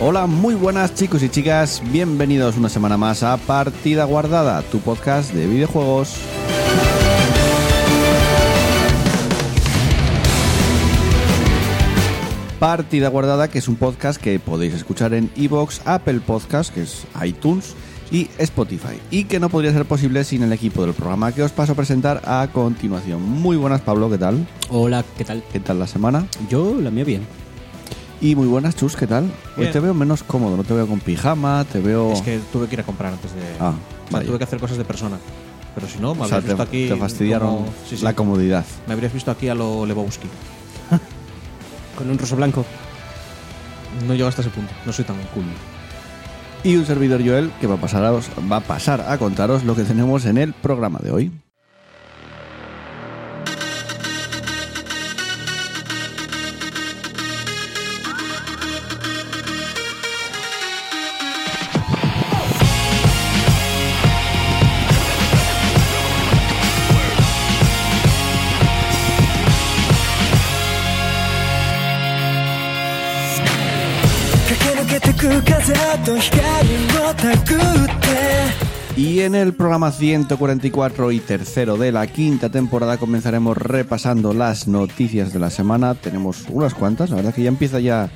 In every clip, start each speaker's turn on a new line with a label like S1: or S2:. S1: Hola, muy buenas chicos y chicas, bienvenidos una semana más a Partida Guardada, tu podcast de videojuegos. Partida Guardada, que es un podcast que podéis escuchar en Evox, Apple Podcast, que es iTunes, y Spotify, y que no podría ser posible sin el equipo del programa que os paso a presentar a continuación. Muy buenas Pablo, ¿qué tal?
S2: Hola, ¿qué tal?
S1: ¿Qué tal la semana?
S2: Yo, la mía bien.
S1: Y muy buenas Chus, ¿qué tal? Hoy
S3: Bien.
S1: te veo menos cómodo, no te veo con pijama, te veo...
S3: Es que tuve que ir a comprar antes de.
S1: Oh. Ah,
S3: o sea,
S1: vaya.
S3: tuve que hacer cosas de persona. Pero si no, me
S1: O sea,
S3: habrías
S1: te,
S3: visto aquí.
S1: te fastidiaron
S3: como- sí, sí.
S1: la comodidad.
S3: Me habrías visto aquí a lo Lebowski.
S2: Con un ruso blanco.
S3: No llego hasta ese punto. No soy tan cool.
S1: Y un servidor Joel que va a, pasaros, va a pasar a contaros lo que tenemos en el programa de hoy.
S4: 駆け抜けてく風と光をたぐって
S1: Y en el programa 144 y tercero de la quinta temporada comenzaremos repasando las noticias de la semana. Tenemos unas cuantas, la verdad que ya empieza ya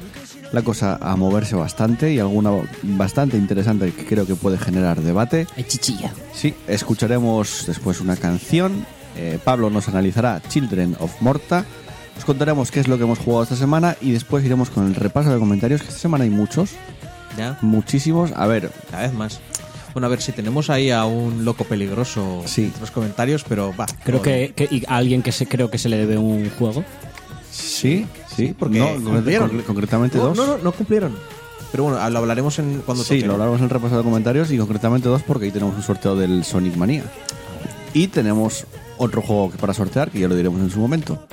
S1: la cosa a moverse bastante y alguna bastante interesante que creo que puede generar debate.
S2: Ay, chichilla.
S1: Sí, escucharemos después una canción. eh, Pablo nos analizará Children of Morta. Os contaremos qué es lo que hemos jugado esta semana y después iremos con el repaso de comentarios, que esta semana hay muchos,
S3: Ya,
S1: muchísimos. A ver,
S3: cada vez más. Bueno, a ver si tenemos ahí a un loco peligroso
S1: Sí.
S3: en los comentarios, pero va.
S2: Creo
S3: no-
S2: que, que- y a alguien que se, creo que se le debe un juego.
S1: sí, sí,
S3: porque
S1: no, concre-
S3: cumplieron.
S1: concre- concretamente
S3: No,
S1: dos.
S3: No, no, no cumplieron. Pero bueno, lo hablaremos en cuando
S1: sí,
S3: toque.
S1: lo hablaremos en el repaso de comentarios y concretamente dos porque ahí tenemos un sorteo del Sonic Mania. Y tenemos otro juego que para sortear, que ya lo diremos en su momento.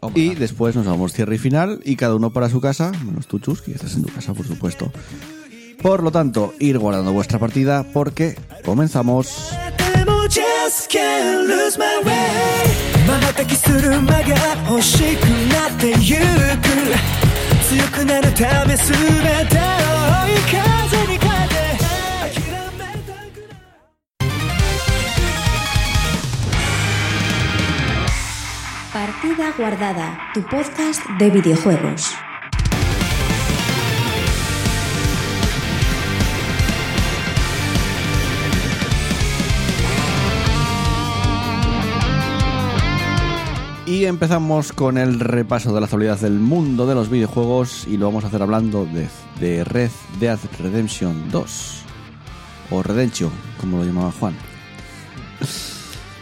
S3: Oh my
S1: Y
S3: God.
S1: después nos vamos cierre y final y cada uno para su casa, menos tú Chus, que ya estás en tu casa por supuesto. Por lo tanto, ir guardando vuestra partida porque comenzamos.
S4: でも just can't lose my way 瞬きする間が欲しくなってゆく強くなるため全てを追い風に変えて諦めたくない
S5: Partida Guardada, tu podcast de videojuegos.
S1: Y empezamos con el repaso de la actualidad del mundo de los videojuegos y lo vamos a hacer hablando de, de Red Dead Redemption 2. O Redemption, como lo llamaba Juan.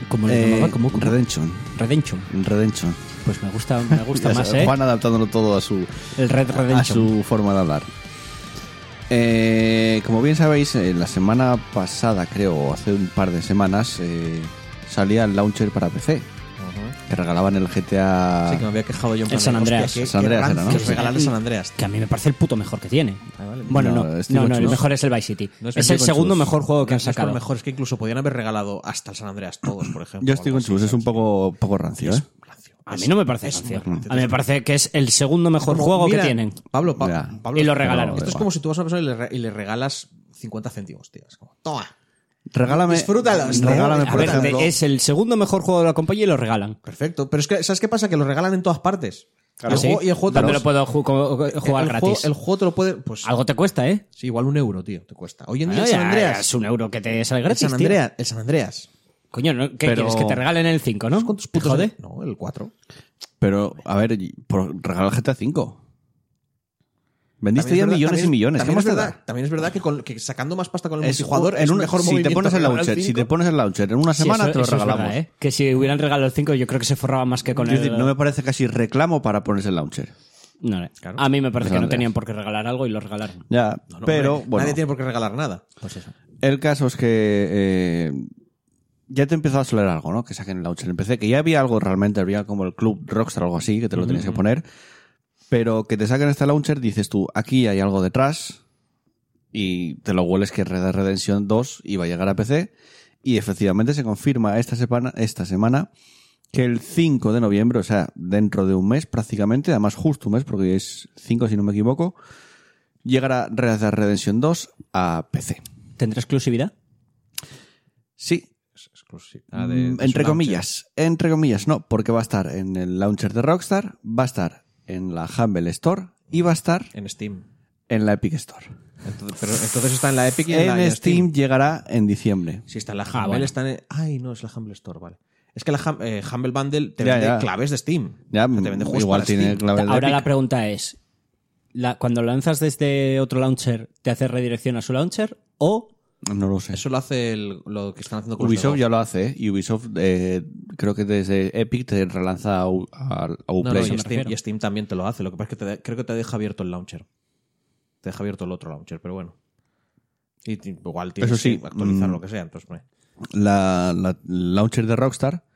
S2: Como le
S1: Eh,
S2: llamaba, como
S1: Redemption.
S2: Redemption.
S1: Redemption.
S2: Pues me gusta, me gusta
S1: Ya
S2: más,
S1: sabes,
S2: ¿eh?
S1: Juan adaptándolo todo a su,
S2: El Red
S1: a
S2: Redemption.
S1: su forma de hablar. Eh, como bien sabéis, eh, la semana pasada, creo, o hace un par de semanas, eh, salía el launcher para PC,
S3: Ajá.
S1: que regalaban el GTA.
S3: ¿eh? Sí, que me había quejado yo. en plan
S2: El
S3: de,
S2: San Andreas.
S3: hostia, qué-
S1: Ah. San
S3: qué
S1: Andreas era,
S3: rancio
S1: ¿no?
S3: es regalarle San Andreas.
S2: Que a mí me parece el puto mejor que tiene.
S3: Ah, vale.
S2: Bueno, no,
S1: No,
S2: no,
S1: Steve
S2: no, el
S1: Jobs.
S2: mejor es el Vice City.
S3: No,
S2: es
S3: estoy
S2: el
S3: con
S2: segundo
S1: Chus.
S2: mejor juego que
S3: No
S2: han
S3: es por
S2: sacado.
S3: mejor, es que incluso podían haber regalado hasta el San Andreas todos, por ejemplo.
S1: Yo
S3: o
S1: estoy
S3: algo
S1: con
S3: así,
S1: Chus, es
S3: ¿sabes?
S1: un poco, poco rancio, ¿eh?
S3: Es rancio.
S2: A
S3: Es-
S2: mí no me parece
S3: es muy
S2: rancio.
S3: rancio.
S2: A mí me parece que es el segundo mejor
S3: Como,
S2: juego
S3: mira,
S2: que tienen.
S3: Pablo, Pa-
S1: Ya.
S3: Pablo.
S2: Y lo regalaron.
S3: Esto es
S1: Pero-
S3: como si tú vas a una persona y le, re- y le regalas 50 céntimos, tío. Es como, toma.
S1: Regálame.
S3: Disfrútalos, ¿no?
S1: Regálame,
S2: A
S1: por
S2: ver,
S1: ejemplo.
S2: es el segundo mejor juego de la compañía y lo regalan.
S3: Perfecto. Pero es que, ¿sabes qué pasa? Que lo regalan en todas partes.
S2: Claro,
S3: el
S2: sí.
S3: juego, y el juego te
S2: ¿Dónde lo
S3: los-
S2: puedo ju- co- jugar
S3: el
S2: gratis?
S3: Juego, el juego te lo puede. Pues
S2: Algo te cuesta, ¿eh?
S3: sí, igual un euro, tío, te cuesta. Hoy en día
S2: Ah,
S3: el San
S2: ya, ya,
S3: Andreas.
S2: Es un euro que te sale
S3: el
S2: gratis.
S3: San
S2: tío.
S3: Andreas. El San Andreas.
S2: Coño, ¿no? ¿qué
S1: Pero-
S2: quieres? Que te regalen el 5, ¿no?
S3: ¿Cuántos
S2: ¿Te
S3: putos?
S2: jode?
S3: No, el 4.
S1: Pero, a ver, por, regala el GTA V. Vendiste ya
S3: También es verdad-
S1: millones
S3: también-
S1: y millones.
S3: También
S1: ¿qué más
S3: es,
S1: te
S3: verdad,
S1: da?
S3: también es verdad que, con- que sacando más pasta con el
S1: Es
S3: multijugador
S1: un- en
S3: es
S1: un-
S3: mejor
S1: si te
S3: movimiento
S1: pones el
S3: regalar
S1: launcher, si
S3: cinco.
S1: te pones el launcher en una
S2: Sí,
S1: semana
S2: eso-
S1: te lo
S2: eso es verdad,
S1: regalamos.
S2: ¿eh? Que si hubieran regalado el 5, yo creo que se forraba más que con
S1: Es
S2: el.
S1: decir, no me parece casi reclamo para ponerse el launcher.
S2: No, no.
S3: Claro.
S2: A mí me parece
S1: Pues
S2: que no
S1: Andreas.
S2: tenían por qué regalar algo y lo regalaron.
S1: Ya,
S3: No, hombre,
S1: pero bueno.
S3: Nadie tiene por qué regalar nada. Pues eso.
S1: El caso es que eh, ya te empezó a soler algo, ¿no? Que saquen Launcher en PC, que ya había algo realmente, había como el Club Rockstar o algo así, que te lo tenías que poner. Pero que te saquen este Launcher, dices tú, aquí hay algo detrás y te lo hueles que Red Dead Redemption 2 iba a llegar a PC. Y efectivamente se confirma esta semana, esta semana que el 5 de noviembre, o sea, dentro de un mes prácticamente, además justo un mes, porque es 5 si no me equivoco, llegará Red Dead Redemption 2 a PC.
S2: ¿Tendrá exclusividad?
S1: Sí,
S3: Es exclusiva Ah, de- de
S1: Mm,
S3: su
S1: entre
S3: launcher.
S1: comillas, entre comillas, no, porque va a estar en el launcher de Rockstar, va a estar en la Humble Store y va a estar
S3: En Steam.
S1: en la Epic Store.
S3: Entonces, pero entonces está en la Epic y en,
S1: En
S3: la y en
S1: Steam, llegará en diciembre.
S3: Si está en la Humble,
S2: Ah, bueno.
S3: está en. Ay, no, es la Humble Store, vale. Es que la Hum- eh, Humble Bundle te
S1: Ya,
S3: vende
S1: ya.
S3: claves de Steam.
S1: Ya, mm,
S3: O sea, te vende juegos
S1: igual
S3: para
S1: tiene
S3: Steam.
S1: clave de
S2: Ahora
S1: Epic.
S2: la pregunta es, la- cuando lanzas desde otro launcher, ¿te hace redirección a su launcher? ¿O
S1: No lo sé.
S3: Eso lo hace el- lo que están haciendo con los
S1: Ubisoft
S3: de
S1: ya lo hace, ¿eh? Ubisoft eh, creo que desde Epic te relanza a, U- a- a
S3: Go. No, no,
S1: Uplay.
S3: y,
S2: me
S3: Steam,
S2: refiero.
S3: y Steam también te lo hace. Lo que pasa es que te de- creo que te deja abierto el launcher. Te deja abierto el otro launcher, pero bueno. Y ti- igual tienes
S1: Eso sí,
S3: que actualizar
S1: mm.
S3: lo que sea. Entonces, me-
S1: la, la- el launcher de Rockstar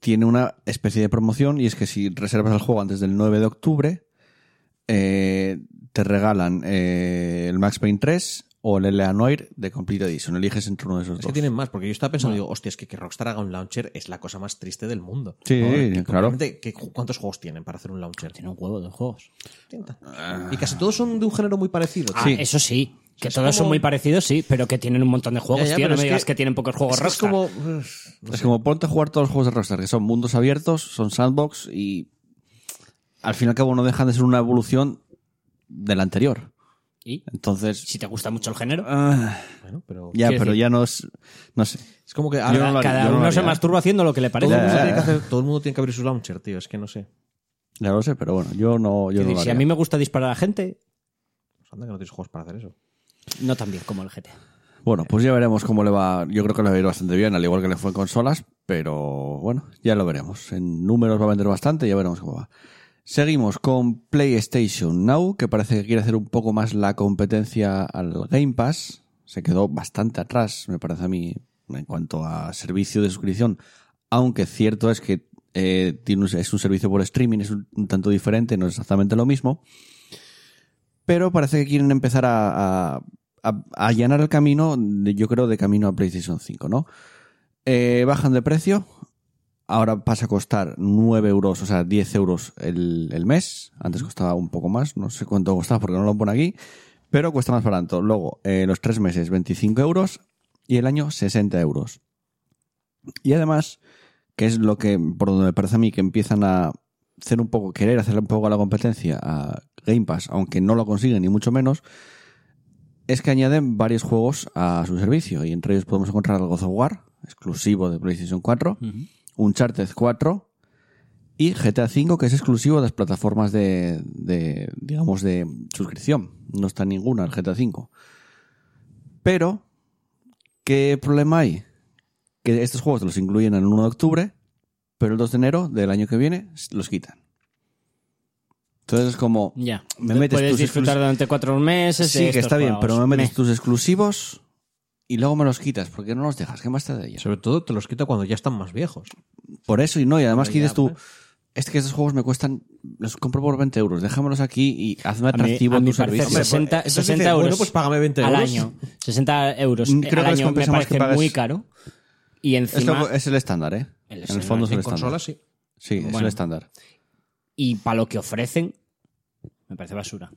S1: tiene una especie de promoción y es que si reservas el juego antes del 9 de octubre, eh, te regalan eh, el Max Payne 3 o el L.A. Noir de Complete Edition. Eliges entre uno de esos
S3: Es
S1: dos.
S3: que tienen más, porque yo estaba pensando, digo, hostia, es que, que Rockstar haga un launcher es la cosa más triste del mundo.
S1: Sí,
S3: Que,
S1: claro.
S3: realmente, que- ¿Cuántos juegos tienen para hacer un launcher?
S2: tiene un huevo de juegos?
S1: Ah.
S3: Y casi todos son de un género muy parecido.
S2: Ah,
S3: tío.
S2: eso sí. Que
S3: Es
S2: todos son
S3: como-
S2: muy parecidos, sí, pero que tienen un montón de
S3: Ya,
S2: juegos,
S3: ya,
S2: tío.
S3: pero
S2: No
S3: es
S2: me digas que, tienen pocos juegos
S3: es que es
S2: Rockstar.
S3: como... uff, no
S1: Es
S3: sé.
S1: como ponte a jugar todos los juegos de Rockstar, que son mundos abiertos, son sandbox y al fin y al cabo no dejan de ser una evolución del anterior.
S2: Y
S1: Entonces,
S2: si te gusta mucho el género,
S1: ah,
S3: Bueno, pero...
S1: ya,
S2: Quiero
S1: pero
S2: decir-
S1: ya no es... No sé.
S3: Es como que...
S1: Yo no lo haría,
S2: cada
S1: yo no lo
S2: uno se
S1: haría.
S2: masturba haciendo lo que le
S3: todo,
S2: parece.
S3: el mundo
S1: Ya, ya,
S3: tiene que
S1: ya.
S3: hacer- todo el mundo tiene que abrir su launcher, tío. Es que no sé.
S1: Ya lo sé, pero bueno, yo no, yo
S2: Quiero
S1: no
S2: decir,
S1: lo
S2: si a
S1: haría.
S2: mí me gusta disparar a gente,
S3: Pues anda que no tienes juegos para hacer eso.
S2: no tan bien como el GTA.
S1: Bueno, pues ya veremos cómo le va. Yo creo que le va a ir bastante bien, al igual que le fue en consolas, pero bueno, ya lo veremos. En números va a vender bastante, ya veremos cómo va. Seguimos con PlayStation Now, que parece que quiere hacer un poco más la competencia al Game Pass. Se quedó bastante atrás, me parece a mí, en cuanto a servicio de suscripción. Aunque cierto es que eh, tiene un- es un servicio por streaming, es un, un tanto diferente, no es exactamente lo mismo. Pero parece que quieren empezar a, a- a- a allanar el camino, de- yo creo, de camino a PlayStation 5, ¿no? Eh, bajan de precio. Ahora pasa a costar 9 euros, o sea, 10 euros el, el mes. Antes costaba un poco más, no sé cuánto costaba porque no lo pone aquí. Pero cuesta más barato. Luego, eh, los tres meses, 25 euros. Y el año, 60 euros. Y además, que es lo que, por donde me parece a mí, que empiezan a hacer un poco, querer hacerle un poco la competencia a Game Pass, aunque no lo consiguen, ni mucho menos, es que añaden varios juegos a su servicio. Y entre ellos podemos encontrar el God of War, exclusivo de PlayStation 4, Uncharted 4 y GTA V, que es exclusivo de las plataformas de, de, digamos, de suscripción. No está ninguna el GTA V. Pero, ¿qué problema hay? Que estos juegos los incluyen el 1 de octubre, pero el 2 de enero del año que viene los quitan. Entonces es como...
S2: Ya.
S1: Me metes
S2: Puedes
S1: tus
S2: disfrutar
S1: exclus-
S2: durante cuatro meses.
S1: Sí, que
S2: estos
S1: está bien,
S2: juegos.
S1: pero me metes
S2: Meh.
S1: tus exclusivos y luego me los quitas, porque no los dejas. ¿Qué más te da ellos?
S3: Sobre todo te los quita cuando ya están más viejos.
S1: Por eso y no, y además
S3: Pero
S1: que dices
S3: ya,
S1: tú,
S3: pues.
S1: es que estos juegos me cuestan, los compro por 20 euros, déjamelos aquí y hazme
S2: A mí-
S1: atractivo
S2: a
S1: en
S2: mi
S1: tu
S2: parecer,
S1: servicio.
S2: 60,
S3: eh, entonces
S2: 60
S3: dices,
S2: euros
S3: bueno, pues págame 20
S2: al
S3: euros.
S2: año. 60 euros
S1: Mm, creo que
S2: al
S1: les
S2: año me
S1: compensa más que
S2: parece
S1: pagues-
S2: muy caro. Y
S1: Es, lo-
S2: encima...
S1: es el estándar, ¿eh?
S2: El
S1: en el fondo es el
S3: En
S1: estándar.
S3: consolas sí.
S1: Sí, es el
S2: Bueno.
S1: estándar.
S2: y para lo que ofrecen, me parece basura.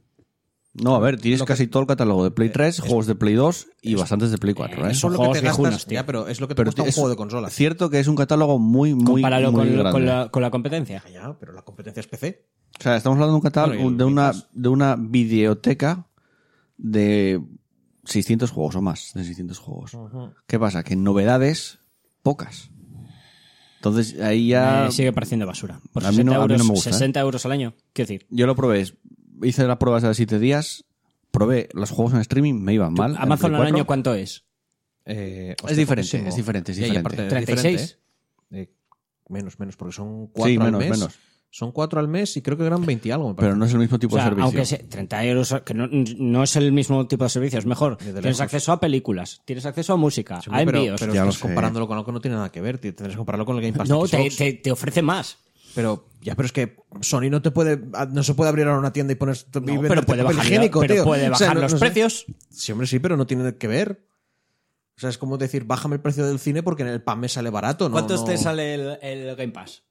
S1: No, a ver, tienes casi todo el catálogo de Play 3, juegos de Play 2 y bastantes de Play 4, ¿eh?
S2: eso- Son
S3: Lo que
S2: juegos
S3: te gastas,
S2: viejunos, tío.
S3: ya, pero es lo que te
S1: Pero
S3: cuesta un
S1: es
S3: juego de consola.
S1: Cierto que es un catálogo muy, muy, muy
S2: Compáralo con,
S1: grande.
S2: con la, con la competencia.
S3: Ya, pero la competencia es PC.
S1: O sea, estamos hablando de un catálogo,
S3: Bueno, y el
S1: de, una,
S3: Game Pass.
S1: de una videoteca de 600 juegos o más, de 600 juegos. ¿Qué pasa? Que novedades, pocas. Entonces, ahí ya...
S2: Me sigue pareciendo basura. Por
S1: A mí
S2: 60,
S1: no- a mí
S2: euros,
S1: no me gusta, ¿eh?
S2: 60 euros al año. Quiero decir,
S1: Yo lo probé, hice las pruebas hace 7 días, probé los juegos en streaming, me iban mal. en
S2: Amazon
S1: Play
S2: al
S1: 4.
S2: año, ¿cuánto es?
S3: Eh,
S1: Es diferente, es diferente, es
S3: Y ahí,
S1: diferente.
S3: aparte,
S2: 36.
S3: diferente, ¿eh? Eh, menos, menos, porque son cuatro
S1: Sí,
S3: al
S1: menos,
S3: mes.
S1: menos.
S3: Son cuatro al mes y creo que eran 20 y algo, me parece.
S1: Pero no es el mismo tipo
S2: O sea,
S1: de Pues servicio.
S2: aunque sea 30 euros, que no, no es el mismo tipo de servicio, es mejor.
S3: de
S2: Tienes
S3: lejos.
S2: acceso a películas, tienes acceso a música, a
S3: pero,
S2: envíos.
S3: pero
S1: Ya lo
S3: estás
S1: sé.
S3: comparándolo con algo que no tiene nada que ver. Tienes que compararlo con el Game Pass
S2: no,
S3: de
S2: te,
S3: Xbox.
S2: te- te ofrece más.
S3: Pero ya, pero es que Sony no te puede, no se puede abrir ahora una tienda y poner y
S2: No,
S3: venderte
S2: pero puede
S3: papel
S2: bajar,
S3: higiénico,
S2: pero
S3: tío.
S2: puede
S3: O sea,
S2: bajar
S3: no-
S2: los
S3: no sé.
S2: precios.
S3: Sí, hombre, sí, pero no tiene que ver. O sea, es como decir, bájame el precio del cine porque en el pan me sale barato. No,
S2: ¿Cuánto
S3: no-
S2: te sale el, el Game Pass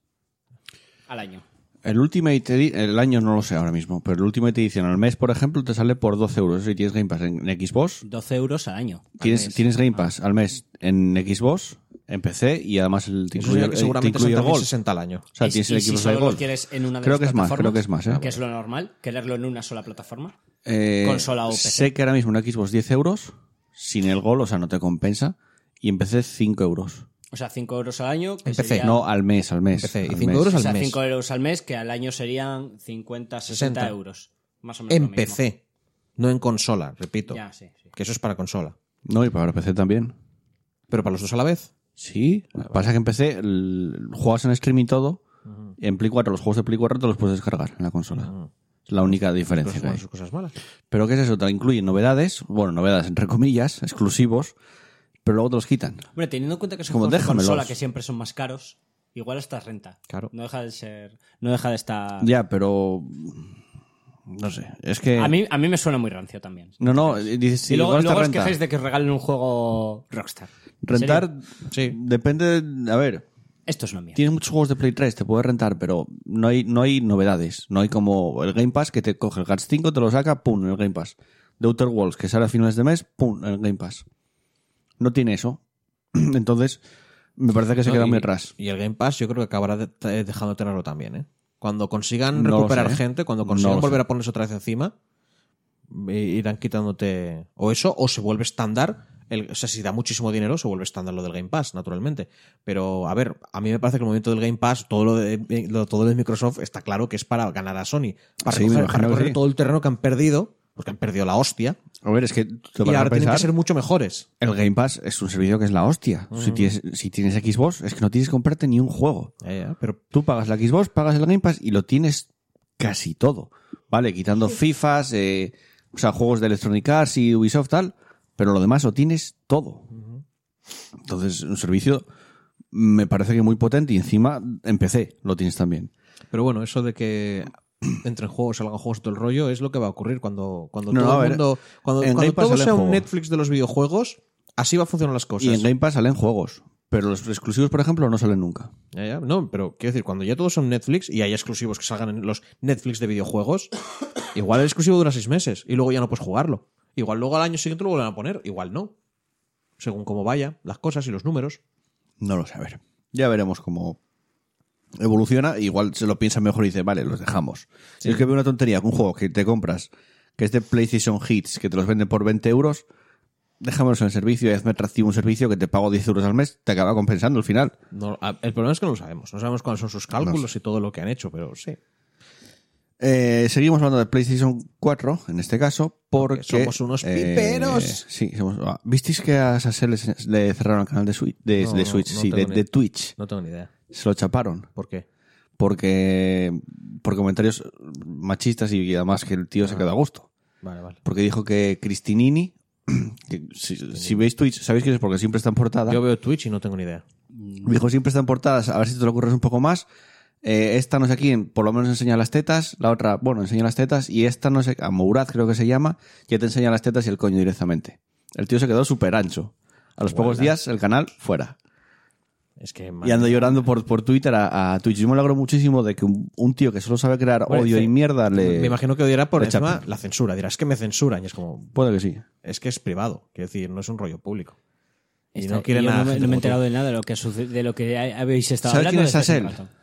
S2: al año?
S1: El Ultimate, Edi- el año no lo sé ahora mismo, pero el Ultimate Edition al mes, por ejemplo, te sale por 12 euros y tienes Game Pass. En en Xbox
S2: 12 euros al Ah. año.
S1: tienes, tienes Game Pass al mes en Xbox, en PC y además el, te
S3: Eso
S1: incluye,
S3: sería que
S1: eh, te
S3: seguramente son
S1: incluye el
S3: también
S1: Gold.
S3: 60 al año.
S1: O sea,
S2: Y-
S1: tienes
S2: y
S1: el
S2: si
S1: Xbox
S2: solo lo
S1: Gold.
S2: quieres en una de
S1: creo
S2: las
S1: que es más, creo
S2: plataformas,
S1: que es más. ¿eh?
S2: Que es lo normal, quererlo en una sola plataforma.
S1: Eh,
S2: Consola o PC.
S1: Sé que ahora mismo en Xbox 10 euros, sin el Gold, o sea, no te compensa, y en PC 5 euros.
S2: O sea, 5 euros al año. Que
S3: PC,
S2: sería-
S1: No, al mes, al mes.
S3: PC, y
S1: al
S3: cinco
S1: mes.
S3: euros
S2: O
S3: al
S2: sea,
S3: mes.
S2: 5 euros al mes, que al año serían 50, 60,
S3: 60.
S2: euros. Más o menos. lo
S3: En
S2: mismo.
S3: PC, no en consola, repito.
S2: Ya, sí, sí.
S3: Que eso es para consola.
S1: No, y para PC también.
S3: Pero para los dos a la vez.
S1: Sí, pasa que en PC el- juegas en stream y todo. En Play 4, los juegos de Play 4 te los puedes descargar en la consola. Es la única
S3: Pero
S1: diferencia que
S3: son
S1: hay.
S3: sus cosas malas.
S1: Pero ¿qué es eso? Te incluyen novedades, bueno, novedades entre comillas, exclusivos, pero luego te los quitan.
S2: Hombre, teniendo en cuenta que son
S1: Como
S2: juegos de
S1: déjamelos.
S2: consola que siempre son más caros, igual hasta renta.
S3: Claro.
S2: No deja de ser. No deja de estar.
S1: Ya, pero. No sé. Es que.
S2: A, mí, a mí me suena muy rancio también.
S1: No, no, eh, dices, sí,
S2: y luego,
S1: igual
S3: este
S1: está
S2: luego os
S1: renta.
S2: quejáis de que os regalen un juego Rockstar. ¿En serio?
S1: Rentar.
S3: Sí.
S1: Depende. de- A ver,
S2: Esto es lo mío.
S1: tienes muchos juegos de Play 3, te puedes rentar, pero no hay, no hay novedades. No hay como el Game Pass que te coge el Guards 5, te lo saca, pum, en el Game Pass. The Outer Worlds, que sale a finales de mes, pum, en el Game Pass. No tiene eso. Entonces, me parece que se
S3: No,
S1: queda
S3: y-
S1: muy atrás.
S3: Y el Game Pass yo creo que acabará de- eh, dejando de tenerlo también, ¿eh? Cuando consigan
S1: No lo
S3: recuperar
S1: sé. ¿eh?
S3: gente, cuando
S1: No
S3: consigan
S1: lo
S3: volver
S1: sé.
S3: a ponerse otra vez encima, eh, irán quitándote o eso, o se vuelve estándar. el- o sea, si da muchísimo dinero, se vuelve estándar lo del Game Pass, naturalmente. Pero, a ver, a mí me parece que el momento del Game Pass, todo lo de, eh, lo- todo lo de Microsoft, está claro que es para ganar a Sony. Para
S1: Sí, me
S3: recoger,
S1: imagino
S3: para
S1: que
S3: recoger
S1: sí.
S3: todo el terreno que han perdido, porque han perdido la hostia,
S1: A ver, es que te
S3: y
S1: vas a
S3: ahora tienen que
S1: pensar,
S3: ser mucho mejores.
S1: el Game Pass es un servicio que es la hostia. si, tienes, si tienes Xbox, es que no tienes que comprarte ni un juego.
S3: Ya, ya, Eh, pero
S1: Tú pagas la Xbox, pagas el Game Pass y lo tienes casi todo. Vale, quitando FIFAs, eh, o sea, juegos de Electronic Arts y Ubisoft tal, pero lo demás lo tienes todo. Entonces, un servicio me parece que muy potente y encima en PC lo tienes también.
S3: Pero bueno, eso de que entren juegos, salgan juegos todo el rollo, es lo que va a ocurrir cuando, cuando
S1: No,
S3: todo
S1: a ver,
S3: el mundo. Cuando,
S1: en
S3: cuando
S1: Game Pass
S3: todo
S1: salen
S3: sea un
S1: juegos.
S3: Netflix de los videojuegos, así va a funcionar las cosas.
S1: y en Game Pass salen juegos, pero los exclusivos, por ejemplo, no salen nunca.
S3: Ya, ya. No, pero quiero decir, cuando ya todos son Netflix y hay exclusivos que salgan en los Netflix de videojuegos, igual el exclusivo dura seis meses y luego ya no puedes jugarlo. Igual luego al año siguiente lo vuelven a poner, igual no. Según cómo vaya, las cosas y los números.
S1: No lo sé, a ver. Ya veremos cómo evoluciona. Igual se lo piensa mejor y dice, vale, los dejamos. Es que veo una tontería, que un juego que te compras, que es de PlayStation Hits, que te los venden por 20 euros, déjamelos en el servicio y hazme atractivo un servicio que te pago 10 euros al mes, te acaba compensando al final.
S3: No, a- el problema es que no lo sabemos. No sabemos cuáles son sus cálculos y todo lo que han hecho, pero sí.
S1: Eh, seguimos hablando de PlayStation 4, en este caso, porque... eh,
S3: somos unos piperos.
S1: Sí, somos... ah, ¿Visteis que a Sassel le, le cerraron el canal de Switch? De,
S3: No,
S1: de
S3: no,
S1: Switch,
S3: no
S1: sí, de,
S3: tengo ni-
S1: de Twitch.
S3: No tengo ni idea.
S1: Se lo chaparon.
S3: ¿Por qué?
S1: porque por comentarios machistas y además que el tío
S3: Ah.
S1: se quedó a gusto.
S3: Vale, vale.
S1: Porque dijo que Cristinini, que si, si veis Twitch, sabéis quién es porque siempre está en portada.
S3: Yo veo Twitch y no tengo ni idea.
S1: Dijo siempre está en portadas, a ver si te lo ocurres un poco más. Eh, esta no sé quién, por lo menos enseña las tetas, la otra, bueno, enseña las tetas, y esta no sé, a Mourad creo que se llama, ya te enseña las tetas y el coño directamente. El tío se quedó súper ancho. A los pocos días, el canal fuera.
S3: Es que
S1: Y
S3: madre-
S1: ando llorando por, por Twitter a, a Twitch. Yo me alegro muchísimo de que un, un tío que solo sabe crear
S3: Hombre,
S1: odio
S3: sí.
S1: y mierda le.
S3: me imagino que odiará por
S1: le
S3: encima
S1: chapen.
S3: la censura. Dirás que me censuran y es como
S1: Puede que sí.
S3: es que es privado, quiero decir, no es un rollo público. Y
S2: Está-
S3: no quieren
S2: yo
S3: nada.
S2: no me,
S3: gente
S2: no me he
S3: como tú.
S2: enterado de nada de lo que, suce- de lo que ha- habéis estado
S1: ¿Sabes
S2: hablando.
S1: quién es
S2: desde hace
S1: Hassel?
S2: rato.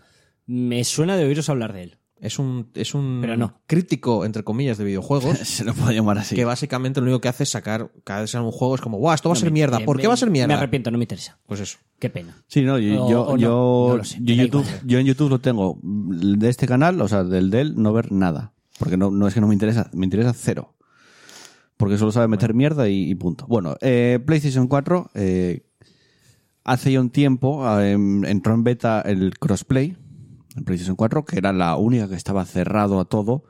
S2: Me suena de oíros hablar de él.
S3: Es un es un
S2: Pero no.
S3: crítico entre comillas de videojuegos
S1: Se lo puede llamar así.
S3: que básicamente lo único que hace es sacar cada vez que sale un juego es como, "Buah, esto va a ser mierda,
S2: Me-
S3: ¿por qué va a ser
S2: me- Me
S3: mierda?"
S2: arrepiento, no me interesa.
S3: Pues eso.
S2: Qué pena.
S1: Sí, no, yo,
S2: O-
S1: yo,
S2: o no.
S1: yo,
S2: No lo sé,
S1: yo
S2: me da
S1: YouTube,
S2: igual.
S1: yo en YouTube lo tengo de este canal, o sea, del del, no ver nada. Porque no, no es que no me interesa, me interesa cero. Porque solo sabe meter mierda y, y punto. Bueno, eh, PlayStation 4, eh, hace ya un tiempo eh, entró en beta el crossplay. en PlayStation 4, que era la única que estaba cerrado a todo.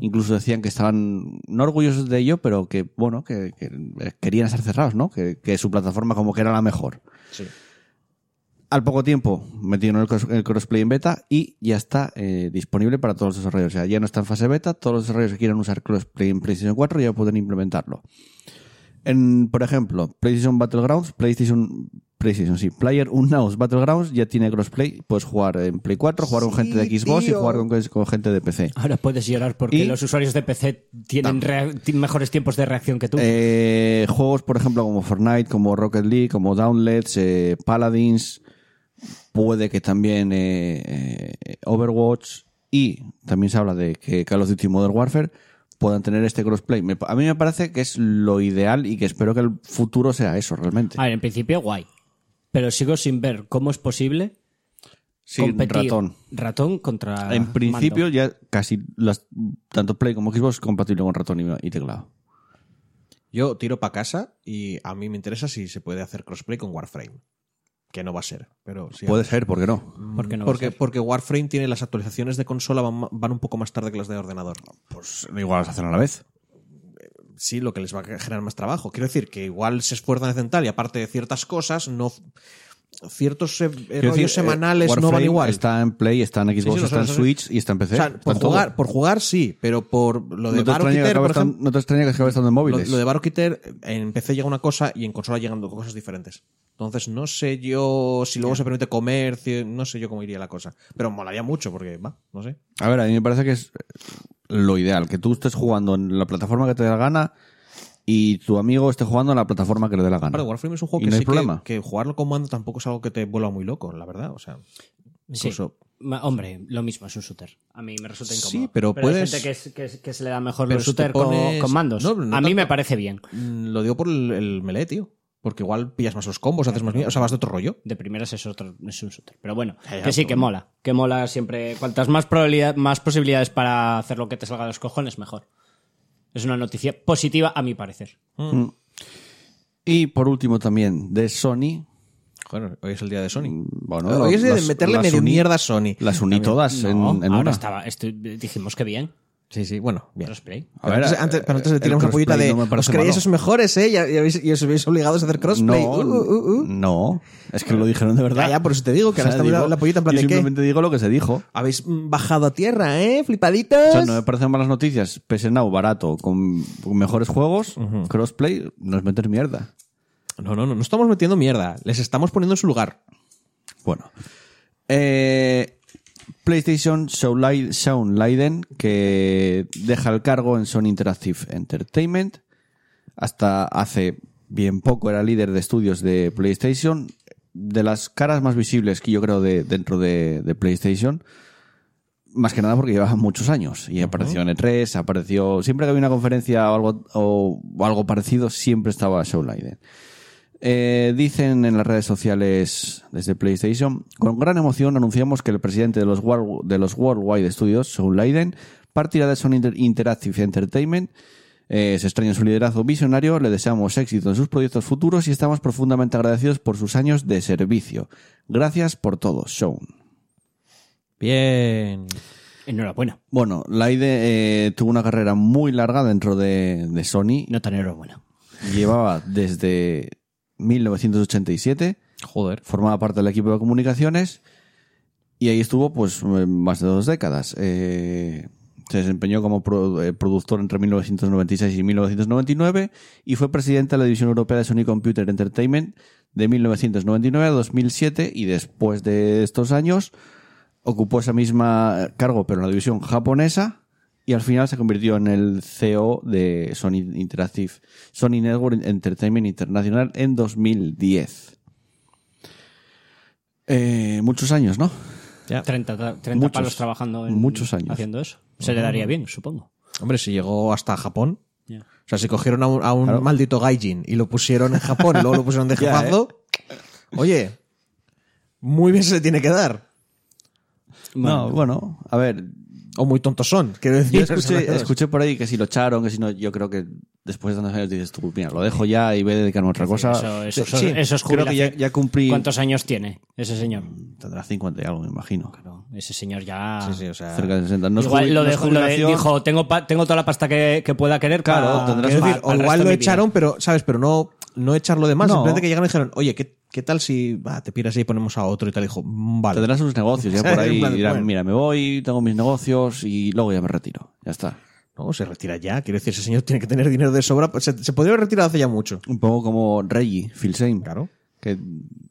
S1: Incluso decían que estaban no orgullosos de ello, pero que, bueno, que, que, eh, querían estar cerrados, ¿no? Que, que su plataforma como que era la mejor.
S3: Sí.
S1: Al poco tiempo metieron el, cos- el crossplay en beta y ya está eh, disponible para todos los desarrolladores. O sea, ya no está en fase beta, todos los desarrolladores que quieran usar crossplay en PlayStation 4 ya pueden implementarlo. En, por ejemplo, PlayStation Battlegrounds, PlayStation, PlayStation, sí, Player Unknown's Battlegrounds ya tiene crossplay, puedes jugar en Play 4, jugar con gente de Xbox y jugar con, con gente de PC.
S2: Ahora puedes llorar porque
S1: Y-
S2: los usuarios de PC tienen rea- ti- mejores tiempos de reacción que tú.
S1: Eh, juegos, por ejemplo, como Fortnite, como Rocket League, como Downlets, eh, Paladins, puede que también eh, eh, Overwatch y también se habla de que Call of Duty y Modern Warfare puedan tener este crossplay. Me pa- a mí me parece que es lo ideal y que espero que el futuro sea eso realmente.
S2: A ver, en principio guay. Pero sigo sin ver cómo es posible
S1: Sin
S2: competir
S1: ratón.
S2: ratón contra
S1: En principio
S2: mando.
S1: ya casi las, tanto Play como Xbox es compatible con ratón y- y teclado.
S3: Yo tiro para casa y a mí me interesa si se puede hacer crossplay con Warframe. Que no va a ser, pero sí.
S1: Puede ser, ¿por qué no?
S2: ¿Por qué no va a
S3: porque,
S2: ser?
S3: porque Warframe tiene las actualizaciones de consola van, ma- van un poco más tarde que las de ordenador.
S1: Pues igual las hacen a la vez.
S3: sí, lo que les va a generar más trabajo. Quiero decir que igual se esfuerzan en central y aparte de ciertas cosas, no ciertos eh,
S1: Quiero
S3: rollos
S1: decir, eh,
S3: semanales no van
S1: Warframe
S3: igual.
S1: Está en Play, está en
S3: Sí,
S1: Xbox,
S3: sí, lo
S1: está en
S3: sé, lo sé.
S1: Switch y está en PC.
S3: o sea,
S1: Está
S3: por
S1: en todo.
S3: jugar, por jugar sí, pero por lo de
S1: no, te
S3: Baro
S1: extraña que
S3: Kiter,
S1: acabe
S3: por
S1: estando-
S3: ejemplo,
S1: no te extraña que acabe estando en
S3: lo,
S1: móviles.
S3: lo de Baro Kiter, en PC llega una cosa y en consola llegan dos cosas diferentes. Entonces no sé yo si luego se permite comercio, no sé yo cómo iría la cosa. Pero molaría mucho porque va, no sé.
S1: A ver, a mí me parece que es lo ideal, que tú estés jugando en la plataforma que te dé la gana y tu amigo esté jugando en la plataforma que le dé la gana.
S3: Aparte, Warframe es un juego
S1: Y
S3: que
S1: no hay
S3: sí que-
S1: problema.
S3: que, jugarlo con mando tampoco es algo que te vuelva muy loco, la verdad. O sea,
S2: Sí.
S3: incluso
S2: Ma- Hombre, lo mismo, es un shooter. A mí me resulta incómodo.
S3: Sí, pero puedes-
S2: hay gente que, es- que es- que se le da mejor
S3: Pero
S2: los
S3: si te
S2: shooter con-
S3: pones-
S2: con, mandos.
S3: No, no
S2: a mí
S3: tanto.
S2: me parece bien.
S3: Mm, Lo digo por el, el melee, tío. Porque igual pillas más los combos, haces más... O sea, vas de otro rollo.
S2: De primeras es otro, es un shooter. Pero bueno,
S3: Ya, ya,
S2: que sí,
S3: pero
S2: que
S3: bueno.
S2: mola. Que mola siempre. Cuantas más probabilidad, más posibilidades para hacer lo que te salga de los cojones, mejor. Es una noticia positiva, a mi parecer.
S1: Y por último también, de Sony.
S3: Joder, hoy es el día de Sony.
S1: Bueno,
S3: hoy es de
S1: las-
S3: meterle
S1: las
S3: medio
S1: uní-
S3: mierda a Sony.
S1: Las uní todas en,
S2: No,
S1: en
S2: ahora
S1: una.
S2: estaba. estoy- dijimos que bien.
S3: Sí, sí, bueno, bien.
S2: Crossplay.
S1: A ver,
S3: Pero antes,
S1: eh,
S3: antes- pero antes le
S1: el
S3: tiramos una
S1: crossplay
S3: pollita de.
S1: no me
S3: os
S1: parece
S3: creéis
S1: malo".
S3: esos mejores, ¿eh? Ya- ya habéis- y os habéis obligados a hacer crossplay.
S1: No,
S3: Uh, uh, uh, uh.
S1: no, es que lo dijeron de verdad.
S3: Ya, ya, por eso te digo que
S1: O sea,
S3: ahora está
S1: digo-
S3: la pollita en plan
S1: yo
S3: de qué.
S1: simplemente digo lo que se dijo.
S3: Habéis mm, bajado a tierra, ¿eh?
S1: O
S3: Flipaditos.
S1: sea, no me parecen malas noticias. PS Now, barato, con, con mejores juegos, crossplay, no es meter mierda.
S3: no, no, no, no estamos metiendo mierda. Les estamos poniendo en su lugar.
S1: Bueno. Eh, PlayStation Shawn Lai- Shawn Leiden, que deja el cargo en Sony Interactive Entertainment. Hasta hace bien poco era líder de estudios de PlayStation. De las caras más visibles que yo creo de, dentro de, de PlayStation. Más que nada porque llevaba muchos años. Y apareció en E3, apareció. Siempre que había una conferencia o algo, o, o algo parecido, siempre estaba Shawn Leiden. Eh, dicen en las redes sociales desde PlayStation, con gran emoción anunciamos que el presidente de los, Wal- de los Worldwide Studios, Sean Leiden, partirá de Sony Inter- Interactive Entertainment. Eh, se extraña su liderazgo visionario, le deseamos éxito en sus proyectos futuros y estamos profundamente agradecidos por sus años de servicio. Gracias por todo, Sean.
S3: Bien.
S2: Enhorabuena.
S1: Bueno, Leiden eh, tuvo una carrera muy larga dentro de, de Sony.
S2: No tan enhorabuena.
S1: Llevaba desde 1987
S3: Joder.
S1: formaba parte del equipo de comunicaciones y ahí estuvo pues más de dos décadas. Eh, se desempeñó como pro- eh, productor entre 1996 y 1999 y fue presidente de la división europea de Sony Computer Entertainment de 1999 a 2007 y después de estos años ocupó esa misma cargo pero en la división japonesa y al final se convirtió en el CEO de Sony Interactive, Sony Network Entertainment International en 2010. Eh, muchos años, ¿no?
S2: 30, ta- 30
S1: Muchos.
S2: palos trabajando en-
S1: Muchos años.
S2: haciendo eso. Se le daría bien, supongo.
S3: Hombre, si llegó hasta Japón.
S2: Ya.
S3: O sea, si cogieron a un, a un maldito gaijin y lo pusieron en Japón y luego lo pusieron de
S1: Ya, ¿eh?
S3: jefazo, oye, muy bien se le tiene que dar.
S1: No, bueno, a ver,
S3: O muy tontos son, quiero decir.
S1: Yo
S3: son las
S1: escuché,
S3: dos.
S1: escuché por ahí que si lo echaron, que si no, yo creo que después de tantos años dices tú, mira, lo dejo ya y voy a dedicarme a otra cosa.
S2: Eso, eso,
S1: Ah, Sí,
S2: eso- eso es
S1: Creo que ya,
S2: jubilación.
S1: ya cumplí.
S2: ¿Cuántos años tiene ese señor?
S1: Tendrá 50 y algo, me imagino.
S2: No, ese señor ya...
S3: Sí, sí, o sea,
S1: Cerca de 60. No es
S2: Igual
S1: jubi-
S2: lo
S1: no es
S2: dejó- lo de-
S1: jubilación.
S2: dijo, tengo, pa- tengo toda la pasta que, que pueda querer
S1: Claro,
S2: para-
S1: tendrás-
S2: quiero
S3: Ah, Quiero
S1: pa-
S3: decir,
S2: para
S3: o
S2: el
S3: igual
S2: resto
S3: lo
S2: de mi vida".
S3: echaron, pero, ¿sabes? Pero no, no echarlo de más.
S1: No.
S3: Simplemente que llegaron y dijeron, oye, ¿qué, qué tal si ah, te piras ahí y ponemos a otro y tal? Y dijo, "Mm, vale.
S1: Tendrá sus negocios ya por ahí.
S3: En plan,
S1: dirán,
S3: bueno.
S1: mira, me voy, tengo mis negocios y luego ya me retiro. Ya está.
S3: No, se retira ya. Quiero decir, ese señor tiene que tener dinero de sobra. Pues Se, se podría haber retirado hace ya mucho.
S1: Un poco como Reggie, Phil Same.
S3: Claro.
S1: Que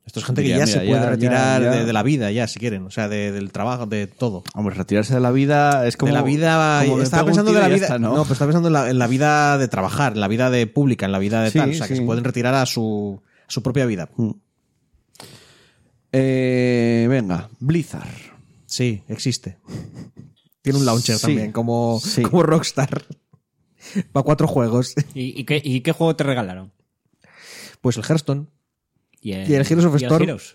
S3: Esto es gente
S1: diría,
S3: que ya
S1: mira,
S3: se puede
S1: ya-
S3: retirar
S1: ya-
S3: De, de la vida, ya, si quieren. O sea, de- del trabajo, de todo.
S1: Hombre, retirarse de la vida eh, es como.
S3: de la vida.
S1: como me
S3: Estaba
S1: pego un
S3: pensando de
S1: tiro
S3: la
S1: y ya
S3: vida.
S1: está,
S3: ¿no? pero estaba pensando en la, en la vida de trabajar, en la vida de pública, en la vida de
S1: Sí,
S3: tal. O sea, que
S1: sí.
S3: se pueden retirar a su, a su propia vida.
S1: Eh, venga, Blizzard.
S3: Sí, existe. Tiene un launcher
S1: Sí.
S3: también, como,
S1: Sí.
S3: como Rockstar. Va a cuatro juegos.
S2: ¿Y, y qué, y qué juego te regalaron?
S3: Pues el Hearthstone.
S2: Y
S3: ¿Y el Heroes of
S2: y el
S3: Storm?
S2: Heroes.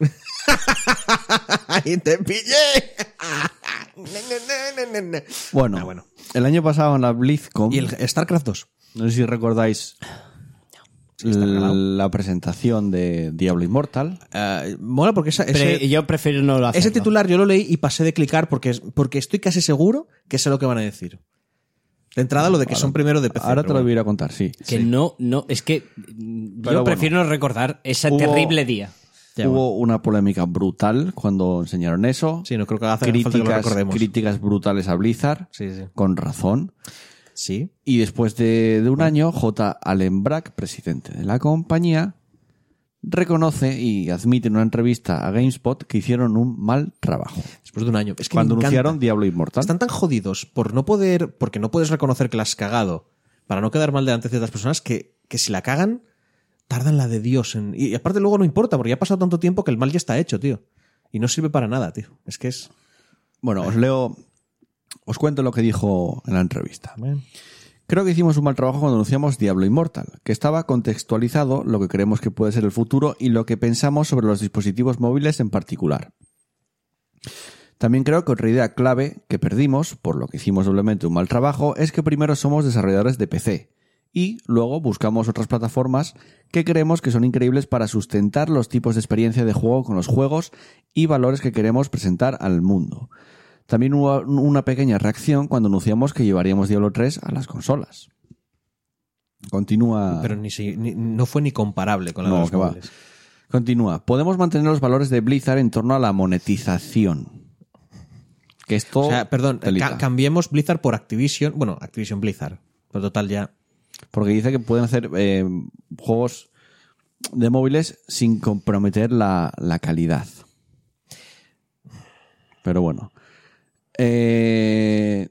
S3: ¡Ahí te pillé! Na, na, na, na, na.
S1: Bueno,
S3: Ah, bueno.
S1: el año pasado en la BlizzCon,
S3: Y el StarCraft 2.
S1: no sé si recordáis la presentación de Diablo Immortal.
S3: Eh, mola porque esa-
S2: Pero
S3: ese,
S2: yo prefiero no lo hacer.
S3: ese titular yo lo leí y pasé de clicar porque, es- porque estoy casi seguro que sé lo que van a decir. De entrada, lo de que son primero de PC.
S1: Ahora te
S3: pero
S1: lo voy a ir
S3: bueno.
S1: a contar, sí.
S2: Que no, no, es que
S1: Pero
S2: mm, yo
S1: bueno.
S2: prefiero no recordar ese
S1: Hubo-
S2: terrible día.
S3: Ya,
S1: Hubo una polémica brutal cuando enseñaron eso.
S3: Sí, no creo que haga falta que lo
S1: críticas,
S3: recordemos.
S1: críticas brutales a Blizzard,
S3: Sí, sí.
S1: con razón.
S3: Sí.
S1: Y después de, de un año, J. Allen Brack, presidente de la compañía, reconoce y admite en una entrevista a GameSpot que hicieron un mal trabajo.
S3: Después de un año. Es que me
S1: cuando
S3: encanta.
S1: anunciaron Diablo Inmortal.
S3: Están tan jodidos por no poder, porque no puedes reconocer que la has cagado, para no quedar mal delante de ciertas personas, que, que si la cagan, tardan la de Dios. En, y, y aparte luego no importa, porque ya ha pasado tanto tiempo que el mal ya está hecho, tío. Y no sirve para nada, tío. Es que es...
S1: Bueno, os leo, os cuento lo que dijo en la entrevista. Creo que hicimos un mal trabajo cuando anunciamos Diablo Immortal, que estaba contextualizado lo que creemos que puede ser el futuro y lo que pensamos sobre los dispositivos móviles en particular. También creo que otra idea clave que perdimos, por lo que hicimos doblemente un mal trabajo, es que primero somos desarrolladores de PC y luego buscamos otras plataformas que creemos que son increíbles para sustentar los tipos de experiencia de juego con los juegos y valores que queremos presentar al mundo. También hubo una pequeña reacción cuando anunciamos que llevaríamos Diablo 3 a las consolas. Continúa.
S3: Pero ni, si- ni- no fue ni comparable con la de
S1: Ah. No,
S3: los
S1: que va.
S3: móviles.
S1: Continúa. Podemos mantener los valores de Blizzard en torno a la monetización. Que esto.
S3: O sea, perdón,
S1: telita.
S3: ca- cambiemos Blizzard por Activision. Bueno, Activision Blizzard. Pero total ya...
S1: Porque dice que pueden hacer eh, juegos de móviles sin comprometer la, la calidad. Pero bueno. Eh,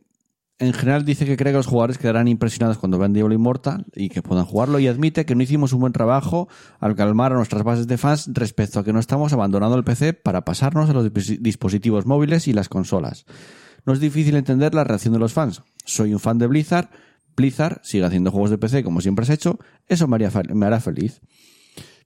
S1: en general dice que cree que los jugadores quedarán impresionados cuando vean Diablo Immortal y que puedan jugarlo y admite que no hicimos un buen trabajo al calmar a nuestras bases de fans respecto a que no estamos abandonando el PC para pasarnos a los disposi- dispositivos móviles y las consolas. No es difícil entender la reacción de los fans. Soy un fan de Blizzard. Blizzard sigue haciendo juegos de PC como siempre has hecho. Eso me, haría fel- me hará feliz.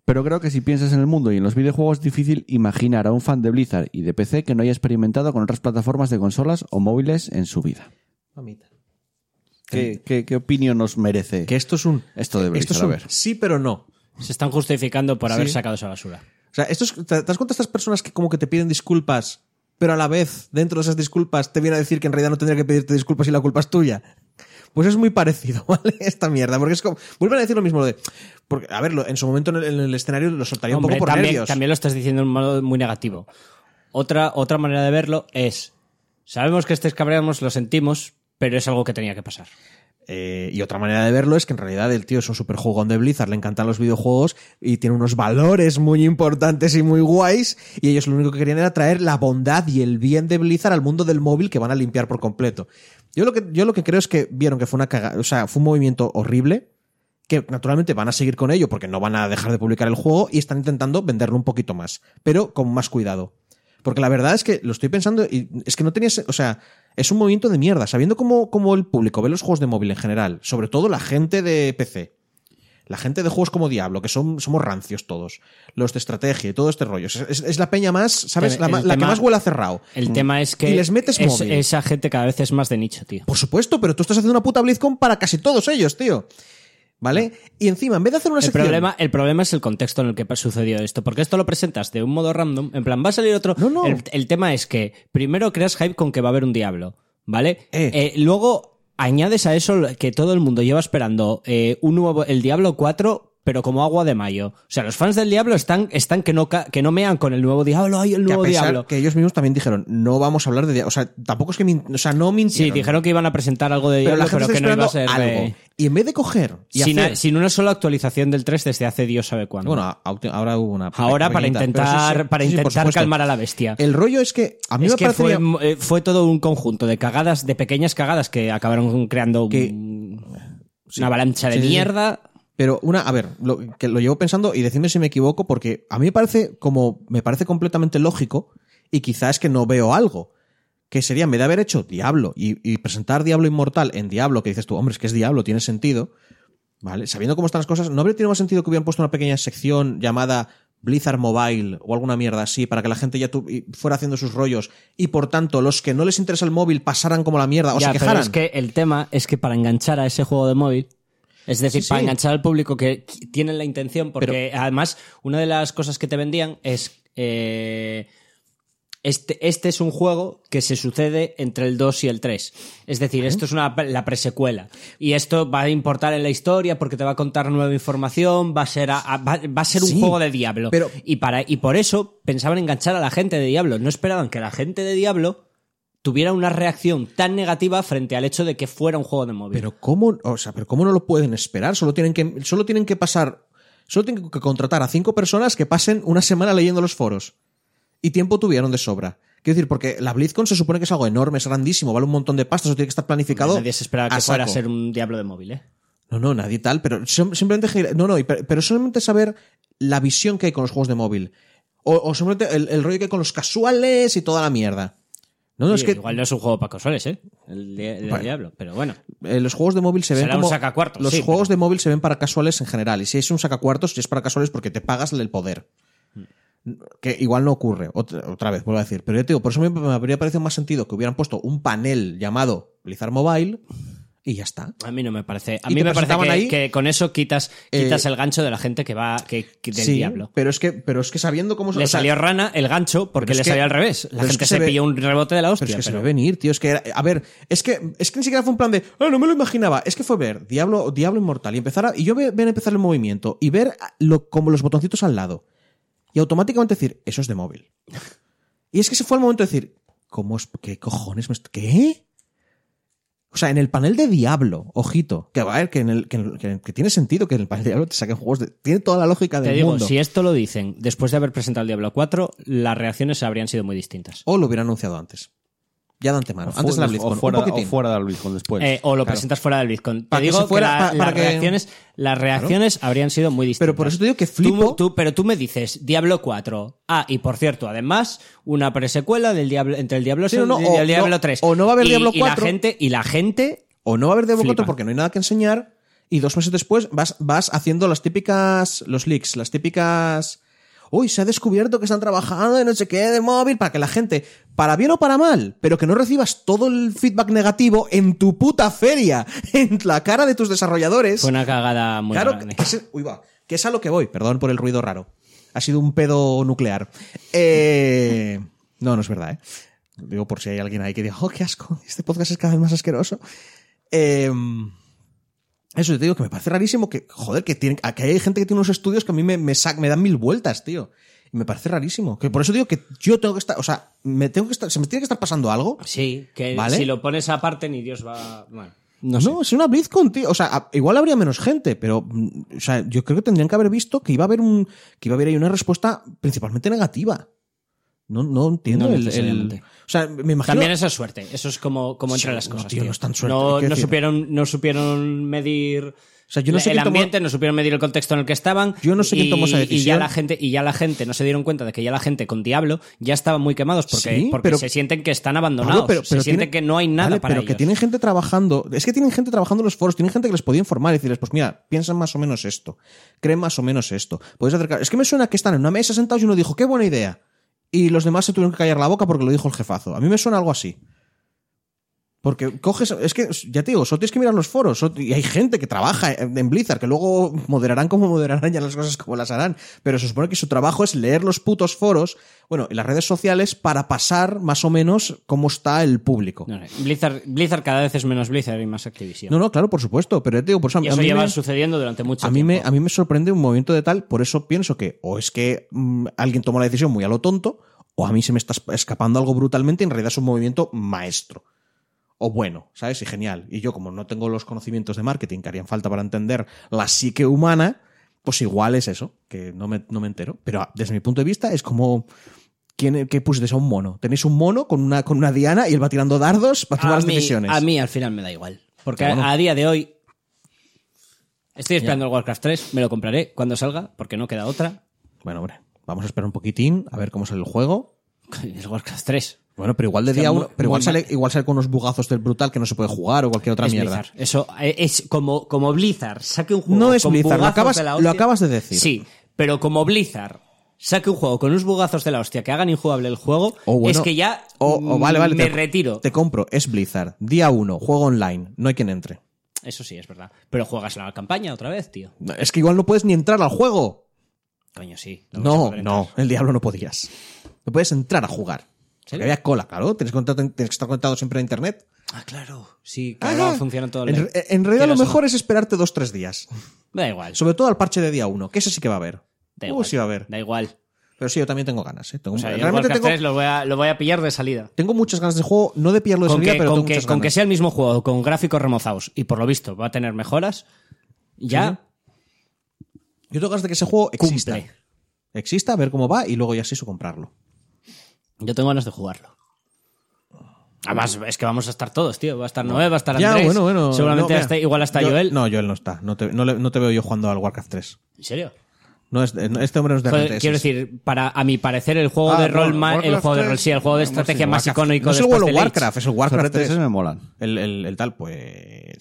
S1: Pero creo que si piensas en el mundo y en los videojuegos es difícil imaginar a un fan de Blizzard y de PC que no haya experimentado con otras plataformas de consolas o móviles en su vida.
S3: Mamita. Eh,
S1: ¿Qué, qué- qué opinión nos merece?
S3: Que esto es un...
S2: Eh,
S1: Esto de
S3: esto
S1: Blizzard,
S3: es
S1: a
S3: un
S1: ver.
S3: Sí, pero no.
S2: Se están justificando por haber
S3: Sí.
S2: sacado esa basura.
S3: O sea, estos, ¿te, te das cuenta de estas personas que como que te piden disculpas, pero a la vez, dentro de esas disculpas, te viene a decir que en realidad no tendría que pedirte disculpas y la culpa es tuya? Pues es muy parecido, ¿vale? Esta mierda, porque es como... Vuelven a decir lo mismo lo de... Porque, a ver, lo- en su momento en el, en el escenario lo soltaría un
S2: Hombre,
S3: poco por
S2: también,
S3: nervios.
S2: también lo estás diciendo de un modo muy negativo. Otra, otra manera de verlo es, sabemos que estés cabreados, lo sentimos, pero es algo que tenía que pasar.
S3: Eh, y otra manera de verlo es que en realidad el tío es un super jugón de Blizzard, le encantan los videojuegos y tiene unos valores muy importantes y muy guays. Y ellos lo único que querían era traer la bondad y el bien de Blizzard al mundo del móvil que van a limpiar por completo. Yo lo que, yo lo que creo es que vieron que fue una caga, o sea, fue un movimiento horrible. Que naturalmente van a seguir con ello porque no van a dejar de publicar el juego y están intentando venderlo un poquito más, pero con más cuidado. Porque la verdad es que lo estoy pensando y es que no tenías, o sea, es un movimiento de mierda. Sabiendo cómo, cómo el público ve los juegos de móvil en general, sobre todo la gente de PC, La gente de juegos como Diablo, que son, somos rancios todos. Los de estrategia y todo este rollo. Es, es- es la peña más, ¿sabes? La,
S2: El
S3: ma- la que
S2: tema-
S3: más huele a cerrado.
S2: El tema es que.
S3: Mm. Y les metes
S2: es-
S3: móvil.
S2: Esa gente cada vez es más de nicho, tío.
S3: Por supuesto, pero tú estás haciendo una puta BlizzCon para casi todos ellos, tío. ¿Vale? Y encima, en vez de hacer una
S2: El
S3: sección...
S2: problema, el problema es el contexto en el que sucedió esto, porque esto lo presentas de un modo random, en plan, va a salir otro...
S3: No, no.
S2: El, el tema es que primero creas hype con que va a haber un diablo, ¿vale?
S3: Eh.
S2: Eh, luego añades a eso que todo el mundo lleva esperando eh, un nuevo, el Diablo 4, pero como agua de mayo. O sea, los fans del Diablo están, están que, no, ca- que no mean con el nuevo Diablo, hay el
S3: que a
S2: nuevo
S3: pesar
S2: Diablo.
S3: que ellos mismos también dijeron, no vamos a hablar de... dia- O sea, tampoco es que... min- O sea, no
S2: Sí,
S3: mintieron.
S2: dijeron que iban a presentar algo de
S3: Pero
S2: Diablo,
S3: la
S2: pero,
S3: gente está
S2: que no iba
S3: esperando
S2: a ser... de-
S3: algo. Y en vez de coger y
S2: sin,
S3: hacer...
S2: sin una sola actualización del 3 desde hace Dios sabe cuándo.
S3: Bueno, a- auti- ahora hubo una...
S2: Ahora
S3: pequeñita, pero
S2: para
S3: sí,
S2: intentar,
S3: sí, sí,
S2: para
S3: sí, por
S2: intentar
S3: supuesto.
S2: calmar a la bestia.
S3: El rollo es que a mí
S2: es
S3: me
S2: que
S3: parecería...
S2: fue, eh, fue todo un conjunto de cagadas, de pequeñas cagadas que acabaron creando un-
S3: Que-
S2: una avalancha de
S3: Sí, sí, sí.
S2: mierda.
S3: Pero una, a ver, lo, que lo llevo pensando y decidme si me equivoco, porque a mí me parece como, me parece completamente lógico y quizás es que no veo algo. Que sería, en vez de haber hecho Diablo y, y presentar Diablo Inmortal en Diablo, que dices tú, hombre, es que es Diablo, tiene sentido, ¿vale? Sabiendo cómo están las cosas, ¿no habría tenido más sentido que hubieran puesto una pequeña sección llamada Blizzard Mobile o alguna mierda así para que la gente ya tu- y fuera haciendo sus rollos y por tanto los que no les interesa el móvil pasaran como la mierda o
S2: Ya,
S3: se
S2: pero
S3: quejaran?
S2: es que el tema es que para enganchar a ese juego de móvil, es decir,
S3: Sí,
S2: para
S3: sí.
S2: enganchar al público que qu- tienen la intención, porque además una de las cosas que te vendían es... eh, este, este es un juego que se sucede entre el 2 y el 3. Es decir, esto es una, la presecuela. Y esto va a importar en la historia porque te va a contar nueva información, va a ser, a- a- va, va a ser un
S3: Sí,
S2: juego de Diablo.
S3: pero-
S2: y, para, y por eso pensaban enganchar a la gente de Diablo. No esperaban que la gente de Diablo tuviera una reacción tan negativa frente al hecho de que fuera un juego de móvil.
S3: Pero cómo, o sea, pero cómo no lo pueden esperar, solo tienen que solo tienen que pasar solo tienen que contratar a cinco personas que pasen una semana leyendo los foros. Y tiempo tuvieron de sobra. Quiero decir, porque la BlizzCon se supone que es algo enorme, es grandísimo, vale un montón de pastas, eso tiene que estar planificado.
S2: Nadie se esperaba que
S3: a
S2: fuera a
S3: saco.
S2: ser un Diablo de móvil, ¿eh?
S3: No, no, nadie tal, pero sim- simplemente gira- no, no, y per- pero solamente saber la visión que hay con los juegos de móvil o, o simplemente el, el rollo que hay con los casuales y toda la mierda. No, no, es
S2: Oye,
S3: que
S2: Igual no es un juego para consoles, ¿eh? El, de- el de
S3: Bueno.
S2: Diablo, pero bueno.
S3: Eh, los juegos de móvil se ven
S2: Será un
S3: como
S2: sacacuartos,
S3: los
S2: sí,
S3: juegos
S2: pero-
S3: de móvil se ven para casuales en general y si es un sacacuartos si es para casuales porque te pagas el poder que igual no ocurre otra, otra vez vuelvo a decir pero yo te digo por eso me, me habría parecido más sentido que hubieran puesto un panel llamado Blizzard Mobile y ya está
S2: A mí no me parece. A
S3: ¿Y
S2: mí
S3: te
S2: me parece
S3: presentaban
S2: que,
S3: ahí?
S2: que con eso quitas,
S3: Eh,
S2: quitas el gancho de la gente que va que, que- del
S3: sí
S2: Diablo.
S3: pero es que pero es que sabiendo cómo
S2: Le
S3: o sea,
S2: salió rana el gancho
S3: pero
S2: porque
S3: es
S2: le
S3: que-
S2: salió al revés. La
S3: pero es
S2: gente
S3: que
S2: se,
S3: se ve-
S2: pilló un rebote de la hostia.
S3: Pero es que se
S2: pero-
S3: ve venir, tío. Es que, era- a ver, es que, es que ni siquiera fue un plan de, ah, no me lo imaginaba. Es que fue ver Diablo, Diablo Inmortal y empezar a- y yo ve- ver empezar el movimiento y ver lo, como los botoncitos al lado. Y automáticamente decir, eso es de móvil. Y es que se fue el momento de decir, ¿cómo es, qué cojones me est- ¿Qué? O sea, en el panel de Diablo, ojito, que va a ver, que, en el, que, en el- que- que tiene sentido que en el panel de Diablo te saquen juegos de. Tiene toda la lógica
S2: Te
S3: del
S2: digo,
S3: mundo.
S2: si esto lo dicen después de haber presentado el Diablo 4, las reacciones habrían sido muy distintas.
S3: O lo hubiera anunciado antes. Ya de antemano. Antes de la BlizzCon.
S1: o
S3: un
S1: fuera, o
S3: poquitín.
S1: fuera de la BlizzCon después.
S2: Eh,
S3: Pues,
S2: o lo
S3: claro.
S2: presentas fuera del Bitcoin. Te
S3: Para que
S2: digo
S3: se fuera-
S2: que la-
S3: para- para
S2: las,
S3: que-
S2: reacciones, las reacciones habrían sido muy distintas.
S3: Pero por eso te digo que flipo.
S2: Tú- tú- pero tú me dices Diablo 4. Ah, y por cierto, además, una presecuela del Diablo, entre el Diablo
S3: Sí,
S2: 6
S3: no, no,
S2: y el
S3: o
S2: Diablo
S3: no-
S2: 3.
S3: o no va a haber
S2: Y-
S3: Diablo
S2: Y la
S3: 4.
S2: gente, y la gente
S3: o no va a haber Diablo
S2: Flipa.
S3: 4 porque no hay nada que enseñar y dos meses después vas, vas haciendo las típicas los leaks, las típicas uy, se ha descubierto que están trabajando en no sé qué de móvil para que la gente para bien o para mal, pero que no recibas todo el feedback negativo en tu puta feria, en la cara de tus desarrolladores
S2: fue una cagada muy
S3: claro,
S2: grande.
S3: que es, uy, va, que es a lo que voy. Perdón por el ruido raro. Ha sido un pedo nuclear. Eh, no, no es verdad, ¿eh? Digo por si hay alguien ahí que diga, oh, qué asco, este podcast es cada vez más asqueroso. Eh, eso te digo que me parece rarísimo que, joder, que, tienen, que hay gente que tiene unos estudios que a mí me, me, sac- me dan mil vueltas, tío. Y me parece rarísimo. Que por eso digo que yo tengo que estar, o sea, me tengo que estar, se me tiene que estar pasando algo.
S2: Sí, que
S3: ¿Vale?
S2: si lo pones aparte, ni Dios va. Bueno,
S3: No, es una BlizzCon, tío. O sea, a- igual habría menos gente, pero mm, o sea, yo creo que tendrían que haber visto que iba a haber un que iba a haber ahí una respuesta principalmente negativa. No, no entiendo
S2: No
S3: el- el,
S2: necesariamente.
S3: O sea, me imagino.
S2: También eso es suerte. Eso es como, como entre
S3: Sí,
S2: las
S3: no,
S2: cosas.
S3: tío, no es tan suerte,
S2: No,
S3: quiero
S2: no
S3: decir.
S2: supieron, no supieron medir.
S3: sea, yo no sé
S2: el
S3: quién tomó-
S2: ambiente, no supieron medir el contexto en el que estaban.
S3: Yo no sé quién
S2: y-
S3: tomó esa
S2: Y ya
S3: decisión.
S2: la gente, y ya la gente no se dieron cuenta de que ya la gente con Diablo ya estaban muy quemados porque,
S3: Sí,
S2: porque
S3: pero-
S2: se sienten que están abandonados.
S3: Pablo, pero, pero
S2: se sienten
S3: tiene-
S2: que no hay nada
S3: Vale,
S2: para
S3: pero que
S2: ellos.
S3: tienen gente trabajando es que tienen gente trabajando en los foros tienen gente que les podía informar y decirles pues mira piensan más o menos esto creen más o menos esto podéis acercar es que me suena que están en una mesa sentados y uno dijo qué buena idea y los demás se tuvieron que callar la boca porque lo dijo el jefazo a mí me suena algo así porque coges, es que, ya te digo, solo tienes que mirar los foros. solo- Y hay gente que trabaja en Blizzard, que luego moderarán como moderarán ya las cosas como las harán. Pero se supone que su trabajo es leer los putos foros, bueno, y las redes sociales para pasar más o menos cómo está el público.
S2: No sé. Blizzard, Blizzard cada vez es menos Blizzard y más Activision.
S3: No, no, claro, por supuesto. Pero ya te digo, por eso a
S2: y
S3: mí-
S2: eso
S3: a mí
S2: lleva
S3: me-
S2: sucediendo durante mucho
S3: a mí, me,
S2: tiempo.
S3: a mí me sorprende un movimiento de tal, por eso pienso que o es que mm, alguien tomó la decisión muy a lo tonto, o a mí se me está esp- escapando algo brutalmente y en realidad es un movimiento maestro. O bueno, ¿sabes? Y genial. Y yo, como no tengo los conocimientos de marketing que harían falta para entender la psique humana, pues igual es eso, que no me, no me entero. Pero ah, desde mi punto de vista es como... ¿Quién, ¿Qué pusisteis a un mono? Tenéis un mono con una, con una diana y él va tirando dardos para tomar
S2: a
S3: las
S2: mí,
S3: decisiones.
S2: a mí al final me da igual. Porque
S3: Bueno.
S2: a, a día de hoy estoy esperando el Warcraft 3, me lo compraré cuando salga, porque no queda otra.
S3: Bueno, hombre, vamos a esperar un poquitín a ver cómo sale el juego.
S2: El Warcraft 3.
S3: Bueno, pero igual de
S2: sea,
S3: día
S2: muy-
S3: uno, pero igual
S2: muy
S3: sale, igual sale con unos bugazos del brutal que no se puede jugar o cualquier otra
S2: es
S3: mierda.
S2: Blizzard. Eso eh, es como, como Blizzard saque un juego.
S3: No es
S2: con
S3: Blizzard, lo
S2: bugazos
S3: acabas-
S2: de la
S3: lo
S2: hostia-
S3: acabas de decir.
S2: Sí, pero como Blizzard saque un juego con unos bugazos de la hostia que hagan injugable el juego,
S3: O bueno,
S2: es que ya mm,
S3: o, o vale, vale,
S2: me
S3: te-
S2: retiro.
S3: Te compro, es Blizzard. Día uno, juego online, no hay quien entre.
S2: Eso sí, es verdad. Pero juegas la campaña otra vez, tío.
S3: No, Es que igual no puedes ni entrar al juego.
S2: Coño, sí. no vas a
S3: No,
S2: poder entrar.
S3: no, el diablo no podías. No puedes entrar a jugar. Porque había cola, claro. Tienes que, contar- tienes que estar conectado siempre a internet.
S2: Ah, claro. Sí, que ahora
S3: Ah,
S2: funciona todo el
S3: en,
S2: día.
S3: re- en realidad lo
S2: Quieras o no.
S3: mejor es esperarte dos, tres días.
S2: Da igual.
S3: Sobre todo al parche de día uno, que ese sí que va a haber.
S2: Da
S3: Uh,
S2: igual.
S3: sí va a haber.
S2: Da igual.
S3: Pero sí, yo también tengo ganas. ¿eh? Tengo-
S2: O sea, yo el
S3: realmente
S2: Warcraft
S3: tengo,
S2: 3 lo voy, a, lo voy a pillar de salida.
S3: Tengo muchas ganas de juego, no de pillarlo de
S2: Con
S3: salida,
S2: que,
S3: Pues pero
S2: con
S3: tengo
S2: que-
S3: muchas
S2: con que
S3: ganas.
S2: sea el mismo juego, con gráficos remozados y por lo visto va a tener mejoras, ya
S3: Yo tengo ganas de que ese juego exista.
S2: Cumple.
S3: Exista, a ver cómo va y luego ya sé eso comprarlo.
S2: yo tengo ganas de jugarlo. Además, es que vamos a estar todos, tío. Va a estar Noé, va a estar Andrés. Seguramente
S3: no,
S2: hasta-
S3: mira,
S2: igual hasta
S3: yo-
S2: Joel.
S3: No, Joel no está. No te, no le- no te veo yo jugando al Warcraft 3.
S2: ¿En serio?
S3: No es, no, este hombre no es de
S2: Joder,
S3: RTS.
S2: quiero decir, para a mi parecer, el juego
S1: Ah,
S2: de
S1: no,
S2: rol ma- el
S1: Warcraft
S2: juego de
S1: 3,
S2: rol, sí, el juego de
S1: no,
S2: estrategia
S1: sí,
S2: más
S1: Warcraft.
S2: icónico
S3: No es el
S2: después
S3: World of
S2: del Age.
S3: Warcraft, es el Warcraft
S1: Warcraft 3
S3: 3.
S1: me molan.
S3: El, el- el tal, pues.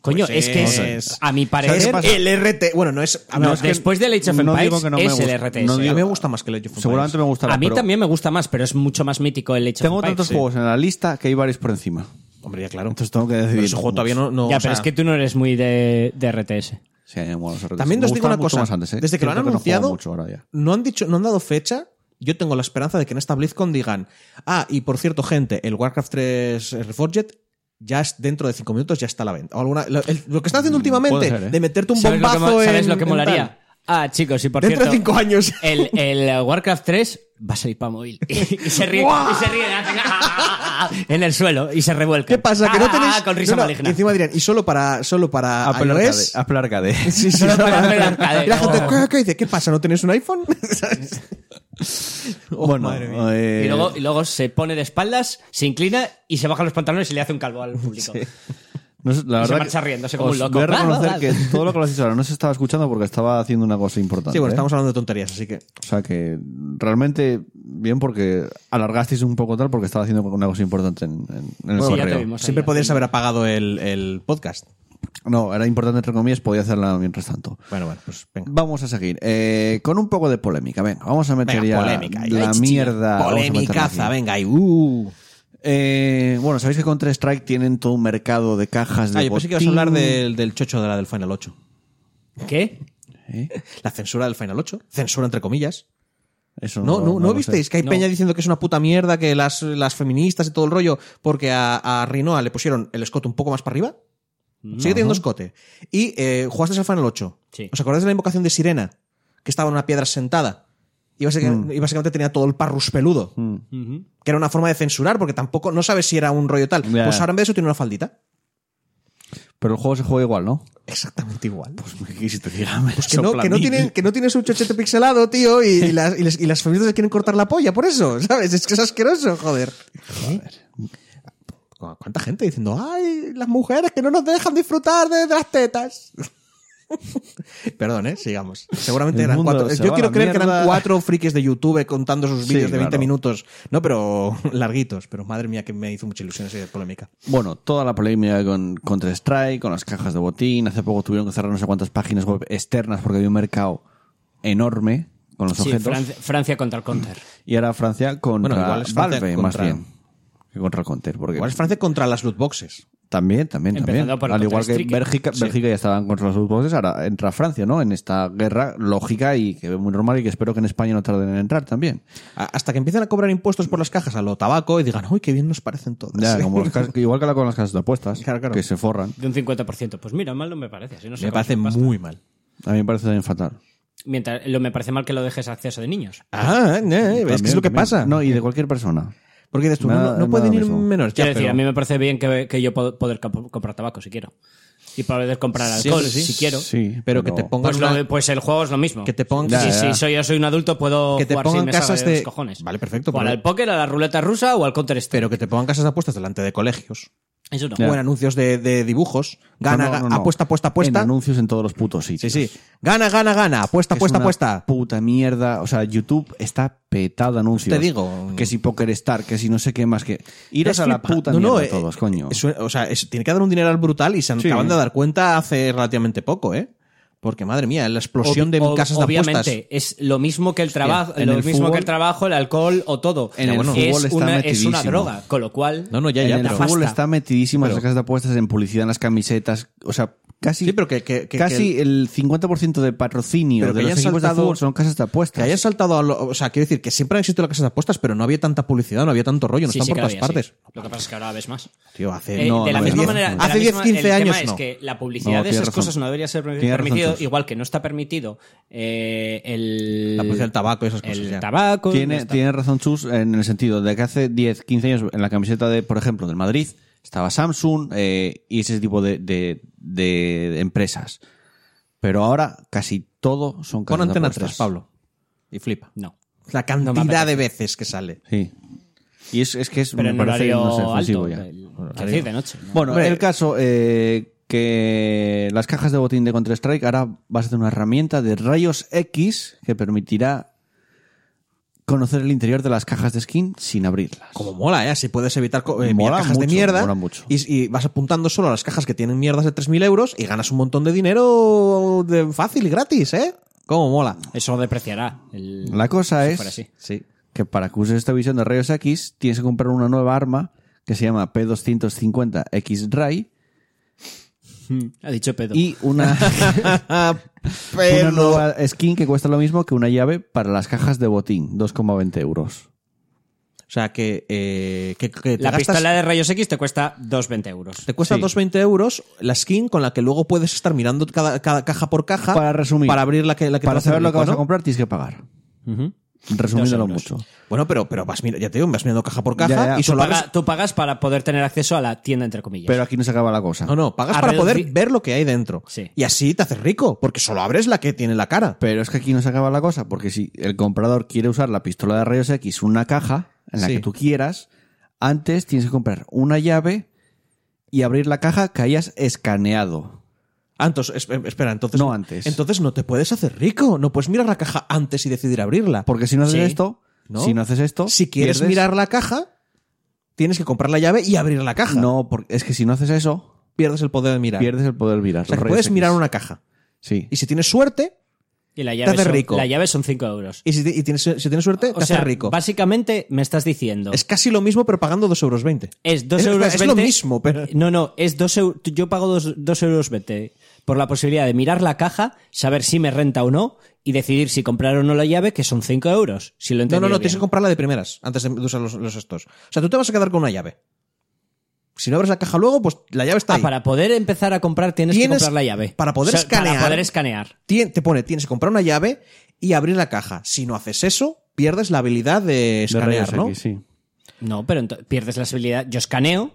S2: Coño,
S3: pues
S2: es que es- a mi parecer-
S3: ¿Sabes qué pasa? El RT. Bueno, no es. A mí,
S2: No,
S3: es que-
S2: después del Age of
S1: no
S2: Empires
S1: digo que no me
S2: es el
S1: guste,
S2: RTS.
S1: no
S3: a mí
S1: digo-
S3: me gusta más que el Age of Empires.
S1: Seguramente me gustará.
S2: a mí
S1: pero
S2: también me gusta más, pero es mucho más mítico el Age of
S1: Tengo
S2: Empires.
S1: tantos juegos en la lista que hay varios por encima.
S3: Hombre, ya claro.
S1: Entonces tengo que decidir.
S3: Pero ese juego todavía no. no,
S2: ya,
S3: o
S2: pero
S3: sea-
S2: es que tú no eres muy de, de RTS.
S1: Sí, hay algunos RTS.
S3: También
S1: Me
S3: os digo
S1: gustaba
S3: una
S1: mucho
S3: cosa.
S1: más antes, ¿eh?
S3: Desde que lo han
S1: Cierto no juego
S3: anunciado, no,
S1: mucho ahora ya.
S3: han dicho, no han dado fecha. Yo tengo la esperanza de que en esta BlizzCon digan, ah, y por cierto, gente, el Warcraft 3 Reforged ya es dentro de 5 minutos ya está a la venta. O alguna- lo, el- lo que está
S2: Mm,
S3: haciendo últimamente,
S1: ser, ¿eh?
S3: de meterte un
S2: ¿Sabes lo que
S3: bombazo
S2: mo-
S3: en-
S2: ¿Sabes lo que
S3: en
S2: molaría?
S3: tal.
S2: Ah, chicos, y por
S3: Dentro de
S2: cierto,
S3: 5 años.
S2: el, el Warcraft 3 va a salir para móvil. Y, se ríe, y se ríe en el suelo y se revuelca.
S3: ¿Qué pasa? Que no tenéis...
S2: Ah, con risa
S3: no, no,
S2: maligna. Ah, pues
S3: y encima dirán, y solo para, solo para
S1: Ah, Apple Arcade.
S3: iOS.
S1: Apple Arcade. ¿eh?
S3: Sí, sí,
S2: Solo
S3: solo
S2: para
S3: para-
S2: Apple Arcade.
S3: Y la gente,
S2: No.
S3: ¿qué, qué dice? ¿Qué pasa? ¿No tenéis un iPhone? ¿Sabes? Oh,
S1: bueno,
S3: madre mía.
S1: eh,
S2: Y luego, y luego se pone de espaldas, se inclina y se baja los pantalones y le hace un calvo al público.
S1: no sé, la
S2: y se
S1: verdad
S2: marcha
S1: que
S2: riéndose como
S1: os
S2: un loco.
S1: Voy a reconocer
S2: Ah,
S1: que todo lo que lo has dicho ahora no se estaba escuchando porque estaba haciendo una cosa importante.
S3: Sí, bueno,
S1: ¿eh?
S3: estamos hablando de tonterías, así que...
S1: O sea que realmente bien porque alargasteis un poco tal porque estaba haciendo una cosa importante en, en- en el
S2: Bueno, sí, ya te
S1: correo.
S2: vimos Pues ahí,
S3: Siempre
S2: ya.
S3: podrías haber apagado el, el podcast.
S1: No, era importante entre comillas, podía hacerla mientras tanto.
S3: Bueno, bueno, pues venga.
S1: Vamos a seguir. Eh, con un poco de polémica, venga, vamos a meter
S3: Venga,
S1: ya
S3: polémica. ahí,
S1: la
S3: chichi.
S1: mierda. vamos a meterla
S3: Polemicaza,
S1: aquí.
S3: venga. Y, uh.
S1: Eh, bueno, sabéis que Counter Strike tienen todo un mercado de cajas de
S3: Ah, yo pensé que ibas a
S1: botín.
S3: hablar del, del chocho de la del Final 8.
S2: ¿Qué?
S3: La censura del Final 8. Censura entre comillas.
S1: Eso
S3: No, no, no,
S1: lo
S3: visteis
S1: sé.
S3: que hay
S2: No.
S3: peña diciendo que es una puta mierda, que las, las feministas y todo el rollo, porque a, a Rinoa le pusieron el escote un poco más para arriba. Sigue teniendo escote. Y eh, jugasteis al Final 8.
S2: Sí.
S3: ¿Os acordáis de la invocación de Sirena? Que estaba en una piedra sentada. Y básicamente, y básicamente tenía todo el parrus peludo.
S2: Ujú.
S3: que era una forma de censurar, porque tampoco no sabes si era un rollo tal.
S1: Ya.
S3: Pues ahora en vez de eso tiene una faldita.
S1: Pero el juego se juega igual, ¿no? Pues
S3: Exactamente igual.
S1: Y si te digamos,
S3: que, no, que, no tienen, que no tienen su chochete pixelado, tío, y, y las, y, les- y las feministas se quieren cortar la polla por eso, ¿sabes? Es que es asqueroso, joder. ¿Cu- ¿Cuánta gente diciendo, ay, las mujeres que no nos dejan disfrutar de, de las tetas? Perdón, ¿eh? Sigamos. Seguramente
S1: El
S3: eran
S1: mundo
S3: cuatro.
S1: se
S3: Yo
S1: va a
S3: quiero
S1: la
S3: creer que
S1: mierda.
S3: eran cuatro frikis de YouTube contando sus
S1: Sí,
S3: vídeos de 20
S1: claro.
S3: minutos. No, pero larguitos. Pero madre mía, que me hizo mucha ilusión esa polémica.
S1: Bueno, toda la polémica con Counter-Strike, con las cajas de botín. Hace poco tuvieron que cerrar no sé cuántas páginas web externas porque había un mercado enorme con los
S2: Sí,
S1: objetos.
S2: Francia, Francia contra el counter.
S1: Y ahora Francia contra
S3: Bueno, igual es Francia
S1: Valve,
S3: contra-
S1: más bien. Que contra el Counter. Porque
S3: Igual es Francia contra las loot boxes.
S1: también, también, también.
S2: Empezando por el
S1: Al igual que
S2: Counter-Strike.
S1: Bélgica,
S2: Sí.
S1: Bélgica ya estaban contra los boxes, ahora entra Francia, ¿no? En esta guerra lógica y que es muy normal y que espero que en España no tarden en entrar también.
S3: A- Hasta que empiezan a cobrar impuestos por las cajas a lo tabaco y digan, uy, qué bien nos parecen todas.
S1: Ya, como los cas- igual que la con las casas de apuestas,
S3: Claro, claro.
S1: que se forran.
S2: De un 50%. Pues mira, mal no me parece. así no se
S3: me
S2: consume
S3: parece
S2: pasta.
S3: muy mal.
S1: A mí me parece también fatal.
S2: Mientras, lo, me parece mal que lo dejes a acceso de niños.
S3: Ah, eh, es
S1: También,
S3: que es lo que
S1: también.
S3: pasa.
S1: No, y de cualquier persona.
S3: Porque dices tú,
S1: Nada-
S3: no, no
S1: nada
S3: pueden ir
S1: mismo.
S3: menores. Ya,
S2: Quiero decir,
S3: pero-
S2: a mí me parece bien que, que yo po- poder comp- comprar tabaco si quiero. Y poder comprar
S3: Sí,
S2: alcohol
S3: hombre, sí.
S2: si quiero.
S1: Sí,
S3: pero que te
S1: ponga
S3: pongan
S2: Pues, lo-
S3: una-
S2: pues el juego es lo mismo.
S3: Que te pongan-
S2: Sí,
S1: ya.
S3: Ya,
S2: sí, soy, yo soy un adulto, puedo
S3: Que te
S2: jugar si
S3: pongan
S2: me salga
S3: casas
S2: de los
S3: de-
S2: cojones.
S3: Vale, perfecto,
S2: O al
S3: pero-
S2: póker, a la ruleta rusa o al counter strike.
S3: pero que te pongan casas de apuestas delante de colegios.
S2: Eso no.
S1: Ya.
S3: O en anuncios de, de dibujos. Gana,
S1: No, no, no,
S3: ga-
S1: no.
S3: apuesta, apuesta,
S1: En
S3: apuesta.
S1: anuncios en todos los putos
S3: Sí,
S1: sitios.
S3: sí. Gana, gana, gana. Apuesta,
S1: Es
S3: apuesta,
S1: una
S3: apuesta.
S1: Puta mierda. O sea, YouTube está petado de anuncios.
S3: Te digo.
S1: Que si Poker Star, que si no sé qué más que. Iros
S3: Es
S1: a la
S3: flipa-
S1: puta
S3: No, no,
S1: mierda
S3: eh,
S1: todos, coño.
S3: eso- o sea, es- tiene que dar un dineral brutal y se
S1: Sí.
S3: acaban de dar cuenta hace relativamente poco, ¿eh? Porque, madre mía, la explosión
S2: Ob-
S3: de
S2: ob-
S3: casas de
S2: obviamente,
S3: apuestas.
S2: es lo mismo que el trabajo,
S1: en
S2: lo
S1: el
S2: mismo
S1: fútbol-
S2: que el trabajo, el alcohol o todo.
S1: En
S2: Ya,
S1: el
S2: bueno,
S1: fútbol
S2: es,
S1: está
S2: una, es una
S1: metidísimo.
S2: droga, con lo cual
S3: No, no, ya, ya.
S1: en el
S3: pero-
S2: pasta.
S1: fútbol está metidísimas
S3: Pero-
S1: las casas de apuestas en publicidad, en las camisetas. O sea, casi.
S3: Sí, pero que- que- que-
S1: casi
S3: que
S1: el 50% de patrocinio
S3: Pero que
S1: de los
S3: hayan
S1: equipos
S3: saltado-
S1: de fútbol son casas de
S3: Que
S1: apuestas.
S3: haya saltado a lo- O sea, quiero decir que siempre han existido las casas de apuestas, pero no había tanta publicidad, no había tanto rollo, no
S2: Sí,
S3: están
S2: sí
S3: por
S2: que
S3: todas
S2: había, sí.
S3: partes.
S2: Lo que pasa es que ahora ves más.
S3: Tío, hace.
S2: Eh,
S1: no,
S2: de la
S1: no,
S2: misma
S1: no.
S2: manera, de
S3: Hace
S2: la
S3: 10,
S2: misma-
S3: 15
S2: el
S3: años.
S2: tema
S3: no.
S2: es que la publicidad
S1: No,
S2: de
S1: tienes
S2: esas
S1: razón.
S2: cosas no debería ser
S1: Tienes razón,
S2: permitido,
S1: Jesús.
S2: igual que no está permitido eh, el,
S3: La publicidad del tabaco y esas cosas,
S2: El
S3: ya.
S2: tabaco. no
S1: Tiene,
S2: está.
S1: tiene razón Chus en el sentido de que hace 10, 15 años en la camiseta de, por ejemplo, del Madrid, estaba Samsung eh, y ese tipo de, de- de empresas. Pero ahora casi todo son
S3: Pon
S1: casas de
S3: antena
S1: apuestas.
S3: 3, Pablo. Y flipa.
S2: No.
S3: La
S2: No me
S3: cantidad
S2: apetece.
S3: de veces que sale.
S1: Sí. Y es, es que es
S2: Pero en
S1: me parece,
S2: horario
S1: no sé, ofensivo
S2: alto.
S1: ya.
S2: el- quiero decir, de noche. ¿no?
S1: Bueno,
S3: Hombre.
S1: el caso eh, que las cajas de botín de Counter Strike ahora vas a tener una herramienta de rayos X que permitirá conocer el interior de las cajas de skin sin abrirlas.
S3: Como mola, ¿eh? Así puedes evitar co- eh,
S1: Mola
S3: cajas
S1: mucho,
S3: de mierda.
S1: mola mucho.
S3: Y, y vas apuntando solo a las cajas que tienen mierdas de 3.000 euros y ganas un montón de dinero de fácil y gratis, ¿eh? Como mola.
S2: Eso depreciará. el-
S1: La cosa
S2: si
S1: es
S2: fuera así.
S3: Sí.
S1: que para que uses esta visión de rayos X tienes que comprar una nueva arma que se llama P250X Ray
S2: Ha dicho pedo.
S1: y una, una nueva skin que cuesta lo mismo que una llave para las cajas de botín, 2,20 euros.
S3: O sea, que, eh, que, que te
S2: la
S3: gastas-
S2: pistola de rayos X te cuesta 2,20 euros.
S3: Te cuesta
S1: Sí.
S3: 2,20 euros la skin con la que luego puedes estar mirando cada, cada caja por caja.
S1: Para resumir.
S3: Para abrir la que, la que
S1: para
S3: te hace
S1: saber lo que
S3: rico,
S1: vas a
S3: ¿no?
S1: comprar tienes que pagar. Resumiéndolo mucho.
S3: Bueno, pero, pero vas mirando, ya te digo, vas mirando caja por caja
S1: Ya, ya.
S3: y
S2: Tú,
S3: solo
S2: paga-
S3: abres-
S2: tú pagas para poder tener acceso a la tienda, entre comillas.
S1: Pero aquí no se acaba la cosa.
S3: No, no, pagas
S2: A
S3: para poder
S2: reducir-
S3: ver lo que hay dentro.
S2: Sí.
S3: Y así te haces rico, porque solo abres la que tiene la cara.
S1: Pero es que aquí no se acaba la cosa, porque si el comprador quiere usar la pistola de rayos X, una caja en la
S3: Sí.
S1: que tú quieras, antes tienes que comprar una llave y abrir la caja que hayas escaneado.
S3: Ah, entonces, es- eh, espera, entonces.
S1: No antes.
S3: Entonces no te puedes hacer rico. No puedes mirar la caja antes y decidir abrirla.
S1: Porque si no haces
S2: Sí.
S1: esto,
S3: ¿No?
S1: si no haces esto,
S3: si quieres
S1: pierdes-
S3: mirar la caja, tienes que comprar la llave y abrir la caja.
S1: No, porque es que si no haces eso,
S3: pierdes el poder de mirar.
S1: pierdes el poder mirar.
S3: o sea,
S1: los
S3: que
S1: rayos
S3: puedes
S1: X.
S3: mirar una caja.
S1: Sí.
S3: Y si tienes suerte,
S2: y la llave,
S3: haces
S2: son,
S3: rico.
S2: la llave son 5 euros.
S3: y si, ti- y tienes, si tienes suerte, te
S2: o sea,
S3: haces rico.
S2: básicamente me estás diciendo.
S3: Es casi lo mismo, pero pagando 2,20 euros.
S1: Eh,
S2: Es 2
S3: Es-
S2: euros.
S3: es lo
S2: 20.
S3: mismo, pero-
S2: No, no, es 2 euros. Yo pago 2, euros 20 por la posibilidad de mirar la caja, saber si me renta o no y decidir si comprar o no la llave, que son 5 euros. Si lo
S3: No,
S2: entiendo.
S3: no, no, tienes que comprarla de primeras antes de usar los, los estos. O sea, tú te vas a quedar con una llave. Si no abres la caja luego, pues la llave está
S2: Ah,
S3: ahí.
S2: para poder empezar a comprar tienes,
S3: Tienes-
S2: que comprar la llave.
S3: para poder escanear.
S2: Para poder escanear.
S3: Tien- te pone, tienes que comprar una llave y abrir la caja. Si no haces eso, pierdes la habilidad de
S1: De rayos
S3: escanear, ¿no?
S1: X, sí.
S2: No, pero ento- pierdes la habilidad. Yo escaneo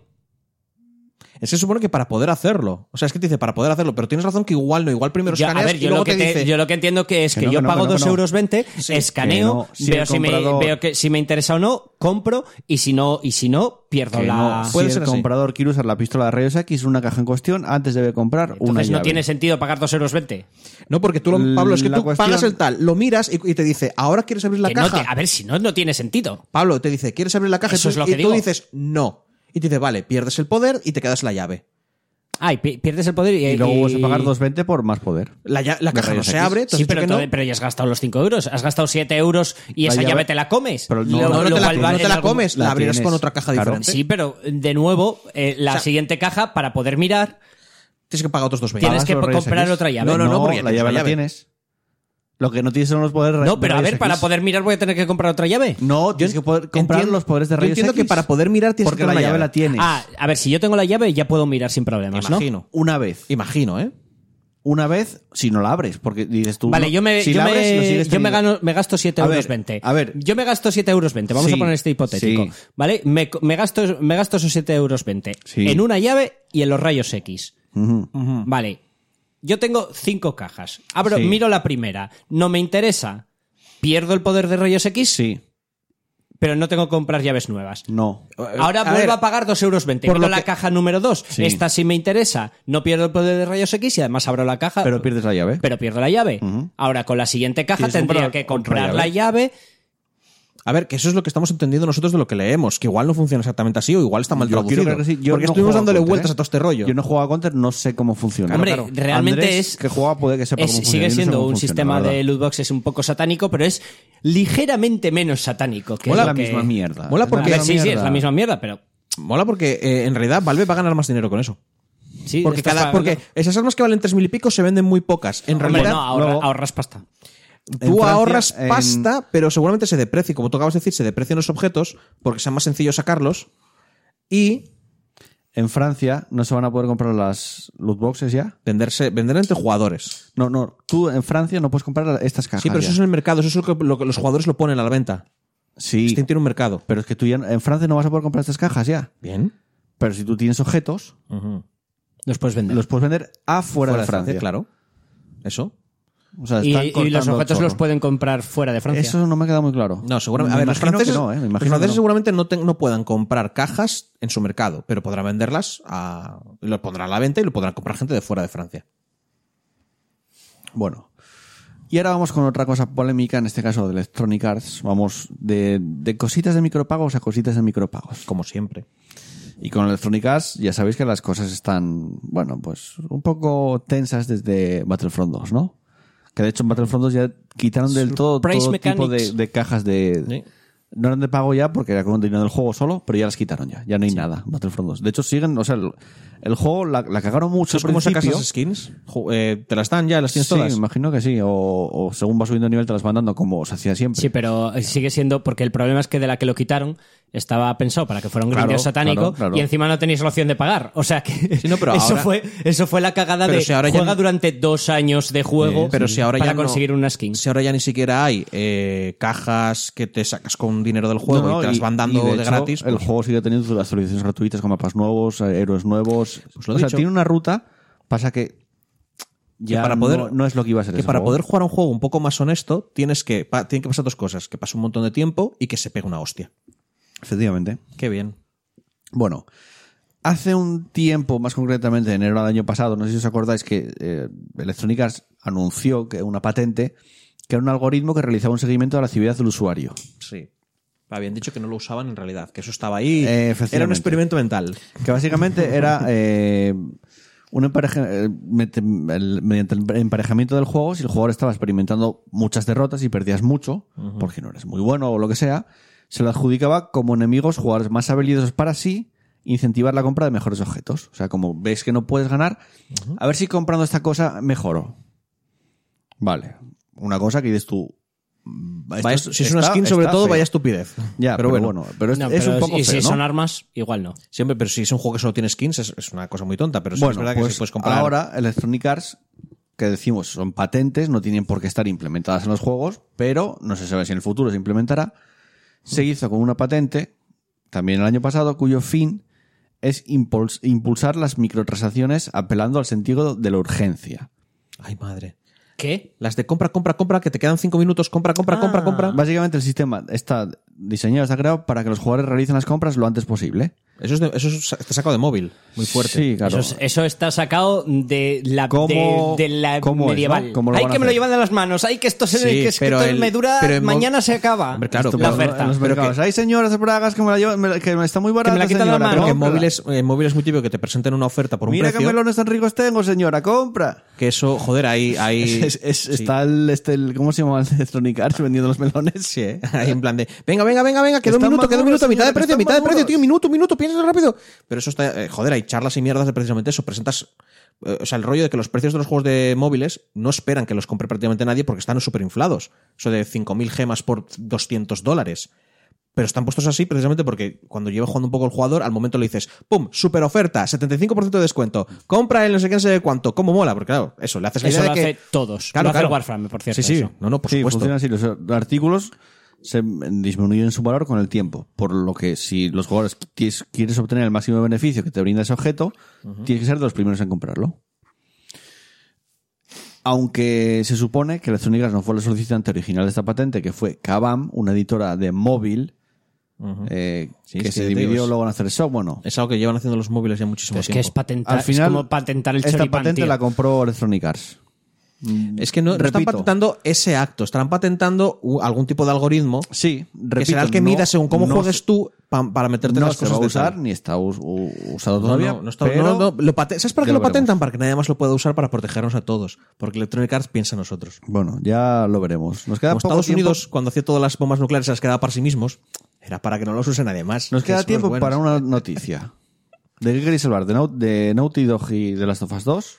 S3: Es que supone que para poder hacerlo. O sea, es que te dice para poder hacerlo, pero tienes razón que igual no. Igual primero
S2: Yo, a
S3: escaneas
S2: ver,
S3: y
S2: yo
S3: luego
S2: lo, que
S3: te
S2: te-
S3: dice-
S2: yo lo que entiendo que es
S1: Que
S2: que,
S1: no, que
S2: yo
S1: no,
S2: pago
S1: que no, que
S2: 2,20
S1: no.
S2: euros, 20, escaneo,
S1: que no. Si
S2: veo,
S1: el
S2: si
S1: comprador-
S2: me, veo que si me interesa o no, compro y si no, y si no pierdo
S1: Que
S2: la.
S1: no. Si
S3: Puede
S1: el
S3: ser así.
S1: comprador quiere usar la pistola de rayos X en una caja en cuestión, antes debe comprar una
S2: Entonces no
S1: llave.
S2: tiene sentido pagar 2,20 euros. 20.
S3: No, porque tú, lo, Pablo, es que
S1: La
S3: tú
S1: cuestión-
S3: pagas el tal, lo miras y, y te dice, ahora quieres abrir la
S2: Que no
S3: caja.
S2: te- a ver, si no, no tiene sentido.
S3: Pablo te dice, ¿quieres abrir la caja? y tú,
S2: Eso es lo que
S3: y tú
S2: digo.
S3: dices, no. Y te dice, vale, pierdes el poder y te quedas la llave.
S2: Ay, pi- pierdes el poder y.
S1: Y luego vas a pagar
S2: y-
S1: 2.20 por más poder.
S3: La, lla- la
S1: De
S3: caja no
S1: rayos
S3: se
S1: X.
S3: abre, tú has
S2: Sí,
S3: dicho
S2: pero,
S3: que no.
S2: todo- pero ya has gastado los 5 euros. Has gastado 7 euros y
S1: La
S2: esa
S1: llave-
S2: llave, te la comes.
S1: Pero no,
S2: Lo-
S1: no,
S2: lo
S1: no te la
S2: cual
S1: comes,
S2: va
S3: no te
S2: en
S3: la
S2: algún-
S3: comes, la,
S1: la
S3: abrirás
S1: tienes.
S3: con otra caja
S1: Claro.
S3: diferente.
S2: Sí, pero de nuevo, eh, la
S3: O sea-
S2: siguiente caja, para poder mirar,
S3: Tienes que pagar otros dos
S2: Tienes
S1: Pagas
S2: que
S1: los rayos
S2: comprar
S1: X.
S2: otra llave.
S1: No, no, no, porque
S3: ya
S1: la
S3: tienes
S1: llave
S3: la
S1: la
S3: llave.
S1: tienes. Lo que no tienes son los poderes de
S2: No, pero a
S1: rayos
S2: ver,
S1: X.
S2: para poder mirar voy a tener que comprar otra llave.
S1: No, tienes que poder comprar los poderes de
S3: Yo
S1: rayos
S3: entiendo
S1: X.
S3: que para poder mirar tienes
S1: Porque
S3: que
S1: la
S3: tener
S1: llave
S3: una
S1: la tienes.
S2: Ah, a ver, si yo tengo la llave ya puedo mirar sin problemas, ¿no?
S3: Imagino.
S1: Una vez.
S3: Imagino, ¿eh?
S1: Una vez, si no la abres, porque dices tú.
S2: Vale,
S1: no,
S2: yo me,
S1: si
S2: yo
S1: la
S2: me-
S1: abres, lo sigues
S2: yo me
S1: teniendo.
S2: gano- me gasto 7
S1: A ver,
S2: euros 20.
S1: a ver.
S2: Yo me gasto 7 euros 20. Vamos
S1: Sí,
S2: a poner este hipotético.
S1: sí.
S2: ¿Vale? Me, co- me gasto, me gasto esos 7 euros 20
S1: Sí.
S2: en una llave y en los rayos X.
S1: Ujú.
S2: Vale. Yo tengo 5 cajas. Abro,
S1: Sí.
S2: miro la primera. No me interesa. Pierdo el poder de rayos X,
S1: Sí, Mm,
S2: pero no tengo que comprar llaves nuevas.
S1: no.
S2: Ahora vuelvo
S3: ver,
S2: a pagar 2,20 euros.
S3: lo
S2: Por la
S3: que-
S2: caja número 2.
S1: Sí.
S2: Esta sí me interesa. No pierdo el poder de rayos X y además abro la caja.
S1: Pero pierdes la llave.
S2: pero pierdo la llave.
S1: Ujú.
S2: Ahora con la siguiente caja
S1: Tienes que
S2: tendría
S1: comprar
S2: que
S1: otra
S2: comprar
S1: llave.
S2: la llave.
S3: A ver, que eso es lo que estamos entendiendo nosotros de lo que leemos, que igual no funciona exactamente así o igual está mal
S1: Yo quiero
S3: traducido.
S1: creer que sí. Yo
S3: porque
S1: no
S3: estuvimos
S1: juego
S3: dándole
S1: Counter, ¿eh?
S3: vueltas a todo este rollo.
S1: Yo no he jugado a Counter, no sé cómo funciona.
S2: Hombre,
S1: Claro.
S2: realmente
S1: Andrés,
S2: es.
S1: que juega puede que sepa
S2: es-
S1: cómo funciona.
S2: sigue
S1: Yo no sé
S2: siendo
S1: cómo
S2: un
S1: funciona,
S2: sistema
S1: la verdad.
S2: de loot boxes un poco satánico, pero es ligeramente menos satánico. Que
S1: Mola
S2: lo
S1: la
S2: que-
S1: misma mierda.
S3: Mola
S1: Es
S3: porque-
S1: la
S2: A ver, sí, sí, es la misma mierda, pero.
S3: Mola porque eh, en realidad Valve va a ganar más dinero con eso.
S2: Sí,
S3: porque,
S2: estás
S3: cada-
S2: pagando-
S3: porque esas armas que valen 3.000 y pico se venden muy pocas. En
S2: Hombre,
S3: realidad,
S2: no, ahorra-
S1: luego-
S2: ahorras pasta.
S1: En
S3: Tú
S1: Francia,
S3: ahorras
S1: en-
S3: pasta, pero seguramente se deprecia. Como tú acabas de decir, se deprecian los objetos porque sea más sencillo sacarlos. Y
S1: En Francia no se van a poder comprar las loot boxes ya.
S3: venderse, vender entre jugadores.
S1: No, no. Tú en Francia no puedes comprar estas cajas.
S3: sí, pero
S1: ya.
S3: eso es el mercado. Eso es lo que, lo que los jugadores lo ponen a la venta.
S1: Sí,
S3: Steam tiene un mercado.
S1: pero es que tú ya en Francia no vas a poder comprar estas cajas ya.
S3: Bien.
S1: Pero si tú tienes objetos,
S2: Los puedes vender.
S1: los puedes vender afuera
S3: Fuera
S1: de Francia.
S3: claro. Eso.
S1: O sea,
S2: y,
S1: están
S2: y los
S1: cortando
S2: objetos
S1: chorro.
S2: los pueden comprar fuera de Francia.
S1: Eso no me ha quedado muy claro.
S3: No, seguramente.
S1: Me
S3: A ver, los
S1: imagino que
S3: franceses,
S1: no, ¿eh? Me
S3: los
S1: imagino
S3: franceses
S1: que no.
S3: seguramente no, te- no puedan comprar cajas en su mercado, pero podrán venderlas a. Lo pondrán a la venta y lo podrán comprar gente de fuera de Francia.
S1: Bueno. Y ahora vamos con otra cosa polémica, en este caso de Electronic Arts. Vamos de, de cositas de micropagos a cositas de micropagos.
S3: Como siempre.
S1: Y con Electronic Arts ya sabéis que las cosas están, bueno, pues un poco tensas desde Battlefront 2, ¿no? Que de hecho en Battlefront 2 ya quitaron del todo
S2: Surprise
S1: todo tipo de,
S2: mechanics.
S1: de cajas de...
S3: Sí.
S1: No eran de pago ya porque era contenido del juego solo, pero ya las quitaron ya. Ya no hay nada en Battlefront 2. De hecho siguen, o sea, el, el juego la, la cagaron mucho
S3: ¿Sabes
S1: al
S3: cómo sacas
S1: principio.
S3: las skins? Ju- eh, ¿Te las dan ya? ¿Las tienes
S1: Sí,
S3: todas?
S1: imagino que sí. O, o según va subiendo el nivel te las van dando como se hacía siempre.
S2: Sí, pero eh, sigue siendo porque el problema es que de la que lo quitaron estaba pensado para que fuera un
S1: Claro,
S2: grindeo satánico
S1: claro, claro.
S2: y encima no tenéis la opción de pagar. O sea que
S3: no, pero
S2: eso
S3: ahora-
S2: fue eso fue la cagada
S3: Pero
S2: de
S3: si ahora ya
S2: juega
S3: no-
S2: durante dos años de juego
S3: Sí, pero si ahora
S2: para
S3: ya no-
S2: conseguir una skin.
S3: Si ahora ya ni siquiera hay eh, cajas que te sacas con dinero del juego
S1: No, no,
S3: y te las van dando
S1: y
S3: de,
S1: hecho,
S3: gratis.
S1: El
S3: pues-
S1: juego sigue teniendo las actualizaciones gratuitas con mapas nuevos, eh, héroes nuevos.
S3: Pues lo
S1: o sea,
S3: dicho.
S1: tiene una ruta, pasa que ya
S3: para poder-
S1: no, no es lo que iba a ser.
S3: que
S1: ese
S3: para
S1: juego.
S3: poder jugar a un juego un poco más honesto, tienes que, pa- tienen que pasar dos cosas: que pase un montón de tiempo y que se pegue una hostia.
S1: Efectivamente.
S3: Qué bien.
S1: Bueno, hace un tiempo, más concretamente en enero del año pasado, no sé si os acordáis que eh, Electronic Arts anunció que una patente que era un algoritmo que realizaba un seguimiento de la actividad del usuario.
S3: Sí. Habían dicho que no lo usaban en realidad, que eso estaba ahí.
S1: Eh,
S3: Era un
S1: efectivamente.
S3: experimento mental.
S1: Que básicamente era eh, un empareje- eh, mete- el- mediante el emparejamiento del juego, si el jugador estaba experimentando muchas derrotas y perdías mucho, porque no eres muy bueno o lo que sea, se le adjudicaba como enemigos jugadores más habilidosos para sí, incentivar la compra de mejores objetos. O sea, como ves que no puedes ganar, a ver si comprando esta cosa mejoro. Vale. Una cosa que dices tú. mm, esto
S3: Vaya estu- si es una
S1: está-
S3: skin, sobre
S1: está
S3: todo,
S1: feo.
S3: vaya estupidez.
S1: Ya, pero, bueno, pero es,
S2: No,
S1: es
S2: pero
S1: un poco
S2: y
S1: feo,
S2: si
S1: ¿no?
S2: son armas, igual no.
S3: Siempre, pero si es un juego que solo tiene skins, es, es una cosa muy tonta. Pero sí
S1: bueno,
S3: es verdad
S1: pues
S3: que si puedes comprar.
S1: ahora Electronic Arts, que decimos son patentes, no tienen por qué estar implementadas en los juegos, pero no se sabe si en el futuro se implementará. Se hizo con una patente, también el año pasado, cuyo fin es impuls- impulsar las microtransacciones apelando al sentido de la urgencia.
S3: Ay, madre.
S2: ¿Qué?
S3: Las de compra, compra, compra, que te quedan cinco minutos, compra, compra,
S1: Ah.
S3: compra,
S2: Ah.
S3: compra.
S1: Básicamente el sistema está diseñado, está creado para que los jugadores realicen las compras lo antes posible.
S3: Eso es, de- eso es sa- sacado de móvil, muy fuerte.
S1: Sí, claro.
S2: Eso, es- eh, eso está sacado de la,
S1: ¿Cómo-
S2: de, de la
S1: cómo es,
S2: medieval.
S1: no? ¿Cómo lo
S2: Hay
S1: van a
S2: que me lo
S1: hacer?
S2: llevan de las manos. Hay que esto se
S3: Sí,
S2: que es que
S3: pero
S2: esto
S3: el-
S2: me dura.
S3: pero en mo-
S2: mañana se acaba.
S3: Hombre, claro,
S1: Esto
S2: la
S1: pasa
S2: oferta.
S1: en los
S3: Pero
S1: mercados.
S3: que-
S1: Hay señoras de Pragas que me la llevan- me la- que me está muy barata.
S2: me la quitan de la
S1: señora,
S2: mano.
S3: Pero que en
S1: cómprala.
S3: móviles, en móviles es muy típico que te presenten una oferta por un
S1: Mira qué
S3: precio.
S1: melones tan ricos tengo, señora, compra.
S3: Que eso, joder, ahí. ahí
S1: Es- es-
S3: sí.
S1: Está el, este, el- ¿Cómo se llama el de Electronic Arts vendiendo los melones?
S3: Sí, ¿eh? Ahí en plan de. Venga, venga, venga, venga, queda un
S1: Están
S3: minuto, queda un
S1: maduros,
S3: minuto, mitad de
S1: señora,
S3: precio,
S1: están
S3: mitad de precio,
S1: maduros.
S3: tío, minuto, minuto, piénsalo rápido. Pero eso está. eh, joder, hay charlas y mierdas de precisamente eso. Presentas. eh, o sea, el rollo de que los precios de los juegos de móviles no esperan que los compre prácticamente nadie porque están súper inflados. Eso de 5.000 gemas por 200 dólares. Pero están puestos así precisamente porque cuando lleva jugando un poco el jugador, al momento le dices, ¡pum! Super oferta, 75% de descuento, compra el no sé qué, no sé cuánto, ¿cómo mola? Porque claro, eso, le haces la
S2: Eso
S3: idea
S2: lo
S3: de que-
S2: hace todos. Lo hace el Warframe, por cierto,
S3: Sí, sí,
S2: eso.
S3: no, no, por
S1: sí,
S3: supuesto.
S1: funciona así. Los artículos se disminuyen su valor con el tiempo. Por lo que si los jugadores qui- tienes- quieres obtener el máximo de beneficio que te brinda ese objeto, tienes que ser de los primeros en comprarlo. Aunque se supone que Electronic Arts no fue la solicitante original de esta patente, que fue Kabam, una editora de móvil, eh,
S3: Sí,
S1: que
S3: es
S1: se
S3: que, tío,
S1: dividió
S3: es-
S1: luego en hacer software. Bueno,
S3: Es algo que llevan haciendo los móviles ya muchísimo
S2: Es que
S3: tiempo.
S2: es patentar,
S1: al final,
S2: es como patentar el
S1: esta
S2: choripán,
S1: patente
S2: tío.
S1: la compró Electronic Arts.
S3: Es que no, no están
S1: Repito.
S3: patentando ese acto, estarán patentando u- algún tipo de algoritmo
S1: Sí, repito,
S3: que será el que
S1: no-
S3: mida según cómo
S1: no
S3: juegues tú pa- para meterte en
S1: no
S3: las
S1: se
S3: cosas
S1: va a
S3: de
S1: usar
S3: tal.
S1: ni está us- u- usado
S3: No,
S1: todavía.
S3: no, no está-
S1: pero
S3: no, no, lo pate- ¿Sabes para
S1: Ya
S3: qué
S1: lo
S3: lo,
S1: veremos.
S3: patentan? Para que nadie más lo pueda usar para protegernos a todos. Porque Electronic Arts piensa en nosotros.
S1: Bueno, ya lo veremos. Nos queda
S3: Como
S1: poco
S3: Estados
S1: tiempo-
S3: Unidos, cuando hacía todas las bombas nucleares, se las quedaba para sí mismos. Era para que no los usen además.
S1: Nos queda tiempo para una noticia. ¿De qué queréis hablar? ¿De, Nau- de Naughty Dog y de Last of Us 2?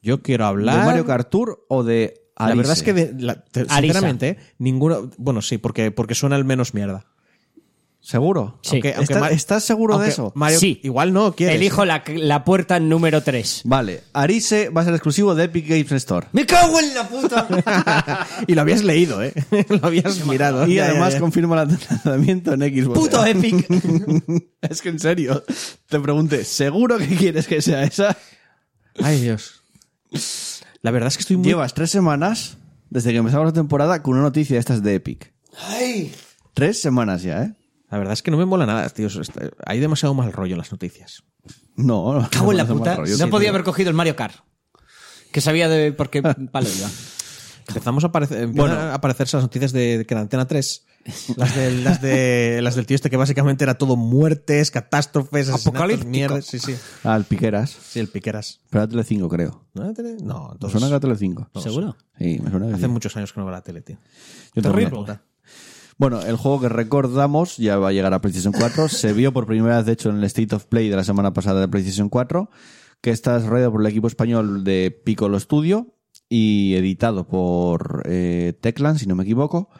S3: Yo quiero
S1: ¿De
S3: hablar.
S1: Mario Kart Tour o de
S3: La verdad
S1: Arise?
S3: es que, de- la- te-
S2: Arisa.
S3: sinceramente, eh, ninguno. Bueno, sí, porque, porque suena el menos mierda.
S1: ¿Seguro?
S2: Sí.
S3: Aunque- aunque
S1: ¿Estás-
S3: Mar-
S1: ¿Estás seguro
S3: aunque
S1: de eso?
S3: Mario,
S2: Sí.
S3: Igual no, quieres.
S2: Elijo la, la puerta número 3.
S1: Vale, Arise va a ser exclusivo de Epic Games Store.
S2: ¡Me cago en la puta!
S3: y lo habías leído, ¿eh? lo habías mirado.
S1: Y
S3: Ya, ya,
S1: además
S3: ya.
S1: confirma el lanzamiento en Xbox.
S2: ¡Puto Epic!
S1: es que en serio, te pregunté, ¿seguro que quieres que sea esa?
S3: Ay, Dios. La verdad es que estoy muy.
S1: Llevas tres semanas desde que empezamos la temporada con una noticia de estas de Epic. Tres semanas ya, ¿eh?
S3: La verdad es que no me mola nada, tío. Está- Hay demasiado mal rollo en las noticias.
S1: No, no
S2: cago en la
S1: me hace mal
S2: puta.
S1: rollo.
S2: No podía haber cogido el Mario Kart. Que sabía de por qué palo iba.
S3: Empezamos a aparecer, empiezan a aparecerse las noticias de, que en Antena 3. Las, del- las, de, las del tío este que básicamente era todo muertes, catástrofes, asesinatos,
S2: Apocalíptico.
S3: mierdas. Sí, sí.
S1: Al Piqueras.
S3: Sí, el piqueras.
S1: Pero era Tele5, creo.
S3: ¿No era tele? No,
S1: ¿Me
S3: entonces.
S1: suena que era Tele5?
S2: ¿Seguro?
S1: Sí, me suena que
S3: Hace
S1: sí.
S3: muchos años que no veo la tele, tío.
S1: Yo
S3: Terrible.
S1: también. Bueno, el juego que recordamos ya va a llegar a PlayStation 4. Se vio por primera vez, de hecho, en el State of Play de la semana pasada de PlayStation 4, que está desarrollado por el equipo español de Piccolo Studio y editado por eh, Teclan, si no me equivoco.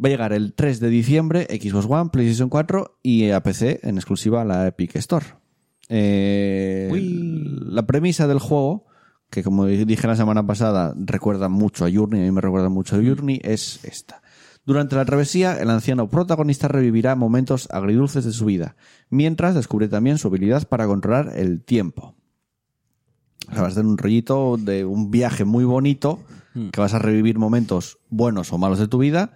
S1: Va a llegar el 3 de diciembre, Xbox One, PlayStation 4 y a PC en exclusiva a la Epic Store. Eh, la premisa del juego, que como dije la semana pasada, recuerda mucho a Journey, a mí me recuerda mucho a Journey, es esta. Durante la travesía, el anciano protagonista revivirá momentos agridulces de su vida, mientras descubre también su habilidad para controlar el tiempo. O sea, vas a tener un rollito de un viaje muy bonito, que vas a revivir momentos buenos o malos de tu vida,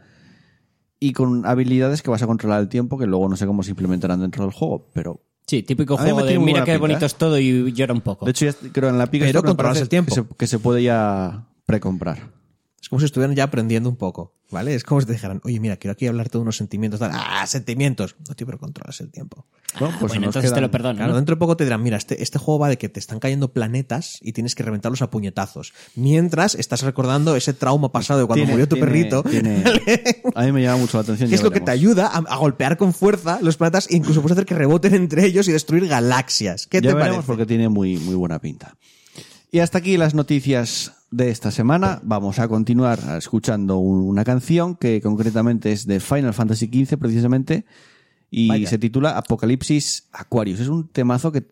S1: y con habilidades que vas a controlar el tiempo, que luego no sé cómo se implementarán dentro del juego, pero...
S2: Sí, típico
S1: A mí me
S2: juego de
S1: tiene muy
S2: mira
S1: buena
S2: qué
S1: pinta,
S2: bonito
S1: ¿eh?
S2: es todo y llora un poco.
S1: De hecho, ya est- creo en la pica
S3: Oh. Pero
S1: Store me
S3: controlas
S1: parece
S3: el tiempo.
S1: Que se, que se puede ya
S2: Ah,
S1: precomprar.
S3: Es como si estuvieran ya aprendiendo un poco, ¿vale? Es como si te dijeran, oye, mira, quiero aquí hablar de unos sentimientos. tal. Ah, sentimientos. No, tío, pero controlas el tiempo.
S1: Bueno, pues
S2: bueno,
S1: nos
S2: entonces te
S1: quedan-
S2: lo perdono.
S3: Claro,
S2: ¿no?
S3: dentro de poco te dirán, mira, este, este juego va de que te están cayendo planetas y tienes que reventarlos a puñetazos. Mientras estás recordando ese trauma pasado de cuando
S1: Tiene-
S3: murió tu
S1: tiene-
S3: perrito.
S1: tiene- a mí me llama mucho la atención.
S3: Que es
S1: ya
S3: lo que te
S1: veremos.
S3: ayuda a, a golpear con fuerza los planetas e incluso puedes hacer que reboten entre ellos y destruir galaxias. ¿Qué
S1: Ya
S3: te
S1: veremos
S3: parece?
S1: porque tiene muy, muy buena pinta. Y hasta aquí las noticias de esta semana. Vamos a continuar escuchando un- una canción que concretamente es de Final Fantasy XV precisamente y
S3: Vaya.
S1: se titula Apocalipsis Aquarius. Es un temazo que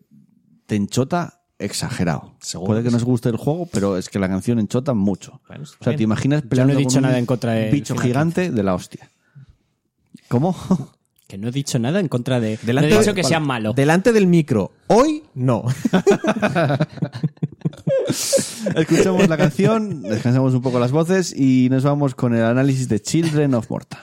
S1: te enchota exagerado.
S3: Seguro
S1: Puede
S3: que
S1: que
S3: sí.
S1: nos guste el juego, pero es que la canción enchota mucho.
S3: Bueno, está
S1: o sea,
S3: bien.
S1: te imaginas
S2: no he
S1: peleando
S2: dicho
S1: con
S2: nada
S1: un
S2: en contra del
S1: bicho
S2: Final
S1: gigante de la hostia. ¿Cómo?
S2: Que no he dicho nada en contra de.
S3: Delante
S2: no he dicho
S3: de-
S2: que sean malo.
S3: Delante del micro. Hoy no.
S1: Escuchamos la canción, descansamos un poco las voces y nos vamos con el análisis de Children of Morta.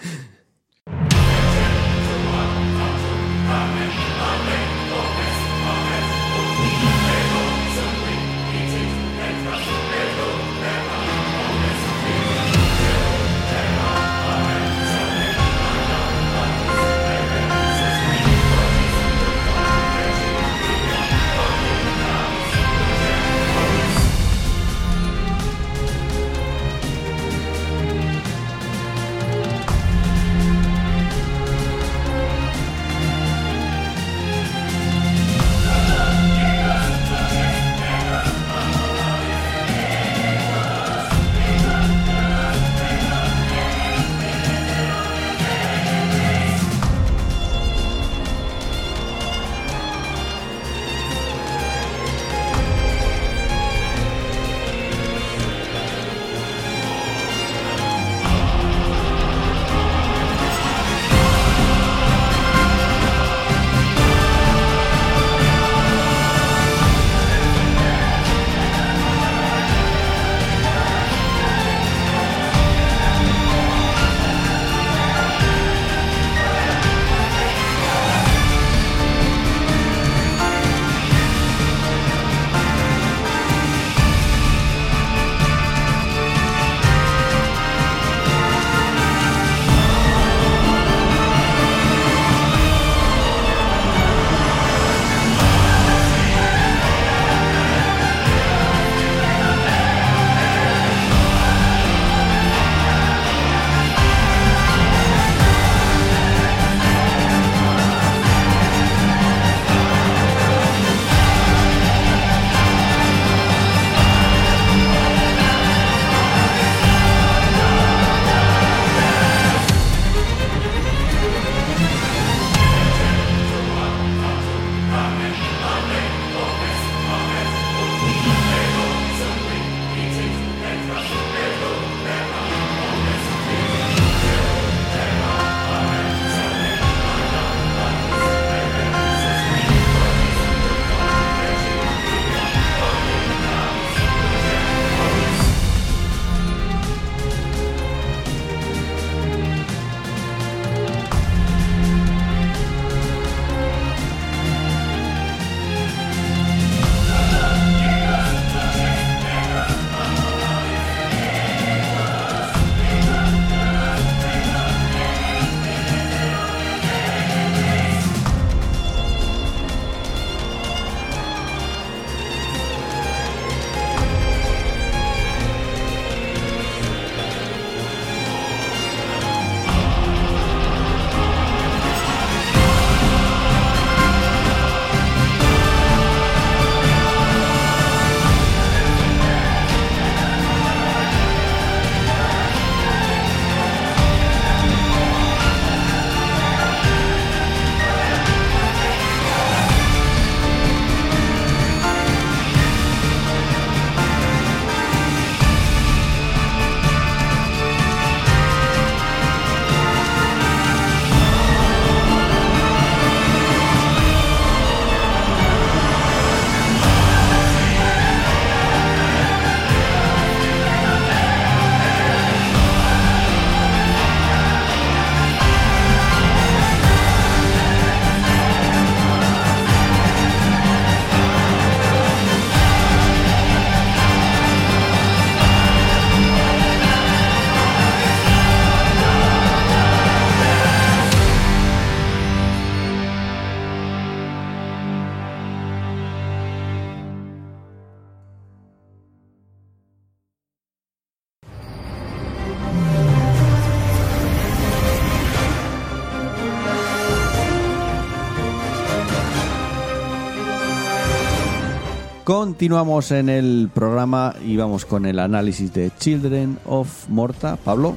S1: Continuamos en el programa y vamos con el análisis de Children of Morta. Pablo,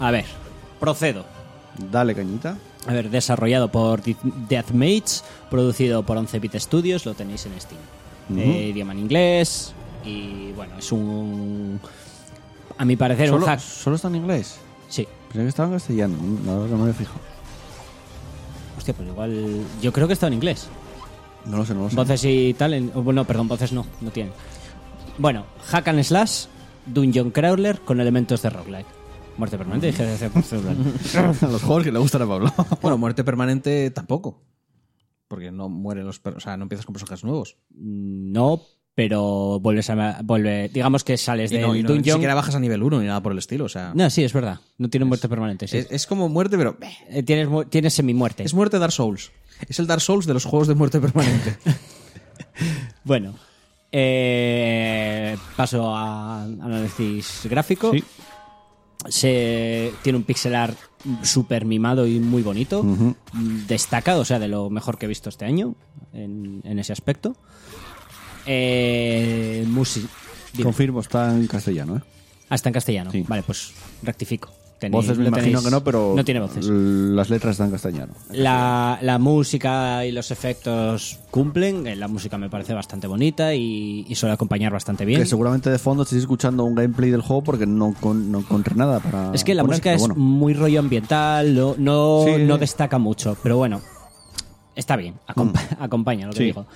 S2: A ver, procedo.
S1: dale cañita.
S2: A ver, desarrollado por Di- Deathmates, producido por 11-Bit Studios, lo tenéis en Steam. Eh, idioma en inglés y bueno, es un... A mi parecer un
S1: ¿Solo,
S2: hack.
S1: solo está en inglés?
S2: Sí.
S1: Pensé que estaba en castellano, la verdad que no me fijo.
S2: Hostia, pues igual. Yo creo que está en inglés.
S1: No lo sé, no lo sé.
S2: Voces y tal. En... oh, bueno, perdón, voces no, no tienen. Bueno, Hack and Slash, Dungeon Crawler con elementos de roguelike. Muerte permanente y GDC por celular.
S1: los juegos que le gustan a Pablo.
S3: Bueno, muerte permanente tampoco. Porque no mueren los per- O sea, no empiezas con personajes nuevos.
S2: no, pero vuelves a. Vuelve, digamos que sales
S3: Y
S2: del
S3: no, y no- ni
S2: Dungeon.
S3: siquiera bajas a nivel 1 ni nada por el estilo. O sea,
S2: No, sí, es verdad. No tiene muerte permanente. Sí.
S3: es, es como muerte, pero. eh,
S2: Eh, tienes, mu- tienes semi-muerte.
S3: Es muerte Dark Souls. Es el Dark Souls de los juegos de muerte permanente.
S2: Bueno, eh, paso a análisis gráfico.
S1: Sí.
S2: Se tiene un pixel art súper mimado y muy bonito. Destaca, o sea, de lo mejor que he visto este año en, en ese aspecto. Eh, musi- dime.
S1: Confirmo, está en castellano, ¿eh?
S2: Ah, está en castellano.
S1: Sí.
S2: Vale, pues rectifico. Tenéis-
S1: Voces me
S2: lo
S1: imagino
S2: tenéis-
S1: que no, pero.
S2: No tiene voces.
S1: Las letras están en castellano.
S2: La, la música y los efectos cumplen. Eh, La música me parece bastante bonita y, y suele acompañar bastante bien.
S1: Que seguramente de fondo estéis escuchando un gameplay del juego porque no, con- no encontré nada para.
S2: Es que la
S1: poner,
S2: música
S1: pero
S2: es
S1: bueno.
S2: muy rollo ambiental, no, no,
S1: Sí.
S2: no destaca mucho, pero bueno, está bien, acompa- acompaña lo que
S1: Mm. Sí.
S2: digo.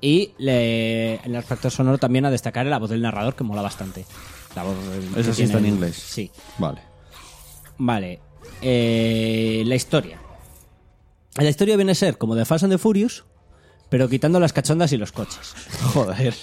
S2: Y le- en el aspecto sonoro también a destacar la voz del narrador, que mola bastante. La voz que
S1: Esa sí
S2: tiene
S1: está en
S2: el-
S1: inglés.
S2: Sí,
S1: Vale.
S2: vale. Eh, la historia. La historia viene a ser como de Fast and the Furious, pero quitando las cachondas y los coches.
S3: Joder.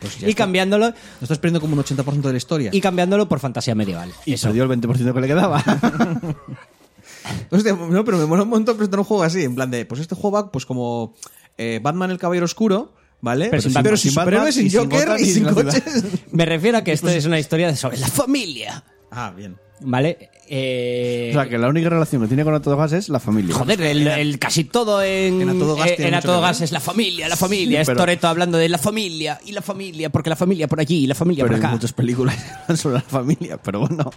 S3: Pues ya
S2: y
S3: está.
S2: cambiándolo
S3: No estás perdiendo como un 80% de la historia.
S2: y cambiándolo por fantasía medieval.
S1: Y
S2: Eso.
S1: perdió el 20% que le quedaba.
S3: Hostia, no, pero me mola un montón presentar un juego así, en plan de, pues este juego va pues como eh, Batman el Caballero Oscuro, ¿vale?
S2: Pero sin Batman,
S3: sin
S1: sin Batman,
S3: superhéroes, sin
S1: y sin
S3: Joker
S1: Gotham,
S3: y
S1: y
S3: sin
S1: sin la ciudad.
S3: coches.
S2: Me refiero a que
S1: pues
S2: esto es una historia de- sobre la familia.
S3: Ah, bien.
S2: ¿Vale? Eh,
S1: o sea, que la única relación que tiene con Autogas es la familia.
S2: Joder, el, el casi todo en,
S3: en A Todo Gas
S2: eh,
S3: tiene
S2: en A
S3: mucho
S2: Todo
S3: que ver.
S2: Gas es la familia, la familia. es
S1: pero-
S2: Toreto hablando de la familia y la familia, porque la familia por allí y la familia
S1: pero
S2: por
S1: hay
S2: acá.
S1: muchas películas sobre la familia, pero bueno.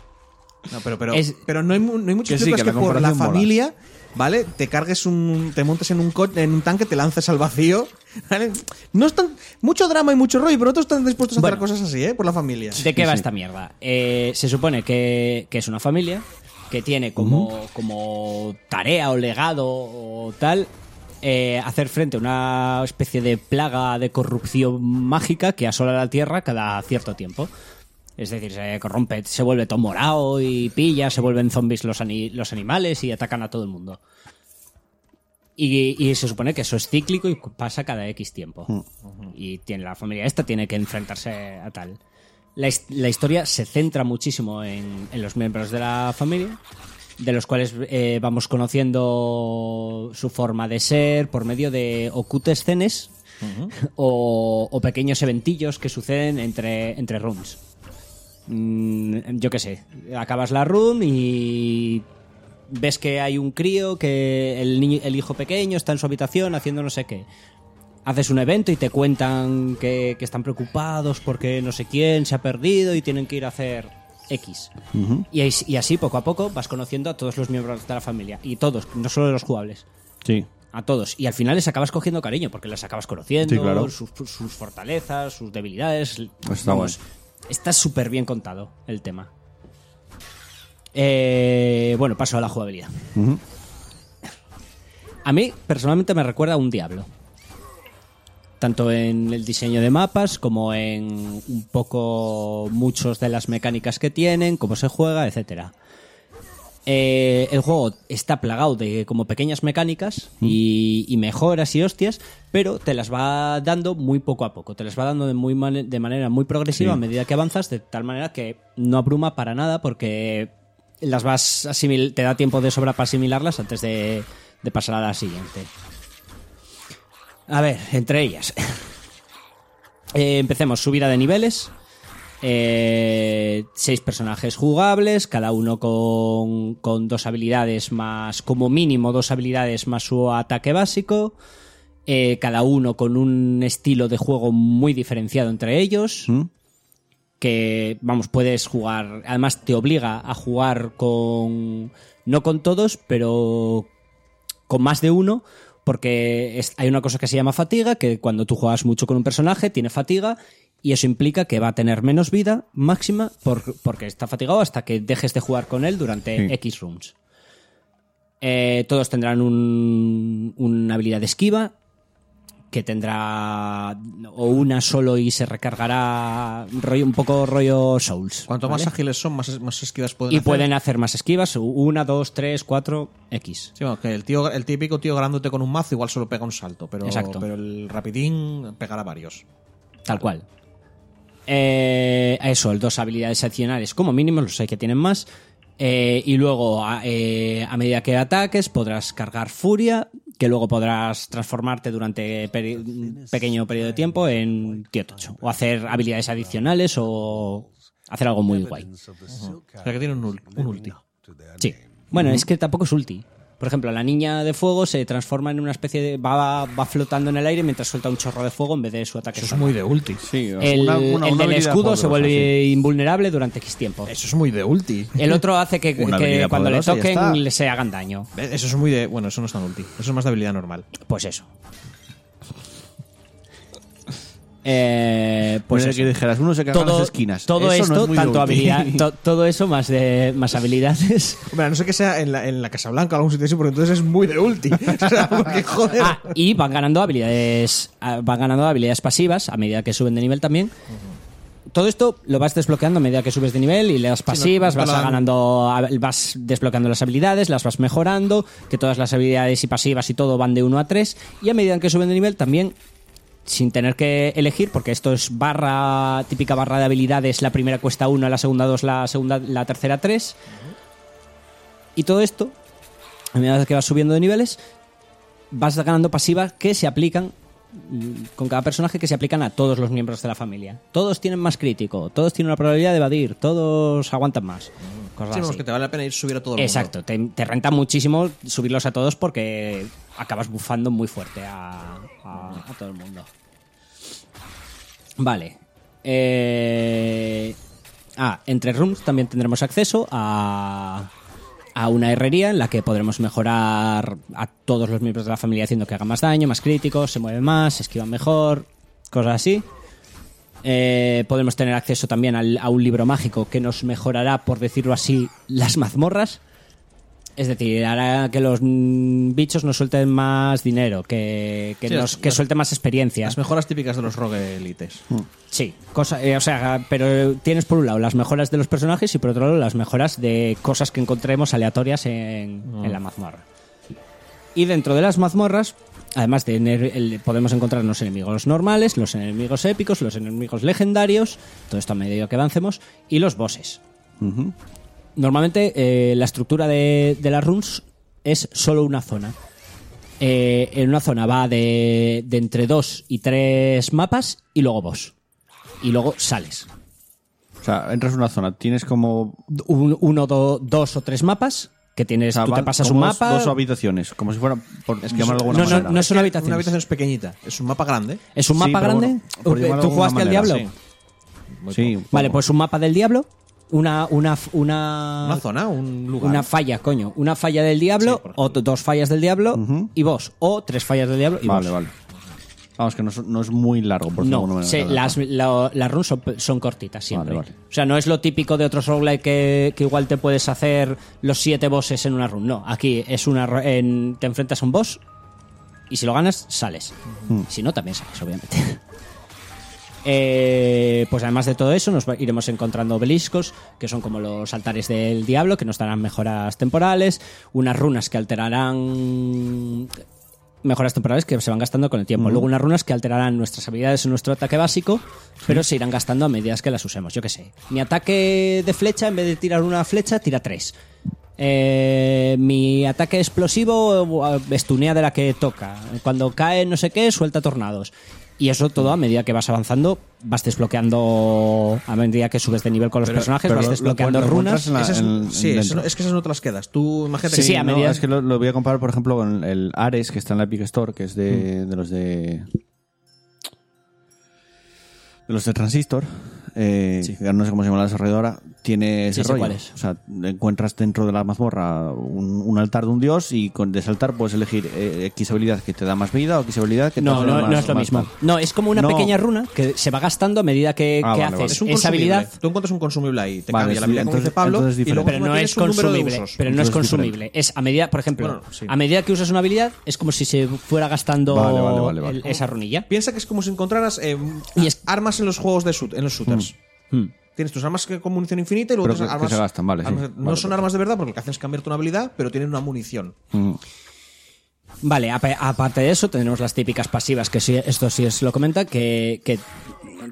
S3: No, pero, pero,
S2: Es-
S3: pero no hay, mu- no hay muchas
S1: Que sí,
S3: películas
S1: que
S3: que,
S1: la
S3: por la
S1: comparación mola.
S3: familia, ¿vale? Te cargues un. te montes en un coche, en un tanque, te lances al vacío. ¿vale? No están. Mucho drama y mucho rollo, pero otros están dispuestos a
S2: Bueno.
S3: hacer cosas así, ¿eh? Por la familia.
S2: ¿De qué va esta mierda? Eh, se supone que, que es una familia que tiene como, como tarea o legado o tal eh, hacer frente a una especie de plaga de corrupción mágica que asola la Tierra cada cierto tiempo. Es decir, se corrompe, se vuelve todo morado y pilla, se vuelven zombies los, ani- los animales y atacan a todo el mundo. Y, y se supone que eso es cíclico y pasa cada X tiempo. Y tiene la familia esta tiene que enfrentarse a tal. La, his- la historia se centra muchísimo en, en los miembros de la familia, de los cuales eh, vamos conociendo su forma de ser por medio de ocultescenes o, o pequeños eventillos que suceden entre, entre rooms. Mm, yo qué sé, acabas la room y ves que hay un crío, que el, niño- el hijo pequeño está en su habitación haciendo no sé qué. Haces un evento y te cuentan que, que están preocupados porque no sé quién se ha perdido y tienen que ir a hacer X. y, ahí- y así, poco a poco, vas conociendo a todos los miembros de la familia. Y todos, no solo los jugables
S1: Sí.
S2: a todos. Y al final les acabas cogiendo cariño, porque les acabas conociendo,
S1: Sí, claro.
S2: sus, sus fortalezas, sus debilidades.
S1: Está
S2: Vamos, está súper bien contado el tema. Eh, bueno, paso a la jugabilidad. A mí, personalmente, me recuerda a un diablo. Tanto en el diseño de mapas, como en un poco muchos de las mecánicas que tienen, cómo se juega, etcétera. Eh, el juego está plagado de como pequeñas mecánicas y, y mejoras y hostias, pero te las va dando muy poco a poco. Te las va dando de, muy mane- de manera muy progresiva a medida que avanzas, de tal manera que no abruma para nada porque las vas asimil- te da tiempo de sobra para asimilarlas antes de, de pasar a la siguiente. A ver, entre ellas. Eh, empecemos, subida de niveles. Eh, seis personajes jugables, cada uno con, con dos habilidades más, como mínimo dos habilidades más su ataque básico. Eh, cada uno con un estilo de juego muy diferenciado entre ellos. Que, vamos, puedes jugar. Además, te obliga a jugar con. No con todos, pero con más de uno, porque es- hay una cosa que se llama fatiga, que cuando tú juegas mucho con un personaje, tiene fatiga, y eso implica que va a tener menos vida máxima por- porque está fatigado hasta que dejes de jugar con él durante
S1: Sí.
S2: X rooms. Eh, todos tendrán un- una habilidad de esquiva que tendrá o una solo y se recargará rollo, un poco rollo Souls.
S3: Cuanto
S2: ¿vale?
S3: más ágiles son, más, más esquivas pueden
S2: Y
S3: hacer.
S2: pueden hacer más esquivas, una, dos, tres, cuatro, X.
S3: Sí, bueno, que el, tío, el típico tío grandote con un mazo igual solo pega un salto, pero,
S2: Exacto.
S3: pero el rapidín pegará varios.
S2: Tal cual. Eh, eso, el dos habilidades adicionales como mínimo, los hay que tienen más. Eh, y luego, a, eh, a medida que ataques, podrás cargar furia, que luego podrás transformarte durante peri- un pequeño periodo de tiempo en tío tocho. O hacer habilidades adicionales o hacer algo muy guay.
S3: O sea que tiene un, ul- un ulti.
S2: Sí. Bueno, es que tampoco es ulti. Por ejemplo, la niña de fuego se transforma en una especie de... Va, va flotando en el aire mientras suelta un chorro de fuego en vez de su ataque.
S3: Eso es
S2: normal.
S3: muy de ulti.
S1: Sí,
S2: El,
S1: una- una-
S2: el
S1: una
S2: del
S1: habilidad
S2: escudo se
S1: poderosa,
S2: vuelve invulnerable durante X tiempo.
S3: Eso es muy de ulti.
S2: El otro hace que,
S1: Una
S2: que
S1: habilidad
S2: cuando le
S1: poderosa y ya está.
S2: toquen le se hagan daño.
S3: Eso es muy de. Bueno, eso no es tan ulti. Eso es más de habilidad normal.
S2: Pues eso. Eh, pues
S1: Pues
S2: eso.
S1: que dijeras, uno se caga en
S2: todo,
S1: las esquinas.
S2: todo
S1: Eso no
S2: esto,
S1: es muy
S2: tanto
S1: útil.
S2: habilidad, to- todo eso más de más habilidades.
S3: Hombre, a no sé que sea en la, en la Casa Blanca o algún sitio así, porque entonces es muy de ulti. O sea, porque joder.
S2: Ah, y van ganando habilidades. ah, Van ganando habilidades pasivas a medida que suben de nivel también. Todo esto lo vas desbloqueando a medida que subes de nivel y las pasivas
S3: no te
S2: vas
S3: la dan.
S2: ganando, a- vas desbloqueando las habilidades, las vas mejorando, que todas las habilidades y pasivas y todo van de 1 a 3 y a medida que suben de nivel también sin tener que elegir porque esto es barra típica barra de habilidades, la primera cuesta 1, la segunda 2, la segunda la tercera 3. Y todo esto a medida que vas subiendo de niveles vas ganando pasivas que se aplican mm, con cada personaje que se aplican a todos los miembros de la familia. Todos tienen más crítico, todos tienen una probabilidad de evadir, todos aguantan más. cosas
S3: Sí, vamos,
S2: así.
S3: que te vale la pena ir subir a todo el mundo.
S2: Exacto, te, te renta muchísimo subirlos a todos porque acabas bufando muy fuerte a, a- a todo el mundo. Vale. Eh, ah, entre rooms también tendremos acceso a, a una herrería en la que podremos mejorar a todos los miembros de la familia haciendo que hagan más daño, más críticos, se mueven más, se esquivan mejor, cosas así. Eh, podemos tener acceso también al- a un libro mágico que nos mejorará, por decirlo así, las mazmorras. Es decir, hará que los mm, bichos nos suelten más dinero, que, que
S3: Sí,
S2: nos
S3: las-
S2: que
S3: las-
S2: suelte más experiencia.
S3: Las mejoras típicas de los roguelites.
S2: Hmm. Sí, cosa, eh, o sea, pero tienes por un lado las mejoras de los personajes y por otro lado las mejoras de cosas que encontremos aleatorias en, en la mazmorra. Y dentro de las mazmorras, además de ener- el- podemos encontrar los enemigos normales, los enemigos épicos, los enemigos legendarios, todo esto a medida que avancemos, y los bosses. Normalmente eh, la estructura de, de las runes es solo una zona. Eh, en una zona va de, de entre dos y tres mapas y luego boss. Y luego sales.
S1: O sea, entras en una zona, tienes como.
S2: Un- uno, do- dos o tres mapas que
S1: o
S2: tienes,
S1: sea,
S2: tú te
S1: van
S2: pasas un
S1: como dos-
S2: mapa.
S1: Dos habitaciones, como si fuera. Por llamarlo de alguna
S2: no, no,
S1: manera.
S2: no son habitaciones.
S3: Una habitación es pequeñita. Es un mapa grande.
S2: Es un
S1: Sí,
S2: mapa
S1: pero
S2: grande.
S1: bueno, por llamarlo de
S2: ¿Tú
S1: alguna
S2: jugaste al
S1: manera,
S2: diablo?
S1: sí. Sí, un poco.
S2: Vale, pues un mapa del diablo, una una una
S3: Una zona, un lugar.
S2: Ah, una falla, coño, una falla del diablo
S3: Sí, por
S2: o
S3: ejemplo.
S2: dos fallas del diablo y vos o tres fallas del diablo y
S1: Vale,
S2: vos.
S1: vale. Vamos, que no, es- no es muy largo, por
S2: pues No,
S1: favor, me
S2: se-
S1: hagas nada.
S2: las, la- las runes son, son cortitas siempre.
S1: Vale, vale.
S2: O sea, no es lo típico de otros roguelike que, que igual te puedes hacer los siete bosses en una run. No, aquí es una ru- en- te enfrentas a un boss y si lo ganas, sales.
S1: Hmm.
S2: Si no, también sales, obviamente. Eh, pues además de todo eso, nos va- iremos encontrando obeliscos, que son como los altares del diablo, que nos darán mejoras temporales, unas runas que alterarán mejoras temporales que se van gastando con el tiempo. Luego unas runas que alterarán nuestras habilidades en nuestro ataque básico, pero se irán gastando a medida que las usemos. Yo qué sé. Mi ataque de flecha, en vez de tirar una flecha, tira tres. Eh, mi ataque explosivo eh, estunea de la que toca. Cuando cae no sé qué, suelta tornados. Y eso todo a medida que vas avanzando, vas desbloqueando a medida que subes de nivel con los personajes,
S1: pero
S2: vas
S1: lo- lo
S2: desbloqueando
S1: encuentras- lo
S2: runas.
S1: encuentras en la-
S3: Esa es-
S1: en-
S3: sí, eso
S1: dentro.
S3: no- es que esas no te las quedas. Tú, imagínate
S2: Sí,
S3: que-
S2: sí, a
S1: No,
S2: medida-
S1: es que lo, lo voy a comparar, por ejemplo, con el Ares, que está en la Epic Store, que es
S2: Mm.
S1: de, de los de. de los de Transistor. eh, que ahora No sé cómo se llama la desarrolladora. tiene ese
S2: Sí, sé
S1: rollo.
S2: cuál es.
S1: O sea, encuentras dentro de la mazmorra un, un altar de un dios y con de saltar puedes elegir eh, X habilidad que te da más vida o X habilidad que te
S2: No,
S1: da
S2: no,
S1: más
S2: no es lo
S1: más
S2: mismo.
S1: tal.
S2: No, es como una
S1: No.
S2: pequeña runa que se va gastando a medida que,
S1: Ah,
S2: que
S1: vale, vale.
S2: haces
S1: Es
S2: esa
S3: consumible.
S2: habilidad.
S3: Tú encuentras un consumible ahí, te
S1: Vale,
S3: cambia la
S1: sí,
S3: habilidad, como
S1: entonces-
S3: dice Pablo,
S1: entonces es
S3: y luego
S1: diferente.
S2: pero
S3: como
S2: no
S3: tienes
S2: es
S3: un número de
S2: consumible.
S3: usos.
S2: Pero no es
S1: Entonces es
S2: consumible. Es a medida, por ejemplo,
S3: Bueno, sí.
S2: a medida que usas una habilidad, es como si se fuera gastando
S1: Vale, vale, vale, vale.
S2: el- esa runilla.
S3: Piensa que es como si encontraras eh,
S2: Y es-
S3: armas en los juegos de shoot- en los shooters.
S2: Hmm.
S3: Tienes tus armas que- con munición infinita y luego
S1: Pero
S3: tienes
S1: que- que
S3: armas.
S1: se gastan, vale, sí.
S3: armas- no
S1: Vale,
S3: son
S1: vale.
S3: armas de verdad porque lo que hacen es cambiarte una habilidad, pero tienen una munición.
S1: Mm.
S2: Vale, apa- aparte de eso, tenemos las típicas pasivas, que sí- esto sí es lo comenta, que, que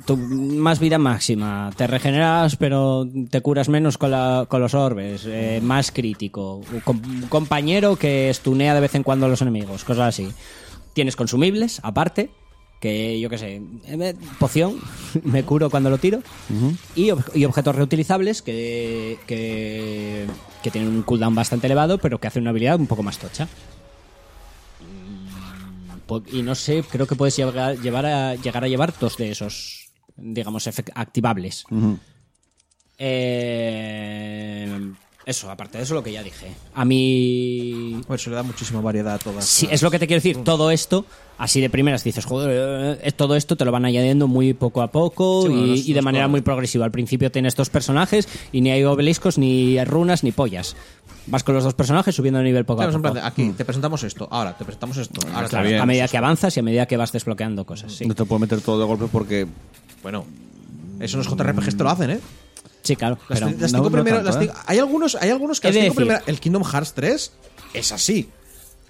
S2: tu más vida máxima, te regeneras pero te curas menos con, la- con los orbes, eh, más crítico, un com- un compañero que estunea de vez en cuando a los enemigos, cosas así. Tienes consumibles, aparte, que yo qué sé, eh, poción, me curo cuando lo tiro, y, ob- y objetos reutilizables que, que, que tienen un cooldown bastante elevado, pero que hacen una habilidad un poco más tocha. Po- Y no sé, creo que puedes llegar, llevar a, llegar a llevar dos de esos, digamos, efec- activables. Eh, eso, aparte de eso, lo que ya dije. A mí.
S3: A ver, se le da muchísima variedad a todas.
S2: Sí, es lo que te quiero decir. Todo esto, así de primeras dices, joder, eh, todo esto te lo van añadiendo muy poco a poco
S3: Sí, bueno,
S2: y,
S3: los-
S2: y de
S3: los
S2: manera
S3: colores.
S2: muy progresiva. Al principio tienes dos personajes y ni hay obeliscos, ni runas, ni pollas. Vas con los dos personajes subiendo de nivel poco a
S3: Claro,
S2: poco. Pues
S3: en plan de, aquí te presentamos esto, ahora te presentamos esto. Ahora
S2: Claro,
S3: te-
S2: a medida que avanzas y a medida que vas desbloqueando cosas. Sí,
S1: No te puedo meter todo de golpe porque
S3: Bueno, eso en los JRPGs te lo hacen, ¿eh?
S2: Sí, claro.
S3: Las,
S2: pero-
S3: las
S1: no-
S3: cinco
S1: no
S3: primeras.
S1: tanto,
S3: las
S1: ¿eh?
S3: cinco- hay, algunos, hay algunos que
S2: He
S3: las
S2: de
S3: cinco
S2: decir-
S3: primeras- El Kingdom Hearts 3 es así.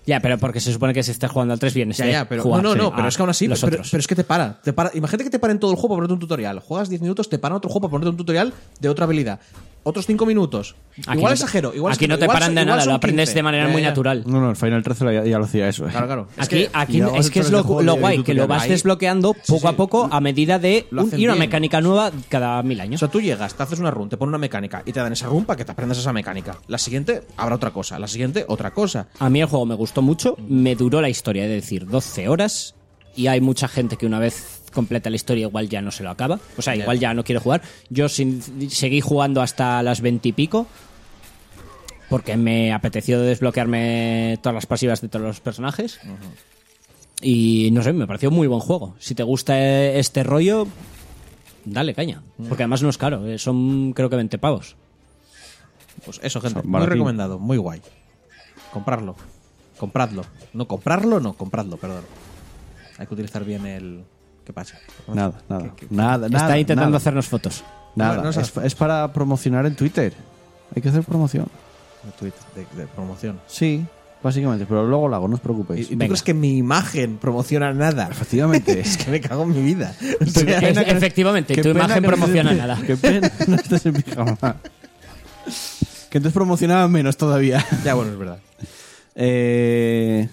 S2: Ya, pero porque se supone que si estás jugando al 3 vienes
S3: Ya,
S2: de
S3: ya, pero.
S2: jugar,
S3: no, no,
S2: sí,
S3: no, pero
S2: a
S3: es que aún así.
S2: los
S3: Pero,
S2: otros.
S3: pero es que te para, te para. Imagínate que te paren todo el juego para ponerte un tutorial. Juegas 10 minutos, te paran otro juego para ponerte un tutorial de otra habilidad. Otros 5 minutos.
S2: Aquí
S3: igual
S2: no te-
S3: exagero. Igual
S2: aquí
S3: exagero,
S2: no te
S3: igual
S2: paran
S3: son-
S2: de
S3: igual
S2: nada,
S3: son
S2: lo aprendes
S3: 15.
S2: de manera
S3: Ya,
S2: muy
S3: ya, ya.
S2: natural.
S1: No, no, el Final 13 lo- ya, ya lo hacía eso. eh.
S3: Claro, claro. Es
S2: Aquí,
S3: que-
S2: aquí
S1: ya vas
S2: es que es
S1: otra
S2: lo,
S1: vez de juego
S2: lo
S1: de
S2: guay, que lo
S1: tutorial.
S2: vas
S3: Ahí-
S2: desbloqueando poco a poco a medida de
S3: Lo
S2: un-
S3: hacen
S2: y una
S3: bien.
S2: mecánica nueva cada mil años.
S3: O sea, tú llegas, te haces una run, te ponen una mecánica y te dan esa run para que te aprendas esa mecánica. La siguiente habrá otra cosa, la siguiente otra cosa.
S2: A mí el juego me gustó mucho, me duró la historia, es decir, 12 horas y hay mucha gente que una vez completa la historia igual ya no se lo acaba, o sea, igual ya no quiere jugar. Yo sin- seguí jugando hasta las 20 y pico porque me apeteció desbloquearme todas las pasivas de todos los personajes. Y no sé, me pareció muy buen juego. Si te gusta eh, este rollo, dale caña. Porque además no es caro, eh, son creo que 20 pavos.
S3: Pues eso, gente.
S1: San
S3: muy
S1: Valentín.
S3: recomendado, muy guay. Comprarlo. Compradlo. No comprarlo, no, compradlo, perdón. Hay que utilizar bien el. ¿Qué pasa?
S1: Nada, nada. Nada, nada.
S2: Está intentando
S1: nada,
S2: hacernos fotos.
S1: Nada.
S3: Bueno, no sé.
S1: es, es para promocionar en Twitter. Hay que hacer promoción.
S3: Un tweet de, de promoción.
S1: Sí, básicamente. Pero luego lo hago, no os preocupéis.
S3: ¿Y, y tú crees que mi imagen promociona nada?
S1: Efectivamente.
S3: es que me cago en mi vida. O sea,
S2: Efe- Efectivamente,
S1: Qué
S2: tu
S1: pena
S2: imagen
S1: que no
S2: promociona
S1: estés-
S2: nada.
S1: Qué pena, no estés en pijama. Que entonces promocionaba menos todavía.
S3: ya, bueno, es verdad.
S1: Eh,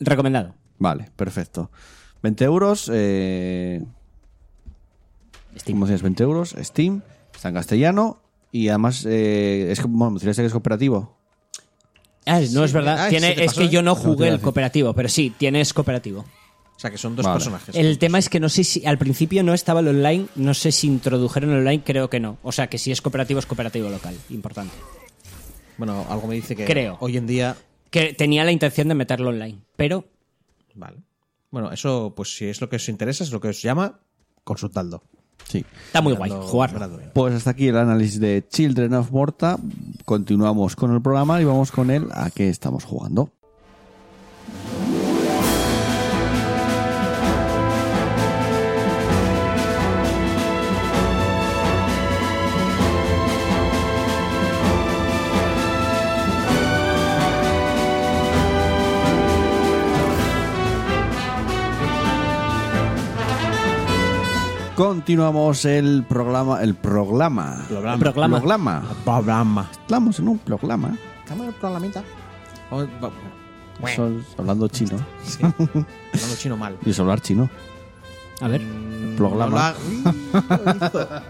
S2: Recomendado.
S1: vale, perfecto. 20 euros. Eh,
S2: Steam.
S1: Como decías, 20 euros. Steam. Está en castellano. Y además, eh, es, como- bueno, me decías que es cooperativo.
S2: Ah, no es verdad.
S3: ah,
S2: Tiene-
S3: se te
S2: es
S3: pasó,
S2: que
S3: ¿eh?
S2: yo no
S1: te iba a
S2: jugué el
S1: decir.
S2: cooperativo, pero sí, tienes cooperativo.
S3: O sea, que son dos
S1: Vale.
S3: personajes.
S2: El tema es que no sé si al principio no estaba el online, no sé si introdujeron el online, creo que no. O sea, que si es cooperativo es cooperativo local, importante.
S3: Bueno, algo me dice que
S2: Creo.
S3: hoy en día
S2: Que tenía la intención de meterlo online, pero
S3: Vale. Bueno, eso, pues si es lo que os interesa, es lo que os llama, consultadlo.
S1: Sí.
S2: está muy guay
S3: Miradlo-
S2: jugarlo.
S3: miradlo bien.
S1: Pues hasta aquí el análisis de Children of Morta. Continuamos con el programa y vamos con él a qué estamos jugando. Continuamos el programa, el programa.
S3: Programa.
S2: Proclama.
S1: Programa.
S3: Programa.
S1: Estamos en un programa.
S3: Estamos en el programita. Vamos- va-
S1: Sol- hablando chino.
S3: Sí. Hablando chino mal.
S1: Y es hablar chino.
S2: A ver,
S1: Programa.
S3: Hola.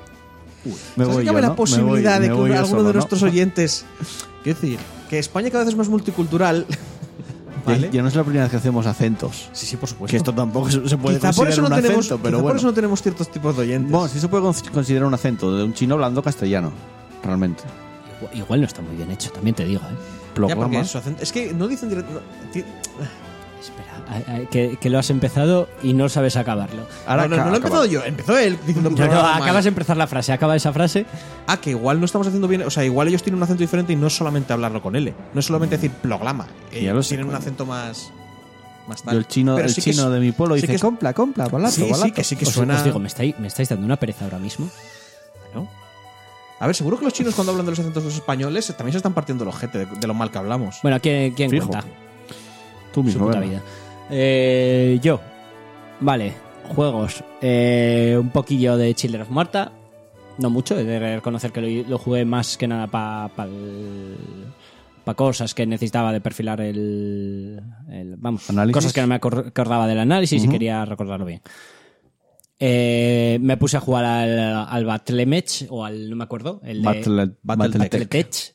S1: Me
S3: ¿Sabes
S1: voy yo,
S3: que cabe la
S1: ¿no?
S3: posibilidad
S1: Me voy- me voy
S3: de que
S1: yo
S3: alguno
S1: solo,
S3: de
S1: ¿no?
S3: nuestros oyentes. Quiero decir, que España cada vez es más multicultural.
S1: Ya-
S3: ¿Vale? Pues
S1: Ya, no es la primera vez que hacemos acentos.
S3: Sí, sí, por supuesto.
S1: Que esto tampoco se se puede
S3: quizá por
S1: considerar
S3: eso no
S1: un
S3: tenemos,
S1: acento,
S3: quizá
S1: pero
S3: por
S1: bueno.
S3: eso no tenemos ciertos tipos de oyentes.
S1: Bueno, sí se puede con- considerar un acento de un chino hablando castellano. realmente.
S2: Igual, igual no está muy bien hecho, también te digo, ¿eh?
S3: Ya,
S1: Programa.
S3: porque su acento- es que no dicen directo. no, ti-
S2: Espera, a- a- que, que lo has empezado y no sabes acabarlo.
S1: Ahora
S3: no, no, no lo he
S1: acaba.
S3: empezado yo, empezó él diciendo
S2: No, no,
S3: programa mal.
S2: acabas de empezar la frase, acaba esa frase.
S3: Ah, que igual no estamos haciendo bien. O sea, igual ellos tienen un acento diferente y no es solamente hablarlo con L. No es solamente decir programa. Ellos
S1: Ya lo sé,
S3: tienen un
S1: coño.
S3: acento más. Más tal.
S1: Yo el chino,
S3: Pero
S1: el
S3: sí que
S1: chino
S3: es-
S1: de mi pueblo
S3: sí
S1: dice,
S3: que es-
S1: compra, compra, balazo,
S3: Sí, sí,
S1: balazo.
S3: Ah, que sí que
S2: os,
S3: suena.
S2: os digo, ¿me estáis, me estáis dando una pereza ahora mismo.
S3: ¿no? A ver, seguro que los chinos cuando hablan de los acentos de los españoles eh, también se están partiendo el ojete de, de lo mal que hablamos.
S2: Bueno, ¿quién, quién
S1: Fijo.
S2: cuenta?
S1: Tú
S2: Su
S1: mismo,
S2: puta
S1: venga.
S2: vida. Eh, yo. Vale, juegos. Eh, un poquillo de Children of Morta. No mucho, he de reconocer que lo, lo jugué más que nada para cosas que necesitaba de perfilar el. el- vamos,
S1: Análisis.
S2: cosas que no me acor- acordaba del análisis y quería recordarlo bien. Eh, me puse a jugar al, al Battlemech, o al. no me acuerdo. El de-
S1: Battle- Battletech.
S2: Battletech.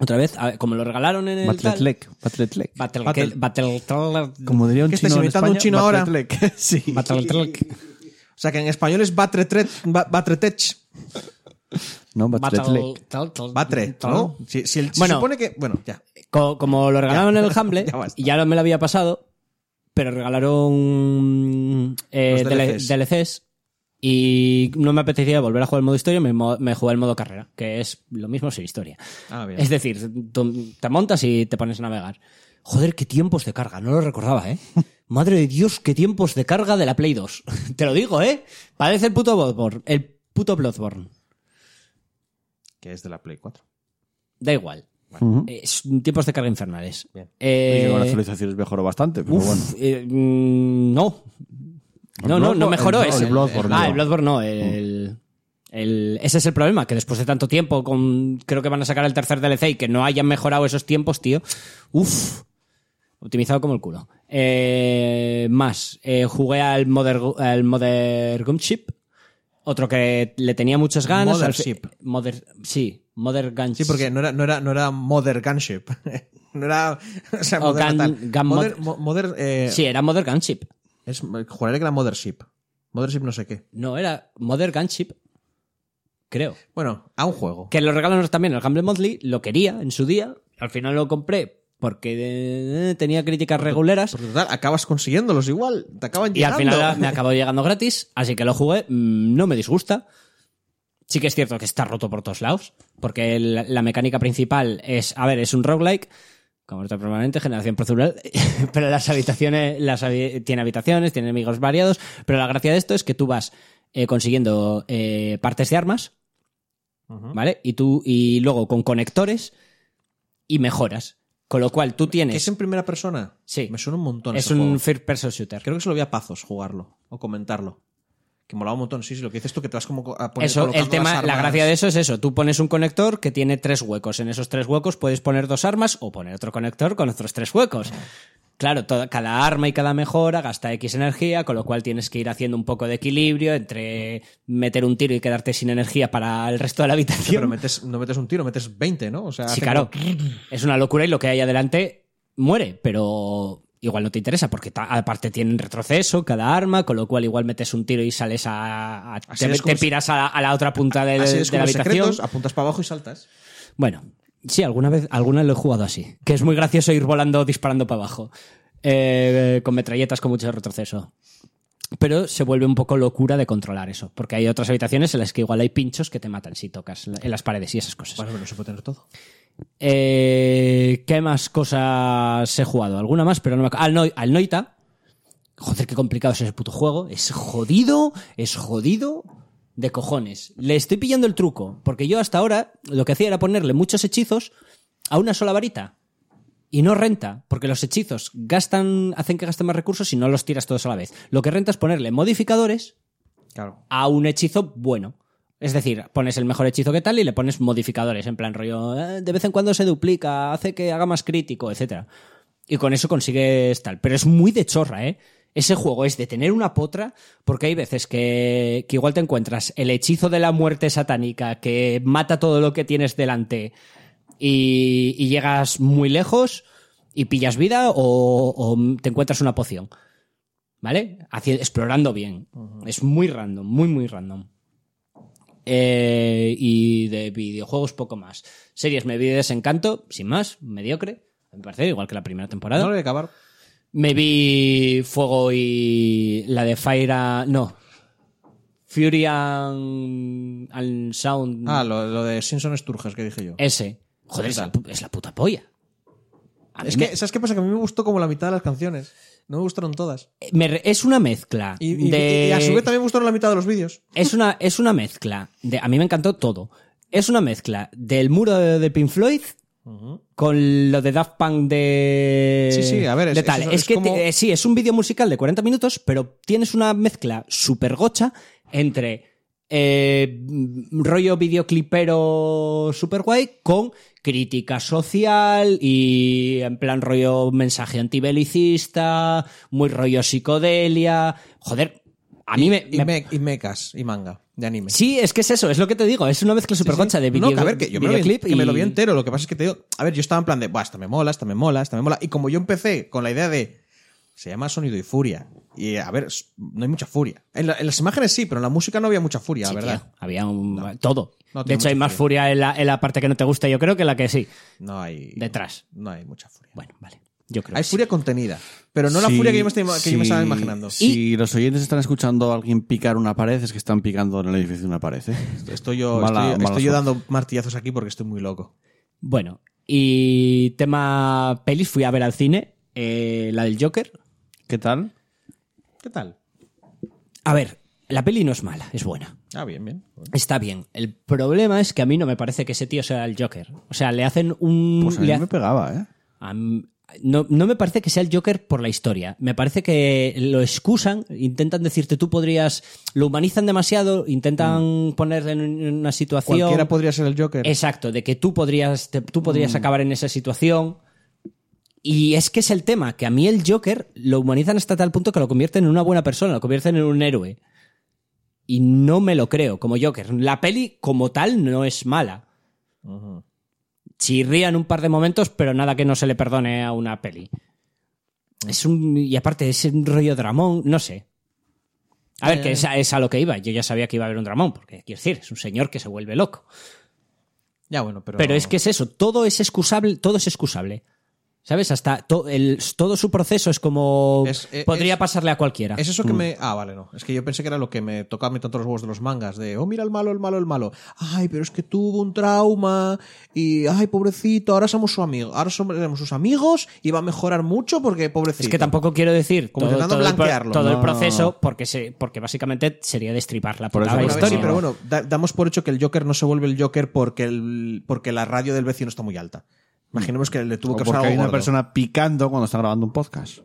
S2: Otra vez, a ver, como lo regalaron en el. tal-
S1: Batletlec, Batletlec.
S2: Battle,
S3: Battle-
S2: Battle,
S1: Como diría un
S3: ¿Qué
S1: chino
S3: estáis
S1: en
S3: inventando
S1: España,
S3: un chino ahora?
S1: Batletlec.
S3: sí.
S2: Battle Trek.
S3: O sea, que en español es batretret, ba- batretech.
S1: No,
S2: Battle-
S1: Batletlec.
S3: Batre, ¿no? Si, si el- si
S2: Bueno.
S3: supone que. Bueno, ya.
S2: Co- Como lo regalaron en el Humble,
S3: Ya basta.
S2: y ya lo- me lo había pasado, pero regalaron eh,
S3: Los
S2: DL-
S3: DLCs.
S2: DLCs y no me apetecía volver a jugar el modo historia, me, mo- me jugué el modo carrera, que es lo mismo sin historia.
S3: Ah, bien.
S2: Es decir, tú te montas y te pones a navegar. Joder, qué tiempos de carga, no lo recordaba, ¿eh? Madre de Dios, qué tiempos de carga de la Play 2. te lo digo, ¿eh? Parece el puto Bloodborne. El puto Bloodborne.
S3: Que es de la Play 4.
S2: Da igual.
S1: Ujú.
S2: Eh, es- tiempos de carga infernales.
S3: Bien.
S2: Eh,
S1: Y con las actualizaciones mejoró bastante, pero
S2: uf,
S1: bueno.
S2: eh, mm, no. No, no, no
S1: Bloodborne-
S2: mejoró
S1: el-
S2: ese.
S1: el Bloodborne,
S2: ah,
S1: digo.
S2: el Bloodborne no. El, el- ese es el problema, que después de tanto tiempo, con, creo que van a sacar el tercer DLC y que no hayan mejorado esos tiempos, tío. Uf. Optimizado como el culo. Eh, más, eh, jugué al Mother, al Mother Gunship. Otro que le tenía muchas ganas. al fi-
S3: Mothership.
S2: Mother, sí, Mother
S3: Sí,
S2: Gunship.
S3: porque no era, no era, no era Mother Gunship. no era. O sea,
S2: O
S3: Mother.
S2: Gun-
S3: tal.
S2: Gun
S3: Mother. mo- Mother, eh,
S2: Sí, era Mother Gunship.
S3: es- juraré que era Mothership. Mothership no sé qué.
S2: No, era Mother Gunship. Creo.
S3: Bueno, a un juego.
S2: Que lo regalan también el Gamble Monthly. Lo quería en su día. Al final lo compré porque eh, tenía críticas reguleras.
S3: Porque total, acabas consiguiéndolos igual. Te acaban
S2: Y al
S3: llegando.
S2: final ah, me acabó llegando gratis. Así que lo jugué. Mm, No me disgusta. Sí que es cierto que está roto por todos lados. Porque el- la mecánica principal es. A ver, es un roguelike. Como está permanente, generación procedural. pero las habitaciones. Las, habi- tiene habitaciones, tiene enemigos variados. Pero la gracia de esto es que tú vas eh, consiguiendo eh, partes de armas. ¿Vale? Y tú, y luego con conectores y mejoras. Con lo cual tú
S3: ¿Que
S2: tienes.
S3: es en primera persona?
S2: Sí.
S3: Me suena un montón.
S2: Es
S3: ese
S2: un
S3: juego.
S2: first person shooter.
S3: Creo que se lo vi a Pazos jugarlo o comentarlo. Que molaba un montón. Sí, sí, lo que dices tú que te vas como a poner
S2: Eso, el
S3: colocando
S2: tema,
S3: las
S2: la
S3: armas.
S2: gracia de eso es eso. Tú pones un conector que tiene tres huecos. En esos tres huecos puedes poner dos armas o poner otro conector con otros tres huecos. Claro, toda- cada arma y cada mejora gasta X energía, con lo cual tienes que ir haciendo un poco de equilibrio entre meter un tiro y quedarte sin energía para el resto de la
S3: Sí, pero
S2: habitación.
S3: metes, no metes un tiro, metes 20, ¿no? O sea,
S2: Sí,
S3: hace
S2: claro.
S3: como-
S2: Es una locura y lo que hay adelante muere, pero igual no te interesa porque ta- aparte tienen retroceso cada arma, con lo cual igual metes un tiro y sales a... a-
S3: Así
S2: te,
S3: es como
S2: te
S3: se-
S2: piras a, a la otra punta de,
S3: Así
S2: de la
S3: descubres
S2: habitación.
S3: secretos, apuntas para abajo y saltas.
S2: Bueno, sí, alguna vez, alguna lo he jugado así, que es muy gracioso ir volando disparando para abajo, eh, con metralletas con mucho retroceso. Pero se vuelve un poco locura de controlar eso, porque hay otras habitaciones en las que igual hay pinchos que te matan si tocas la- en las paredes y esas cosas.
S3: Bueno, pero no se puede tener todo.
S2: Eh, ¿Qué más cosas he jugado? ¿Alguna más? Pero no me acu- al, Noi- al Noita. Joder, qué complicado es ese puto juego. Es jodido, es jodido de cojones. Le estoy pillando el truco, porque yo hasta ahora lo que hacía era ponerle muchos hechizos a una sola varita. Y no renta, porque los hechizos gastan, hacen que gasten más recursos y no los tiras todos a la vez. Lo que renta es ponerle modificadores
S3: Claro.
S2: a un hechizo bueno. Es decir, pones el mejor hechizo que tal y le pones modificadores, en plan rollo, eh, de vez en cuando se duplica, hace que haga más crítico, etc. Y con eso consigues tal. Pero es muy de chorra, ¿eh? Ese juego es de tener una potra, porque hay veces que, que igual te encuentras el hechizo de la muerte satánica que mata todo lo que tienes delante y, y llegas muy lejos y pillas vida o- o te encuentras una poción. ¿Vale? Haci- explorando bien. Es muy random, muy, muy random. eh, y de videojuegos poco más. Series me vi Desencanto, sin más, mediocre, me parece, igual que la primera temporada.
S3: No eh. lo voy a acabar.
S2: Me vi Fuego y la de Fire... and- No. Fury and, and Sound.
S3: Ah, lo, lo de Simpson Sturges que dije yo.
S2: Ese. Joder,
S3: ¿Qué
S2: es
S3: tal?
S2: la, pu- es la puta polla. A mí
S3: Es
S2: me-
S3: que, ¿sabes qué pasa? Que a mí me gustó como la mitad de las canciones. No me gustaron todas.
S2: me re- es una mezcla.
S3: Y, y-
S2: de...
S3: y a su vez también me gustaron la mitad de los vídeos.
S2: Es una, es una mezcla. De, a mí me encantó todo. Es una mezcla del muro de, de Pink Floyd con lo de Daft Punk de.
S3: Sí, sí, a ver, es-
S2: de tal.
S3: es-
S2: Es,
S3: es
S2: que
S3: como-
S2: te- eh, sí, es un vídeo musical de 40 minutos, pero tienes una mezcla súper gocha entre eh, mm, rollo videoclipero super guay con crítica social y en plan rollo mensaje antibelicista, muy rollo psicodelia. Joder, a mí me-
S3: Y,
S2: me
S3: me- y mecas y manga de anime.
S2: Sí, es que es eso, es lo que te digo, es una mezcla súper gocha de video,
S3: No, que a ver, que yo me lo, vi,
S2: videoclip
S3: que me lo vi
S2: y-
S3: entero. Lo que pasa es que te digo, a ver, yo estaba en plan de, Buah, esta me mola, esta me mola, esta me mola. Y como yo empecé con la idea de, se llama Sonido y Furia. Y a ver, s- no hay mucha furia. En, la- en las imágenes sí, pero en la música no había mucha furia,
S2: Sí,
S3: la verdad.
S2: tío, había un... todo.
S3: No
S2: de
S3: tiene
S2: hecho, hay
S3: mucha
S2: más furia en la, en la parte que no te gusta, yo creo, que en la que sí.
S3: No hay.
S2: Detrás.
S3: No hay mucha furia.
S2: Bueno, vale. Yo creo.
S3: hay
S2: que sí.
S3: furia contenida, pero no la
S1: Si-
S3: furia que yo me, estaba- que yo me
S1: si-
S3: estaba imaginando.
S1: Si los oyentes están escuchando a alguien picar una pared, es que están picando en el edificio una pared. ¿eh?
S3: Estoy yo,
S1: Mala- mala
S3: estoy, estoy yo
S1: suerte.
S3: dando martillazos aquí porque estoy muy loco.
S2: Bueno, y tema pelis, fui a ver al cine eh, la del Joker.
S1: ¿Qué tal?
S3: ¿Qué tal?
S2: A ver, la peli no es mala, es buena.
S3: Ah, bien, bien.
S2: Está bien. El problema es que a mí no me parece que ese tío sea el Joker. O sea, le hacen
S3: Mm,
S2: un...
S1: Pues a
S2: le
S1: mí
S2: ha-
S1: me pegaba, ¿eh?
S2: A m- No, no me parece que sea el Joker por la historia. Me parece que lo excusan, intentan decirte tú podrías. Lo humanizan demasiado, intentan ponerle en un- en una situación.
S3: Cualquiera podría ser el Joker.
S2: Exacto, de que tú podrías, te- tú podrías acabar en esa situación. Y es que es el tema, que a mí el Joker lo humanizan hasta tal punto que lo convierten en una buena persona, lo convierten en un héroe. Y no me lo creo como Joker. La peli como tal no es mala. Chirría en un par de momentos, pero nada que no se le perdone a una peli. Es un. Y aparte, es un rollo dramón, no sé. A ver, que es a, es a lo que iba. Yo ya sabía que iba a haber un dramón, porque quiero decir, es un señor que se vuelve loco.
S3: Ya, bueno, pero.
S2: Pero es que es eso, todo es excusable, todo es excusable. ¿Sabes? Hasta to- el- todo su proceso es como
S3: Es- eh,
S2: podría
S3: es-
S2: pasarle a cualquiera.
S3: Es
S1: Mm.
S3: eso que me. Ah, vale, no. Es que yo pensé que era lo que me tocaba a mí tanto los huevos de los mangas. De, oh, mira el malo, el malo, el malo. Ay, pero es que tuvo un trauma. Y, ay, pobrecito, ahora somos su amigo. Ahora somos seremos sus amigos y va a mejorar mucho porque, pobrecito.
S2: Es que tampoco quiquiero decir
S3: Como
S2: todo,
S3: intentando
S2: todo el, pro-
S3: blanquearlo.
S2: todo el
S1: No.
S2: proceso porque se, porque básicamente sería destripar la
S1: Por
S2: puta
S1: eso
S3: Bueno, a ver,
S2: historia.
S3: sí, pero bueno, da- damos por hecho que el Joker no se vuelve el Joker porque, el, porque la radio del vecino está muy alta. Imaginemos que le tuvo
S1: O
S3: que
S1: porque
S3: pasar
S1: hay
S3: algo
S1: una
S3: gordo.
S1: persona picando cuando está grabando un podcast.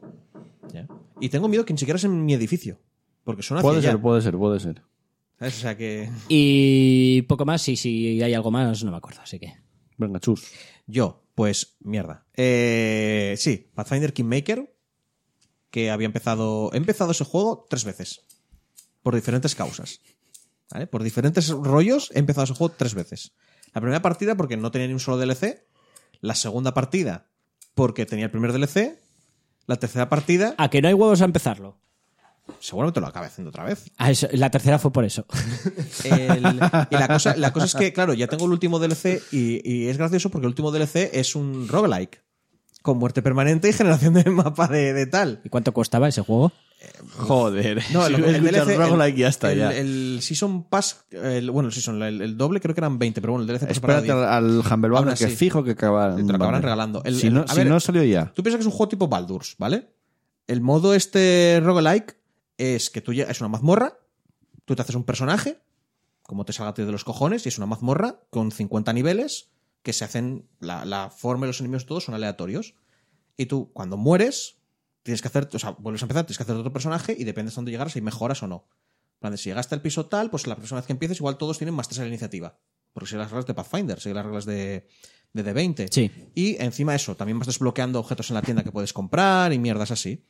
S3: Ya. Y tengo miedo que ni siquiera es en mi edificio. Porque suena
S1: Puede
S3: hacia
S1: ser,
S3: allá.
S1: puede ser, puede ser.
S3: ¿Sabes? O sea que.
S2: Y poco más, y si hay algo más, no me acuerdo, así que.
S1: Venga, chus.
S3: Yo, pues mierda. Eh, sí, Pathfinder Kingmaker, que había empezado. He empezado ese juego tres veces. Por diferentes causas. ¿Vale? Por diferentes rollos he empezado ese juego tres veces. La primera partida porque no tenía ni un solo DLC. La segunda partida porque tenía el primer DLC. La tercera partida
S2: A que no hay huevos a empezarlo.
S3: seguramente lo acabe haciendo otra vez.
S2: Ah, eso- la tercera fue por eso.
S3: El- y la cosa, la cosa es que, claro, ya tengo el último DLC y, y es gracioso porque el último DLC es un roguelike. Con muerte permanente y generación de mapa de, de tal.
S2: ¿Y cuánto costaba ese juego?
S1: Joder.
S3: No,
S1: Si
S3: lo-
S1: hubieras escuchado
S3: DLC,
S1: roguelike, ya está,
S3: el-
S1: ya.
S3: el Season Pass, el- bueno, el Season, el, el doble creo que eran 20, pero bueno, el DLC pasa para
S1: Espérate al,
S3: nadie.
S1: al Humble Bundle,
S3: Aún
S1: que
S3: así.
S1: fijo que acabarán,
S3: Te lo acabarán
S1: vale.
S3: regalando. El-
S1: si
S3: el-
S1: no,
S3: a
S1: si
S3: ver,
S1: no salió ya.
S3: Tú piensas que es un juego tipo Baldur's, ¿vale? El modo este roguelike es que tú lle- es una mazmorra, tú te haces un personaje, como te salga a ti de los cojones, y es una mazmorra con 50 niveles que se hacen, la, la forma y los enemigos todos son aleatorios. Y tú, cuando mueres, tienes que hacer, o sea, vuelves a empezar, tienes que hacer otro personaje y depende de dónde llegaras si mejoras o no. En plan, de, si llegaste al piso tal, pues la próxima vez que empieces, igual todos tienen más tres a la iniciativa. Porque siguen las reglas de Pathfinder, siguen las reglas de, de D20.
S2: Sí.
S3: Y encima eso, también vas desbloqueando objetos en la tienda que puedes comprar y mierdas así.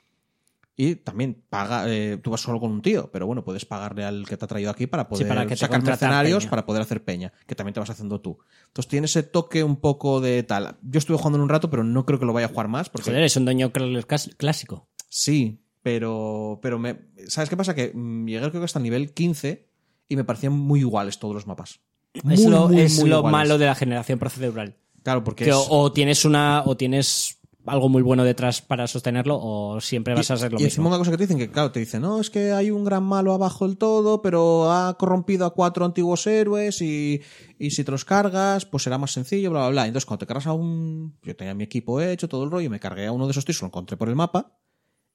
S3: Y también paga, eh, tú vas solo con un tío, pero bueno, puedes pagarle al que te ha traído aquí para poder
S2: para que te
S3: sacar
S2: contratar
S3: mercenarios,
S2: peña.
S3: para poder hacer peña, que también te vas haciendo tú. Entonces tiene ese toque un poco de tal. Yo estuve jugando en un rato, pero no creo que lo vaya a jugar más, porque
S2: Joder, es un Doño Crawler cas- clásico.
S3: Sí, pero, pero me, ¿sabes qué pasa? Que mm, llegué creo que hasta el nivel 15 y me parecían muy iguales todos los mapas.
S2: es
S3: Muy,
S2: lo,
S3: muy,
S2: es
S3: muy
S2: lo
S3: iguales.
S2: malo de la generación procedural.
S3: Claro, porque
S2: Que
S3: es-
S2: o, o tienes una o tienes algo muy bueno detrás para sostenerlo o siempre vas a ser lo
S3: y encima
S2: mismo.
S3: una cosa que te dicen que, claro, te dicen, no, es que hay un gran malo abajo del todo, pero ha corrompido a cuatro antiguos héroes y, y si te los cargas, pues será más sencillo, bla, bla, bla. Entonces, cuando te cargas a un... Yo tenía mi equipo hecho, todo el rollo, y me cargué a uno de esos tíos, lo encontré por el mapa,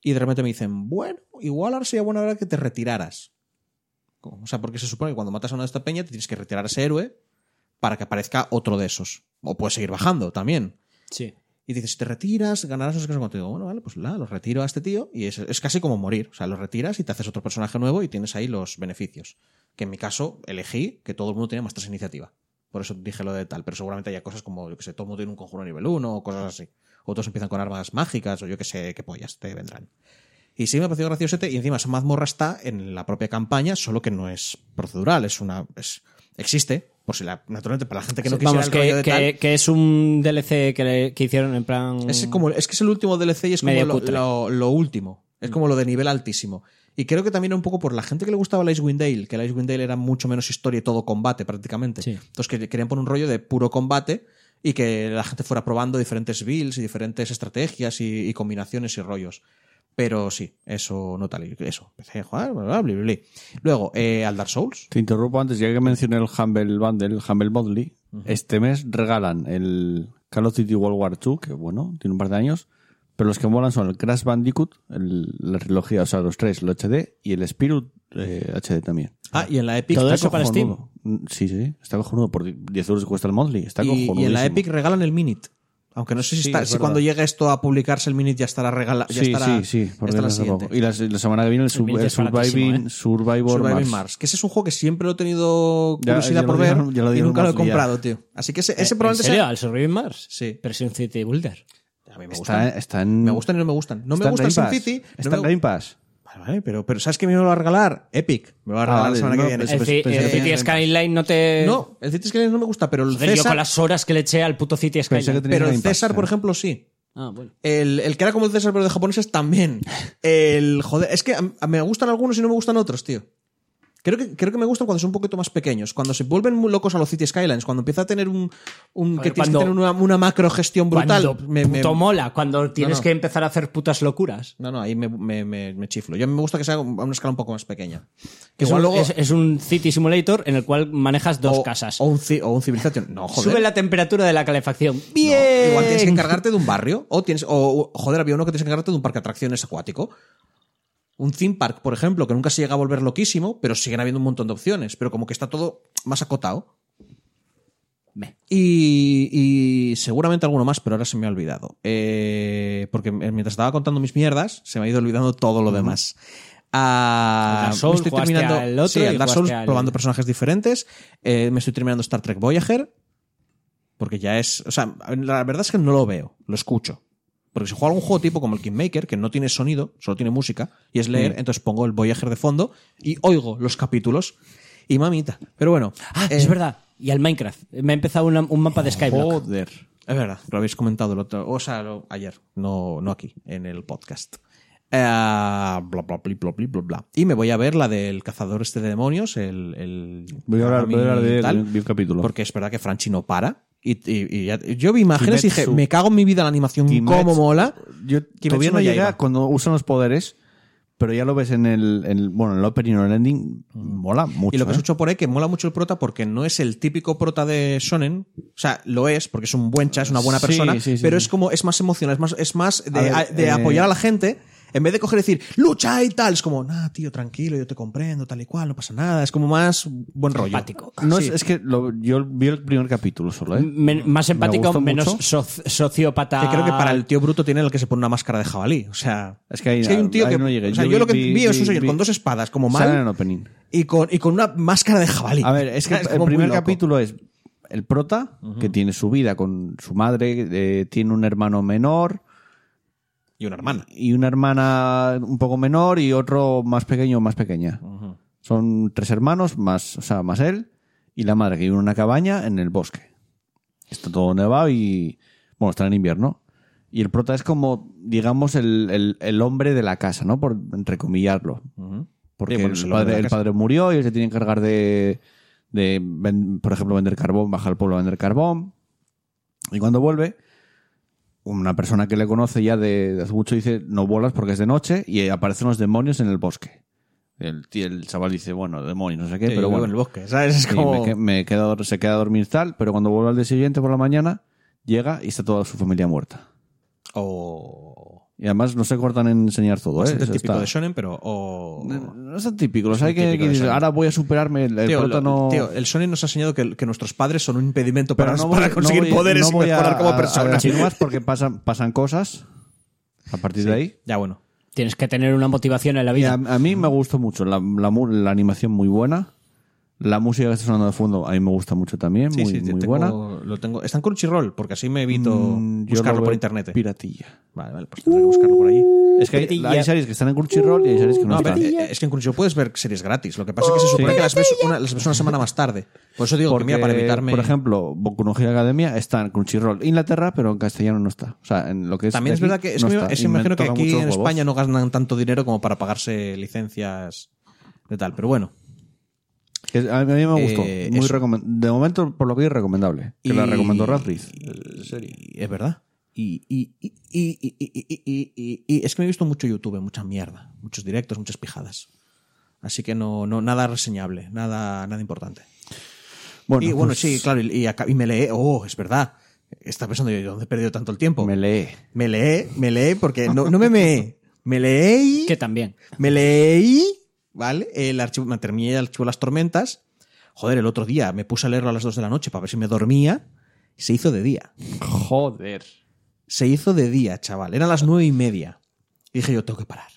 S3: y de repente me dicen, bueno, igual ahora sería buena hora que te retiraras. O sea, porque se supone que cuando matas a una de esta peña te tienes que retirar a ese héroe para que aparezca otro de esos. O puedes seguir bajando también.
S2: Sí.
S3: Y dices, si te retiras, ganarás no sé qué no sé cuánto. Y digo, bueno, vale, pues la, lo retiro a este tío y es, es casi como morir. O sea, lo retiras y te haces otro personaje nuevo y tienes ahí los beneficios. Que en mi caso elegí que todo el mundo tenía más tres iniciativa. Por eso dije lo de tal, pero seguramente haya cosas como, yo que sé, todo el mundo tiene un conjuro nivel 1 o cosas así. Otros empiezan con armas mágicas o yo que sé qué pollas te vendrán. Y sí me ha parecido graciosete y encima esa mazmorra está en la propia campaña, solo que no es procedural, es una... Es, existe, por si la, naturalmente, para la gente que no quisiera
S2: Vamos,
S3: el rollo
S2: que,
S3: de
S2: que-
S3: tal.
S2: que es un DLC que, le- que hicieron en plan...
S3: Es, como, es que es el último DLC y es como
S2: Mm. Medio
S3: lo,
S2: cutre.
S3: lo- lo último. Es como lo de nivel altísimo. Y creo que también era un poco por la gente que le gustaba el Icewind Dale, que el Icewind Dale era mucho menos historia y todo combate prácticamente.
S2: Sí.
S3: Entonces que- querían poner un rollo de puro combate y que la gente fuera probando diferentes builds y diferentes estrategias y, y combinaciones y rollos. Pero sí, eso no tal. y- Eso, empecé a jugar, bla, bla, bla, bla, bla. Luego, eh, al Dark Souls.
S1: Te interrumpo antes, ya que mencioné el Humble Bundle, el Humble Bundle, este mes regalan el Call of Duty World War II, que bueno, tiene un par de años, pero los que molan son el Crash Bandicoot, el- la trilogía, o sea, los tres, el HD y el Spirit eh, HD también.
S3: Ah, y en la Epic.
S2: Todo
S3: está
S2: eso para
S3: cojonudo.
S2: Steam.
S1: Mm, Sí, sí, está cojonudo, por 10 euros cuesta el monthly, está
S3: Y,
S1: cojonudo.
S3: y en la Epic regalan el Minute. Aunque no sé si,
S1: Sí,
S3: está-
S1: es
S3: si
S1: verdad.
S3: cuando llegue esto a publicarse el Minute ya estará regalado.
S1: Sí, sí, sí, porque no hace poco. Y la, la semana que viene el, sub-
S2: Minute
S1: el
S2: es baratísimo,
S1: Surviving,
S2: ¿eh?
S1: Survivor,
S3: Surviving
S1: Mars.
S3: Mars. Que ese es un juego que siempre lo he tenido
S1: Ya-
S3: curiosidad
S1: ya
S3: por
S1: lo
S3: ver
S1: dieron- ya lo
S3: y
S1: dieron
S3: nunca lo he
S1: más liar.
S3: comprado, tío. Así que ese, ese
S2: Eh, ¿En
S3: probablemente
S2: serio?
S3: sea...
S2: ¿Al Surviving Mars?
S3: Sí.
S2: Pero es un City Builder.
S3: A mí me
S1: Está,
S3: gustan.
S1: está en.
S3: Me gustan y no me gustan. No me
S1: está en
S3: gusta el
S1: Game
S3: Sin
S1: Pass.
S3: City. no
S1: Está
S3: me
S1: en
S3: gu-
S1: Game Pass.
S3: Vale, vale, pero, pero ¿sabes qué me va a regalar? Epic. Me va a regalar
S1: vale,
S3: la semana que
S1: no,
S3: viene.
S1: pues,
S2: El,
S1: pues,
S2: Ci-
S1: pues,
S2: el
S1: eh,
S2: City Skyline no te...
S3: No, el City Skyline no me gusta, pero el
S2: Joder, yo con
S3: César...
S2: las horas Pues que le eché al puto City
S1: Pensé que
S2: Skyline.
S1: tenía
S3: Pero el
S1: Game Pass,
S3: César, por
S1: ¿eh?
S3: ejemplo, sí.
S2: Ah, bueno.
S3: El, el que era como el César, pero de japoneses también. El joder, es que a- a- me gustan algunos y no me gustan otros, tío. Creo que, creo que me gustan cuando son un poquito más pequeños, cuando se vuelven muy locos a los City Skylines, cuando empieza a tener un, un
S2: Joder,
S3: que tienes que
S2: cuando-
S3: tener una, una macro gestión brutal.
S2: Cuando
S3: me- me-
S2: puto mola, cuando tienes
S3: no.
S2: que empezar a hacer putas locuras.
S3: no, no, ahí me, me- me- me chiflo. Yo me gusta que sea a una escala un poco más pequeña. Que
S2: Es
S3: igual
S2: un,
S3: luego-
S2: es- es un City Simulator en el cual manejas dos
S3: o-
S2: casas.
S3: O un, ci- o un Civilization. No, joder.
S2: Sube la temperatura de la calefacción.
S3: No,
S2: ¡Bien!
S3: igual tienes que encargarte de un barrio. O tienes. O, o, joder, había uno que tienes que encargarte de un parque de atracciones acuático. Un theme park, por ejemplo, que nunca se llega a volver loquísimo, pero siguen habiendo un montón de opciones. Pero como que está todo más acotado.
S2: Meh.
S3: Y, y seguramente alguno más, pero ahora se me ha olvidado. Eh, porque mientras estaba contando mis mierdas, se me ha ido olvidando todo lo demás. Ah,
S2: Al Dark Souls,
S3: me estoy
S2: jugaste
S3: terminando
S2: al otro
S3: sí,
S2: y
S3: al Dark Souls,
S2: jugaste al-
S3: probando personajes diferentes. Eh, me estoy terminando Star Trek Voyager. Porque ya es. O sea, la verdad es que no lo veo, lo escucho. Porque si juego algún juego tipo como el Kingmaker, que no tiene sonido, solo tiene música, y es
S2: Mm.
S3: leer, entonces pongo el Voyager de fondo y oigo los capítulos. Y mamita. Pero bueno.
S2: Ah,
S3: eh,
S2: es verdad. Y al Minecraft. Me ha empezado una- un mapa de Skyblock.
S1: Joder.
S3: Es verdad, lo habéis comentado el otro, o sea, lo- ayer, no, no aquí, en el podcast. Eh, bla, bla, bla, bla, bla, bla, bla. Y me voy a ver la del cazador este de demonios, el... el
S1: Voy a hablar, voy a hablar de él,
S3: tal,
S1: vi un capítulo.
S3: Porque es verdad que Franchi no para. Y, y- y ya- yo vi imágenes y dije,
S1: Kimetsu.
S3: me cago en mi vida la animación, cómo mola.
S1: Yo
S3: Kimetsu
S1: todavía no
S3: no
S1: llega
S3: Yaiba.
S1: cuando usan los poderes, pero ya lo ves en el, en el- bueno, en el opening o el ending, mola mucho.
S3: Y lo que es
S1: ¿eh?
S3: un por ahí que mola mucho el prota porque no es el típico prota de Sonen. O sea, lo es porque es un buen cha, es una buena
S1: Sí,
S3: persona,
S1: sí, sí,
S3: pero
S1: sí.
S3: es como es más emocional, es más, es más de,
S1: A ver,
S3: a- de
S1: eh,
S3: apoyar a la gente. En vez de coger y decir, lucha y tal, es como, nah, tío, tranquilo, yo te comprendo, tal y cual, no pasa nada. Es como más buen rollo.
S2: Empático.
S1: No es, es que lo- yo vi el primer capítulo solo, ¿eh?
S2: Men- más empático,
S1: gustó
S2: menos
S1: mucho.
S2: soci- sociópata.
S3: Que creo que para el tío bruto tiene el que se pone una máscara de jabalí. O sea,
S1: Ah. Es que ahí-
S3: un tío
S1: ahí
S3: que.
S1: no llegué.
S3: o sea,
S1: Yo
S3: yo,
S1: vi-
S3: lo que
S1: vi-
S3: vi, es un
S1: vi-
S3: señor
S1: vi-
S3: con dos espadas, como mal.
S1: Salen en el opening.
S3: Y con, y con una máscara de jabalí.
S1: A ver, es que el
S3: como muy
S1: primer
S3: loco.
S1: capítulo es el prota, que tiene su vida con su madre, eh, tiene un hermano menor
S3: Y una hermana.
S1: y una hermana un poco menor y otro más pequeño o más pequeña. Son tres hermanos, más, o sea, más él y la madre, que vive en una cabaña en el bosque. Está todo nevado y, bueno, está en invierno. Y el prota es como, digamos, el, el- el hombre de la casa, ¿no? Por entrecomillarlo. Porque
S3: Sí, bueno, se
S1: el,
S3: lo venden
S1: padre,
S3: a
S1: el
S3: casa.
S1: padre murió y él se tiene que encargar de, de ven- por ejemplo, vender carbón, baja al pueblo a vender carbón. Y cuando vuelve, una persona que le conoce ya de, de hace mucho dice, no vuelas porque es de noche y aparecen los demonios en el bosque. El, tío- el chaval dice, bueno, demonios, no sé qué,
S3: Sí,
S1: pero
S3: yo vivo
S1: bueno.
S3: en el bosque, ¿sabes? Es
S1: Sí,
S3: como...
S1: me, que- me queda, se queda a dormir tal, pero cuando vuelve al día siguiente por la mañana, llega y está toda su familia muerta.
S3: O...
S1: Y además no se cortan en enseñar todo, ¿eh?
S3: Bastante
S1: Eso
S3: Pues típico
S1: está-
S3: de Shonen, pero... O...
S1: No, no es tan típico, los
S3: Es muy
S1: hay que,
S3: típico
S1: que
S3: de
S1: dices,
S3: Shonen.
S1: ahora voy a superarme, el, el
S3: Tío,
S1: prota
S3: lo-
S1: no...
S3: tío, el Sony nos ha enseñado que, que nuestros padres son un impedimento
S1: Pero
S3: para,
S1: no
S3: para
S1: voy-
S3: conseguir
S1: no voy-
S3: poderes
S1: no
S3: y
S1: voy
S3: mejorar
S1: a-
S3: como
S1: a- A
S3: personas.
S1: decir más porque pasan, pasan cosas a partir de ahí.
S3: Ya bueno.
S2: Tienes que tener una motivación en la
S1: Y a,
S2: vida.
S1: a mí me gustó mucho, la, la mu- la animación muy buena, la música que está sonando de fondo a mí me gusta mucho también,
S3: Sí,
S1: muy,
S3: sí,
S1: muy
S3: tengo-
S1: buena.
S3: Lo tengo. Está en Crunchyroll, porque así me evito
S1: Mm, yo
S3: buscarlo
S1: lo
S3: por
S1: veo Uh,
S3: internet.
S1: Piratilla.
S3: Vale, vale, pues tendré que buscarlo por allí.
S1: Es que hay,
S2: Piratilla.
S1: hay series que están en Crunchyroll y hay series que no,
S3: No, pero,
S1: están.
S3: eh, es que en Crunchyroll puedes ver series gratis. Lo que pasa es que se supone
S1: Oh, Sí.
S3: que las ves, una, las ves una semana más tarde. Por eso digo
S1: Porque,
S3: que mira, para evitarme.
S1: Por ejemplo, Boku no Hero Academia está en Crunchyroll Inglaterra, pero en castellano no está. O sea, en lo que es. de
S3: También es
S1: aquí,
S3: verdad que es
S1: no
S3: que me-
S1: está.
S3: es
S1: Y
S3: que
S1: me
S3: imagino que
S1: toca
S3: aquí
S1: mucho
S3: en
S1: los huevos.
S3: España no ganan tanto dinero como para pagarse licencias de tal. Pero bueno.
S1: Que a mí a mí me gustó.
S3: Eh,
S1: Muy
S3: eso.
S1: recomen- de momento, por lo que vi, recomendable. Que la
S3: Y-
S1: recomendó Radriz.
S3: eh, y- Es verdad. Y, y, y, y, y, y, y- y- y- y- es que me he visto mucho YouTube, mucha mierda, muchos directos, muchas pijadas. Así que no, no nada reseñable, nada, nada importante. y bueno,
S1: pues,
S3: sí, claro, y, y acá- y me lee, oh, es verdad. Estaba pensando yo, ¿dónde he perdido tanto el tiempo?
S1: Me lee.
S3: Me leé, me leé, porque no, no me meé. Me leí.
S2: Que también.
S3: Me leí, ¿vale? El archivo, me terminé el archivo de las tormentas. Joder, el otro día me puse a leerlo a las 2 de la noche para ver si me dormía. Se hizo de día.
S1: Joder.
S3: Se hizo de día, chaval. Eran las nueve y media. Y dije yo, tengo que parar.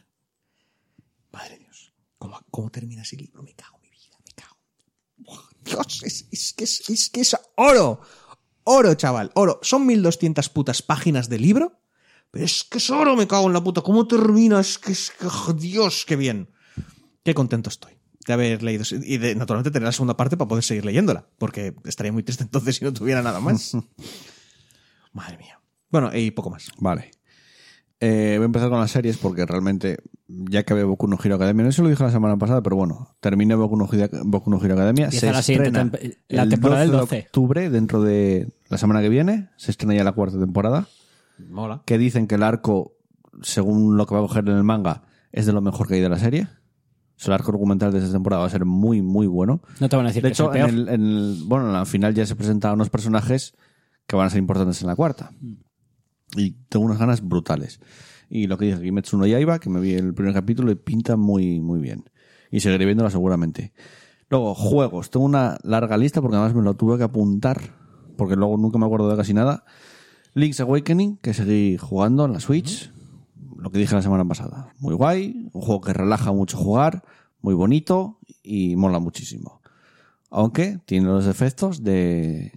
S3: Madre de Dios. ¿Cómo, cómo termina ese libro? Me cago en mi vida, me cago. Buah, Dios, es, es que es, es que es oro. Oro, chaval, oro. Son 1200 putas páginas de libro. Pero es que es oro, me cago en la puta. ¿Cómo termina? Es que es que, oh, Dios, qué bien. Qué contento estoy de haber leído. Y de, naturalmente tener la segunda parte para poder seguir leyéndola. Porque estaría muy triste entonces si no tuviera nada más. Madre mía. Bueno, y poco más.
S1: Vale. Eh, voy a empezar con las series porque realmente ya que veo Boku no Hero Academia, no se lo dije la semana pasada, pero bueno, terminé Boku no Hero, Boku no Hero Academia.
S2: Empieza
S1: Se
S2: la siguiente
S1: estrena
S2: temp- la temporada del 12.
S1: de octubre, dentro de la semana que viene, se estrena ya la cuarta temporada,
S3: Mola.
S1: que dicen que el arco, según lo que va a coger en el manga, es de lo mejor que hay de la serie. O sea, el arco argumental de esta temporada va a ser muy, muy bueno.
S2: No te van a decir
S1: De
S2: que es el
S1: hecho, en
S2: peor.
S1: el, en el- bueno, al final ya se presentan unos personajes que van a ser importantes en la cuarta.
S2: Mm.
S1: Y tengo unas ganas brutales. Y lo que dije, Kimetsu no Yaiba, que me vi el primer capítulo y pinta muy, muy bien. Y seguiré viéndola seguramente. Luego, juegos. Tengo una larga lista porque además me lo tuve que apuntar porque luego nunca me acuerdo de casi nada. Link's Awakening, que seguí jugando en la Switch. Lo que dije la semana pasada. Muy guay, un juego que relaja mucho jugar, muy bonito y mola muchísimo aunque tiene los efectos de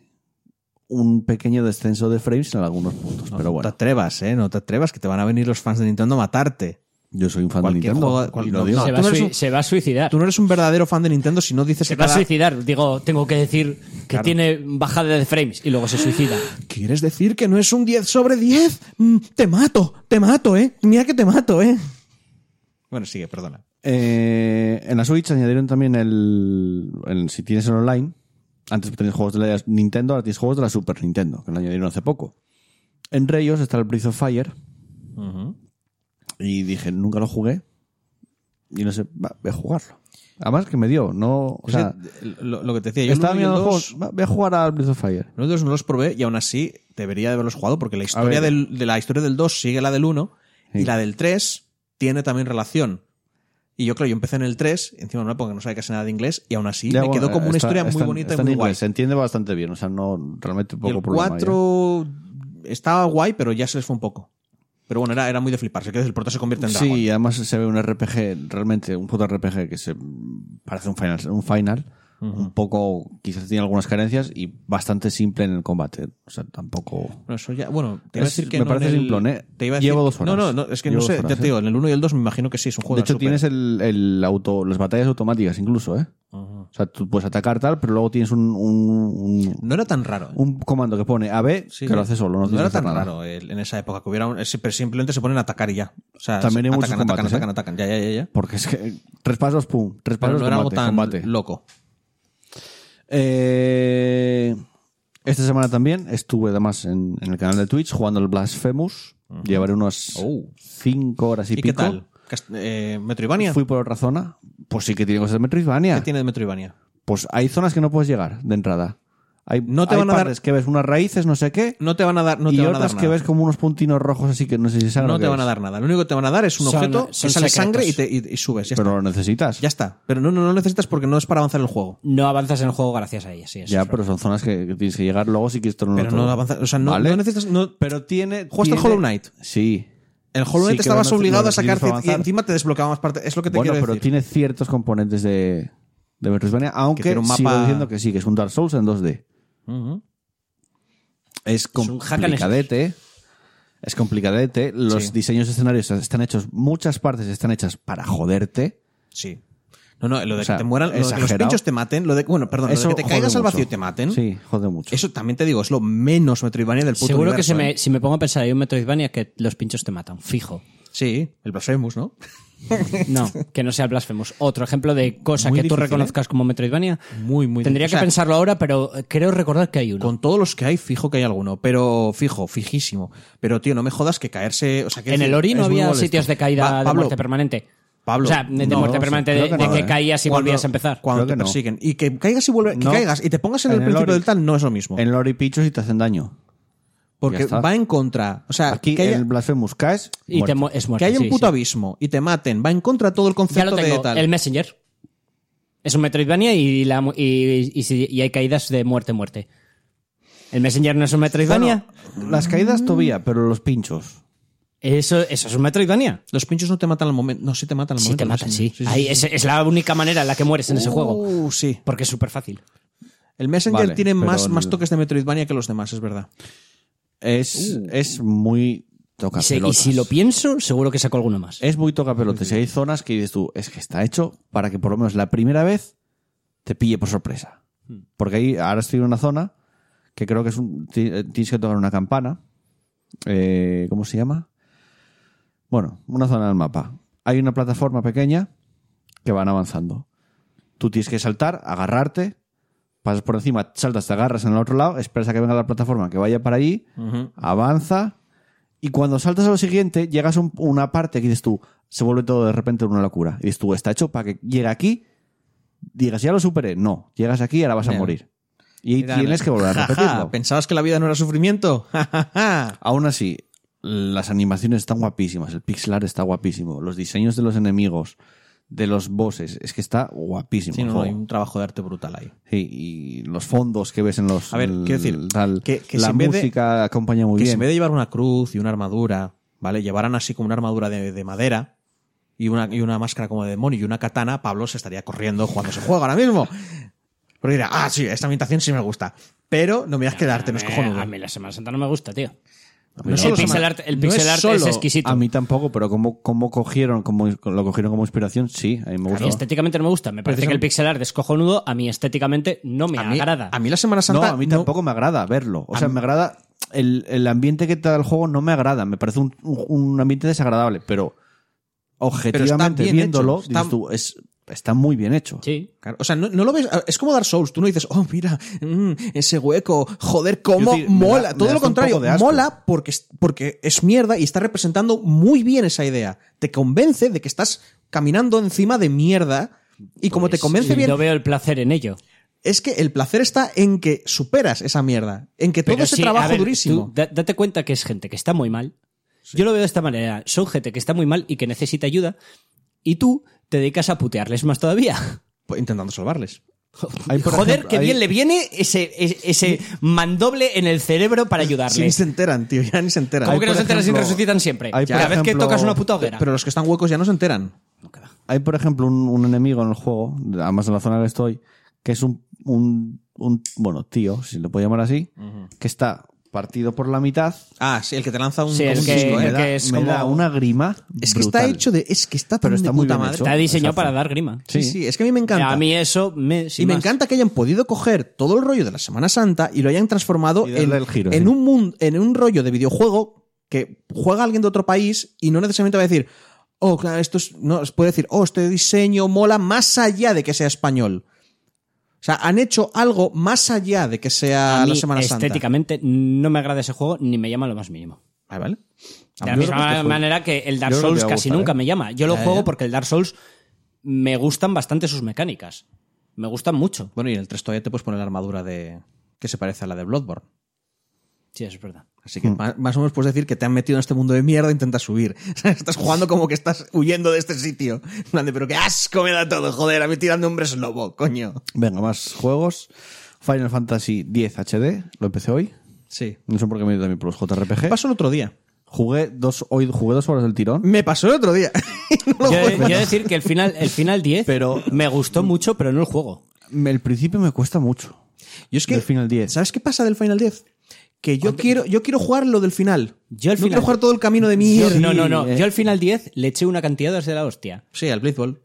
S1: un pequeño descenso de frames en algunos puntos.
S3: No,
S1: pero
S3: no te
S1: bueno,
S3: atrevas, ¿eh? No te atrevas, que te van a venir los fans de Nintendo a matarte.
S1: yo soy un fan de
S3: cualquier
S1: Nintendo
S3: juego- cual-
S1: y lo
S3: no,
S1: digo.
S3: no,
S2: se,
S3: tú
S2: va a
S3: eres
S2: sui-
S3: un-
S2: se va a suicidar.
S3: Tú no eres un verdadero fan de Nintendo si no dices
S2: Se
S3: que
S2: va a
S3: cada-
S2: suicidar. Digo, tengo que decir que
S3: Claro.
S2: tiene bajada de frames y luego se suicida.
S3: ¿Quieres decir que no es un 10 sobre 10? Mm, te mato, te mato, ¿eh? Mira que te mato, ¿eh? Bueno, sigue, perdona.
S1: Eh, en la Switch añadieron también el, el- Si tienes el online, antes tenías juegos de la Nintendo, ahora tienes juegos de la Super Nintendo, que lo añadieron hace poco. Entre ellos está el Breath of Fire. Y dije, nunca lo jugué. Y no sé, va, voy a jugarlo. Además que me dio, no. O
S3: O
S1: sea,
S3: sea, lo, lo que te decía, yo
S1: estaba
S3: el uno y el
S1: mirando
S3: dos-
S1: juegos. va, Voy a jugar al Breath of Fire.
S3: Los dos no los probé y aún así debería de haberlos jugado porque la historia,
S1: ver.
S3: del, de la historia del 2 sigue la del 1 y
S1: Sí.
S3: la del 3 tiene también relación. Y yo, claro, yo empecé en el 3, encima en una época que no sabía casi nada de inglés y aún así
S1: Ya,
S3: me
S1: bueno,
S3: quedó como una
S1: está-
S3: historia
S1: está
S3: muy
S1: en-
S3: bonita y
S1: está en
S3: muy
S1: inglés,
S3: guay.
S1: Se entiende bastante bien, o sea, no realmente
S3: Y
S1: poco
S3: el
S1: problema. ¿eh?
S3: 4 estaba guay, pero ya se les fue un poco. Pero bueno, era, era muy de fliparse, que el prota se convierte
S1: ya.
S3: en
S1: Sí,
S3: dragón.
S1: y además se ve un RPG, realmente un puto RPG que se mm, parece un final, un final un poco, quizás tiene algunas carencias y bastante simple en el combate. O sea, tampoco.
S3: Bueno, eso ya, bueno, te iba a
S1: Es-
S3: decir que
S1: me
S3: no
S1: parece
S3: en el-
S1: simplón, ¿eh?
S3: te iba a
S1: Llevo dos
S3: decir-
S1: horas.
S3: No, no, no, es que
S1: Llevo
S3: no sé,
S1: dos horas,
S3: ya te
S1: ¿eh?
S3: digo, en el 1 y el 2 me imagino que sí, es un juego
S1: de
S3: la
S1: hecho,
S3: Super.
S1: tienes el, el auto, las batallas automáticas incluso, ¿eh? O sea, tú puedes atacar tal, pero luego tienes un, un- un-
S3: No era tan raro. ¿eh?
S1: un comando que pone AB
S3: Sí.
S1: que lo hace solo. No, tienes
S3: era
S1: que hacer
S3: tan
S1: nada.
S3: raro el- en esa época que hubiera un, ese- pero simplemente se ponen a atacar y ya. O sea,
S1: También hay
S3: atacan,
S1: muchos
S3: atacan,
S1: combates,
S3: atacan,
S1: ¿eh?
S3: atacan, ya, ya, ya, ya.
S1: Porque es que tres pasos, pum, tres
S3: Pero
S1: pasos,
S3: no era algo
S1: combate,
S3: tan
S1: combate.
S3: loco.
S1: Eh, esta semana también estuve además en, en el canal de Twitch jugando el Blasphemous. Llevaré unas
S3: Oh.
S1: cinco horas y,
S3: ¿Y, qué
S1: pico.
S3: tal? Cast- eh, ¿Metroidvania?
S1: Fui por otra zona. Pues sí que tiene cosas de Metroidvania.
S3: ¿Qué tiene de Metroidvania?
S1: Pues hay zonas que no puedes llegar de entrada. Hay,
S3: No te
S1: hay
S3: van a dar-
S1: partes que ves unas raíces, no sé qué.
S3: No te van a dar, no
S1: y
S3: te van a dar
S1: otras que
S3: nada.
S1: ves como unos puntinos rojos así que no sé si saben
S3: no
S1: lo
S3: te
S1: que
S3: van a
S1: es.
S3: dar nada. Lo único que te van a dar es un
S2: Son-
S3: objeto que
S2: son
S3: sale
S2: secretos.
S3: sangre y, te, y- y subes. Ya,
S1: Pero
S3: está.
S1: lo necesitas.
S3: Ya está. Pero no, no, no necesitas porque no es para avanzar el juego.
S2: No avanzas en el juego gracias a ella, sí. eso
S1: Ya,
S2: es
S1: pero
S2: verdad.
S1: son zonas que, que tienes que llegar luego si quieres tornarlo
S3: Pero no
S1: todo.
S3: avanza- o sea, no- no necesitas- no-
S1: pero tiene.
S3: ¿Jugaste al
S1: tiene-
S3: Hollow Knight?
S1: Sí.
S3: El Hollow Knight
S1: Sí que
S3: estabas
S1: no- no
S3: obligado a
S1: necesitas
S3: sacar
S1: para
S3: y
S1: avanzar.
S3: encima te desbloqueaba más partes. Es lo que te
S1: Bueno,
S3: quiero
S1: pero
S3: decir.
S1: tiene ciertos componentes de, de Metroidvania, aunque
S3: tiene un mapa-
S1: sigo diciendo que sí, que es un Dark Souls en 2D. Es
S2: un hack and
S1: complicadete. Es complicadete. Los
S3: Sí.
S1: diseños de escenarios están hechos, muchas partes están hechas para joderte.
S3: Sí. No, no, lo de
S1: O sea,
S3: que te mueran, lo de que los
S1: exagerado.
S3: pinchos te maten, lo de, bueno, perdón, lo de que te
S1: jode
S3: caigas al
S1: mucho.
S3: vacío y te maten.
S1: Sí, jode mucho.
S3: Eso también te digo, es lo menos Metroidvania del puto
S2: Seguro que
S3: universo,
S2: se me-
S3: ¿eh?
S2: si me pongo a pensar, hay un Metroidvania que los pinchos te matan, fijo.
S3: Sí, el Blasphemous, ¿no?
S2: No, que no sea Blasphemous. Otro ejemplo de cosa
S3: Muy
S2: que tú
S3: difícil, ¿eh?
S2: reconozcas como Metroidvania.
S3: Muy, muy
S2: Tendría
S3: difícil.
S2: que
S3: O sea,
S2: pensarlo ahora, pero eh, creo recordar que hay uno.
S3: Con todos los que hay, fijo que hay alguno, pero fijo, fijísimo. Pero tío, no me jodas que caerse. O sea, que
S2: En
S3: decir,
S2: el Ori no
S3: es muy
S2: había
S3: molesto.
S2: sitios de caída
S3: Pa-
S2: de
S3: Pablo,
S2: muerte permanente.
S3: Pablo,
S2: O sea, de
S3: no,
S2: muerte
S1: no sé,
S2: permanente,
S1: creo
S2: de,
S1: que
S2: de
S1: no,
S2: que
S1: eh.
S2: caías y
S3: cuando-
S2: volvías a empezar.
S3: Cuando
S1: Creo
S3: te
S1: que no.
S3: persiguen. Y que caigas y vuelve, que
S1: No.
S3: caigas y te pongas en, el
S1: En el
S3: principio
S1: Ori.
S3: del tal no es lo mismo.
S1: En Lori Pichos y te hacen daño.
S3: porque
S1: Ya está.
S3: va en contra. O sea,
S1: Aquí
S3: Ah, que, haya,
S1: en el Blasphemous caes.
S2: y te
S1: muerto.
S2: mu- es
S3: que
S2: muerte,
S3: haya un
S2: sí,
S3: puto
S2: sí.
S3: abismo y te maten, va en contra de todo el
S2: Ya
S3: concepto
S2: lo
S3: de
S2: tengo,
S3: tal.
S2: el Messenger. Es un Metroidvania y, la mu- y, y si- y hay caídas de muerte, muerte. ¿El Messenger no es un Metroidvania?
S1: Las caídas todavía, pero los pinchos.
S2: Eso, eso es un Metroidvania.
S3: Los pinchos no te matan al momento. No, sí te matan al
S2: Sí,
S3: momento.
S2: te matan, sí.
S3: sí, sí,
S2: Ahí
S3: sí.
S2: Es, es la única manera en la que mueres en ese
S3: Uh,
S2: juego.
S3: sí.
S2: Porque es súper fácil.
S3: El Messenger
S1: Vale,
S3: tiene
S1: pero
S3: más,
S1: el-
S3: más toques de Metroidvania que los demás, es verdad.
S1: Es,
S3: Uh.
S1: es muy
S2: Y, se- y
S1: tocapelotas.
S2: si lo pienso, seguro que saco alguno más.
S1: Es muy tocapelotes. Y hay zonas que dices tú, es que está hecho para que por lo menos la primera vez te pille por sorpresa. Porque ahí ahora estoy en una zona que creo que es un, ti- eh, tienes que tocar una campana. Eh, ¿Cómo se llama? Bueno, una zona del mapa. Hay una plataforma pequeña que van avanzando. Tú tienes que saltar, agarrarte, pasas por encima, saltas, te agarras en el otro lado, esperas a que venga la plataforma, que vaya para allí, avanza, y cuando saltas a lo siguiente, llegas a un- una parte que dices tú, se vuelve todo de repente una locura. Y dices tú, está hecho para que llegue aquí, digas, ya lo superé. No, llegas aquí y ahora vas a
S3: Bien.
S1: morir. Y ahí
S3: Era-
S1: tienes que volver
S2: Uh,
S1: a
S3: Jaja,
S1: repetirlo.
S3: ¿Pensabas que la vida no era sufrimiento? Jajaja.
S1: Aún así, las animaciones están guapísimas, el pixelar está guapísimo, los diseños de los enemigos, de los bosses, es que está guapísimo.
S3: sí,
S1: el
S3: no, no, hay
S1: juego.
S3: un trabajo de arte brutal ahí.
S1: Sí, y los fondos que ves en los.
S3: A ver,
S1: el-
S3: quiero decir,
S1: tal,
S3: que- que si
S1: la
S3: en vez de-
S1: música acompaña muy
S3: que si
S1: bien.
S3: en vez de llevar una cruz y una armadura, ¿vale? Llevaran así como una armadura de, de madera y una, y una máscara como de demonio y una katana, Pablo se estaría corriendo jugando ese juego ahora mismo. Porque dirá, ah, sí, esta ambientación sí me gusta. Pero no me das que darte, no es
S2: Eh,
S3: cojonudo.
S2: A mí la Semana Santa no me gusta, tío.
S1: no
S2: el,
S1: solo
S2: pixel
S3: Semana-
S2: art, el
S3: no
S2: pixel
S3: es
S2: art es,
S3: solo-
S2: exquisito.
S1: A mí tampoco, pero como, como cogieron, como lo cogieron como inspiración, sí, a mí me
S2: A
S1: gustó.
S2: mí estéticamente no me gusta. Me parece que el pixel art es cojonudo. A mí estéticamente no me
S3: A mí,
S2: agrada.
S3: a mí la Semana
S1: no,
S3: Santa.
S1: a mí tampoco me agrada verlo. O sea, me agrada. El, el ambiente que te da el juego no me agrada. Me parece un, un- un ambiente desagradable, pero objetivamente
S3: bien
S1: viéndolo,
S3: hecho, está-
S1: dices tú, es, está muy bien hecho.
S2: Sí.
S3: Claro, o sea, no, no lo ves. Es como Dark Souls. Tú no dices, oh, mira, mm, ese hueco, joder, cómo
S1: Quiero decir, me
S3: mola.
S1: da- me
S3: Todo
S1: da hasta
S3: lo
S1: un
S3: contrario,
S1: poco de asco.
S3: mola porque es, porque es mierda y está representando muy bien esa idea. Te convence de que estás caminando encima de mierda y como te
S2: Pues,
S3: convence
S2: y
S3: bien,
S2: No veo el placer en ello.
S3: es que el placer está en que superas esa mierda, en que todo
S2: Pero
S3: ese
S2: sí,
S3: trabajo
S2: a ver,
S3: durísimo.
S2: tú da- date cuenta que es gente que está muy mal. Yo lo veo de esta manera. Son gente que está muy mal y que necesita ayuda. Y tú te dedicas a putearles más todavía.
S3: Pues Intentando salvarles.
S1: Hay, por
S2: Joder,
S1: ejemplo,
S2: que
S1: hay-
S2: bien le viene ese, ese, ese mandoble en el cerebro para
S3: Sí, ni
S2: ayudarles.
S3: se enteran, tío, ya ni se enteran.
S2: Como que
S1: por
S2: no se enteran si
S1: ejemplo-
S2: resucitan siempre.
S1: hay, por
S2: Cada vez que
S1: ejemplo-
S2: tocas una puta hoguera.
S3: Pero los que están huecos ya no se enteran.
S1: Hay, por ejemplo, un, un enemigo en el juego, además de la zona en la que estoy, que es un, un, un- bueno, tío, si lo puedo llamar así, que está partido por la mitad.
S3: Ah, sí, el que te lanza un,
S2: Sí, el
S3: un
S2: que-
S3: disco,
S1: me
S3: ¿eh?
S1: da,
S2: que es
S1: me
S2: como-
S1: da una grima.
S3: Es que está
S1: brutal.
S3: hecho de. Es que está tan
S1: Pero está
S3: de
S1: muy
S3: puta
S1: bien
S3: madre.
S1: hecho.
S2: Está diseñado
S1: Exacto.
S2: para dar grima.
S3: Sí, sí, es que a mí me encanta.
S2: A mí eso me. sin
S3: y me
S2: más.
S3: encanta que hayan podido coger todo el rollo de la Semana Santa y lo hayan transformado
S1: Y darle
S3: en,
S1: el giro,
S3: en,
S1: sí.
S3: un mun- en un rollo de videojuego que juega alguien de otro país y no necesariamente va a decir, oh, claro, esto es, no, puede decir, oh, este diseño mola más allá de que sea español. O sea, han hecho algo más allá de que sea
S2: A
S3: la
S2: mí,
S3: Semana Santa.
S2: estéticamente no me agrada ese juego ni me llama lo más mínimo.
S3: Vale, vale.
S2: De la
S1: Yo creo que
S2: misma
S1: este juego-
S2: manera que el Dark
S1: Yo creo que
S2: Souls
S1: te va a
S2: casi
S1: gustar,
S2: nunca
S1: ¿eh?
S2: me llama. Yo lo
S3: Ya,
S2: juego
S3: ya.
S2: porque el Dark Souls me gustan bastante sus mecánicas. Me gustan mucho.
S3: Bueno, y en el 3 todavía te puedes poner la armadura de que se parece a la de Bloodborne.
S2: Sí, eso es verdad.
S3: Así
S1: Hmm.
S3: que más, más o menos puedes decir que te han metido en este mundo de mierda e intentas subir. O sea, estás jugando como que estás huyendo de este sitio. En plan de, pero qué asco me da todo, joder, a mí tirando hombres lobo, coño.
S1: Venga, más juegos. Final Fantasy X HD, lo empecé hoy.
S3: Sí.
S1: No sé por qué me he ido también por los JRPG.
S3: Me pasó el otro día.
S1: Jugué dos, hoy jugué dos horas del tirón.
S3: Me pasó el otro día. No lo
S2: Yo,
S3: juego.
S2: yo decir que el final, el final 10
S1: Pero-
S2: me gustó mucho, pero no el juego.
S1: Me- El principio me cuesta mucho.
S3: Yo es que,
S1: Del Final 10.
S3: ¿Sabes qué pasa del Final 10? Que yo quiero, yo quiero jugar lo del final.
S2: Yo el
S3: no quiero
S2: final-
S3: jugar todo el camino de
S2: Yo-
S3: mierda.
S2: no, no, no.
S3: Eh,
S2: Yo al final 10 le eché una cantidad de la hostia.
S3: Sí, al Blitzball.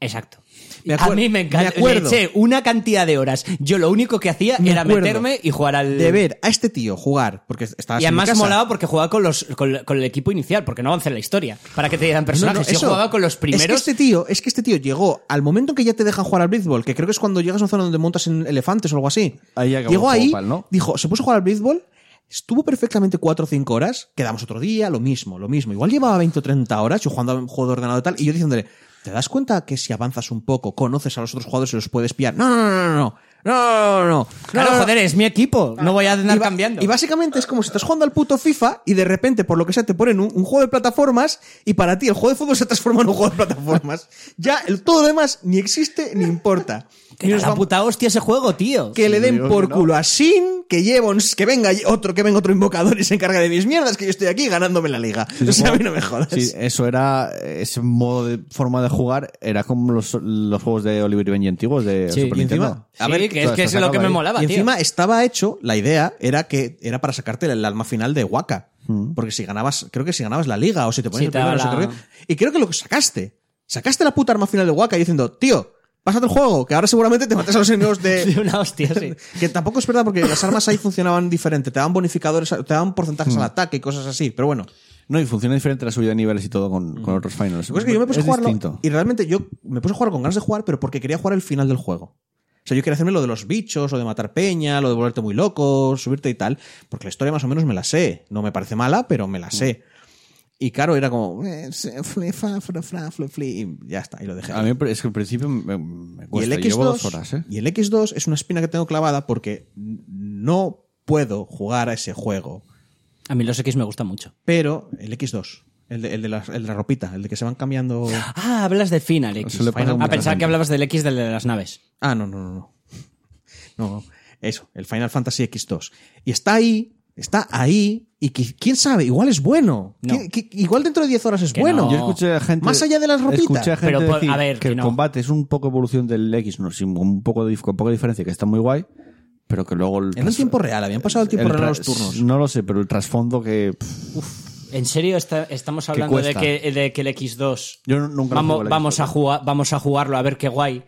S2: Exacto.
S3: Me
S2: a
S3: acuer-
S2: mí me
S3: me
S2: encanta. le
S3: acuerdo.
S2: eché una cantidad de horas. Yo lo único que hacía
S3: Me
S2: era
S3: acuerdo.
S2: meterme y jugar al.
S3: De ver a este tío jugar, porque estaba
S2: Y además molaba porque jugaba con, los, con, con el equipo inicial, porque no avanza en la historia. Para que te dieran personajes.
S3: No, no, eso.
S2: Yo jugaba con los primeros.
S3: Es que este tío, es que este tío llegó al momento en que ya te dejan jugar al Blitzball, que creo que es cuando llegas a una zona donde montas en elefantes o algo así.
S1: Ahí acabó
S3: llegó
S1: el juego
S3: ahí,
S1: pal, ¿no?
S3: dijo, se puso a jugar al Blitzball, estuvo perfectamente 4 o 5 horas, quedamos otro día, lo mismo, lo mismo. Igual llevaba 20 o 30 horas yo jugando a un juego de ordenador y tal, y yo diciéndole, ¿te das cuenta que si avanzas un poco, conoces a los otros jugadores y los puedes pillar? No, no, no, no, no. No, no, no.
S2: Claro,
S3: no, no, no.
S2: joder, es mi equipo. No voy a andar
S3: Y ba-
S2: cambiando.
S3: Y básicamente es como si estás jugando al puto FIFA y de repente, por lo que sea, te ponen un, un juego de plataformas y para ti el juego de fútbol se transforma en un juego de plataformas. ya el, todo lo demás ni existe ni importa.
S2: que
S3: Y
S2: da
S3: nos
S2: la
S3: vamos-
S2: puta hostia ese juego, tío.
S3: que le den
S1: digo
S3: por
S1: que no.
S3: culo a Sin, que llevo, un- que venga otro, que venga otro invocador y se encarga de mis mierdas, que yo estoy aquí ganándome la liga. o sea, a mí no me jodas.
S1: Sí, eso era. Ese modo de forma de jugar era como los, los juegos de Oliver y Benji antiguos de
S2: Sí,
S1: Super
S3: y encima-
S1: Nintendo.
S2: Sí, que es
S3: pues
S2: que es lo que me molaba,
S3: y
S2: tío.
S3: encima estaba hecho, la idea era que era para sacarte el alma final de Waka. Porque si ganabas, creo que si ganabas la liga o si te ponías
S2: Sí,
S3: el
S2: te daba
S3: primero, no sé
S2: la-
S3: qué rollo. Y creo que lo sacaste. Sacaste la puta arma final de Waka y diciendo, tío, pásate el juego, que ahora seguramente te matas a los enemigos
S2: De
S3: de.
S2: una hostia, sí.
S3: que tampoco es verdad porque las armas ahí funcionaban diferente. Te daban bonificadores, te daban porcentajes al ataque y cosas así. Pero bueno.
S1: No, y funciona diferente la subida de niveles y todo con, con otros finals.
S3: Lo que pasa Mm. Pues es que yo me puse
S1: es
S3: a jugarlo
S1: distinto.
S3: y realmente yo me puse a jugar con ganas de jugar, pero porque quería jugar el final del juego. O sea, yo quería hacerme lo de los bichos, lo de matar peña, lo de volverte muy loco, subirte y tal, porque la historia más o menos me la sé. No me parece mala, pero me la sé. Y claro, era como... eh, se- fle, fa, fra, fra, fle, fli, y ya está, y lo dejé.
S1: A mí es que al principio me, me
S3: Y el,
S1: cuesta. Llevo dos
S3: X2,
S1: horas, ¿eh?
S3: y el X2 es una espina que tengo clavada porque no puedo jugar a ese juego.
S2: A mí los X me gusta mucho.
S3: Pero el X2, el de, el de la, el de la ropita, el de que se van cambiando...
S2: Ah, hablas de Final X.
S1: Eso le pasa a mucha
S2: Ah, pensaba
S1: gente.
S2: que hablabas del X del de las naves.
S3: Ah, no, no, no, no. No, no. Eso, el Final Fantasy X2. Y está ahí, está ahí, y qui- quién sabe, igual es bueno.
S2: No.
S3: Qui- qui- igual dentro de 10 horas es
S2: Que
S3: bueno.
S2: no.
S1: Yo escuché a gente.
S3: Más allá de las ropitas.
S1: Escuché a gente
S2: Pero, pues,
S1: decir
S2: a ver,
S1: que,
S2: que
S1: el
S2: no.
S1: combate es un poco evolución del X, no, sin- un poco de, con poca diferencia, que está muy guay, pero que luego. El
S3: Era en tiempo real, habían pasado el tiempo real a los
S1: tras-
S3: turnos.
S1: No lo sé, pero el trasfondo que. pff,
S2: ¿En serio está- estamos hablando de
S1: cuesta.
S2: que, de que el X2...
S1: Yo nu- nunca lo
S2: vamos,
S1: jugué al
S2: vamos,
S1: X2.
S2: a jugar, vamos a jugarlo a ver qué guay.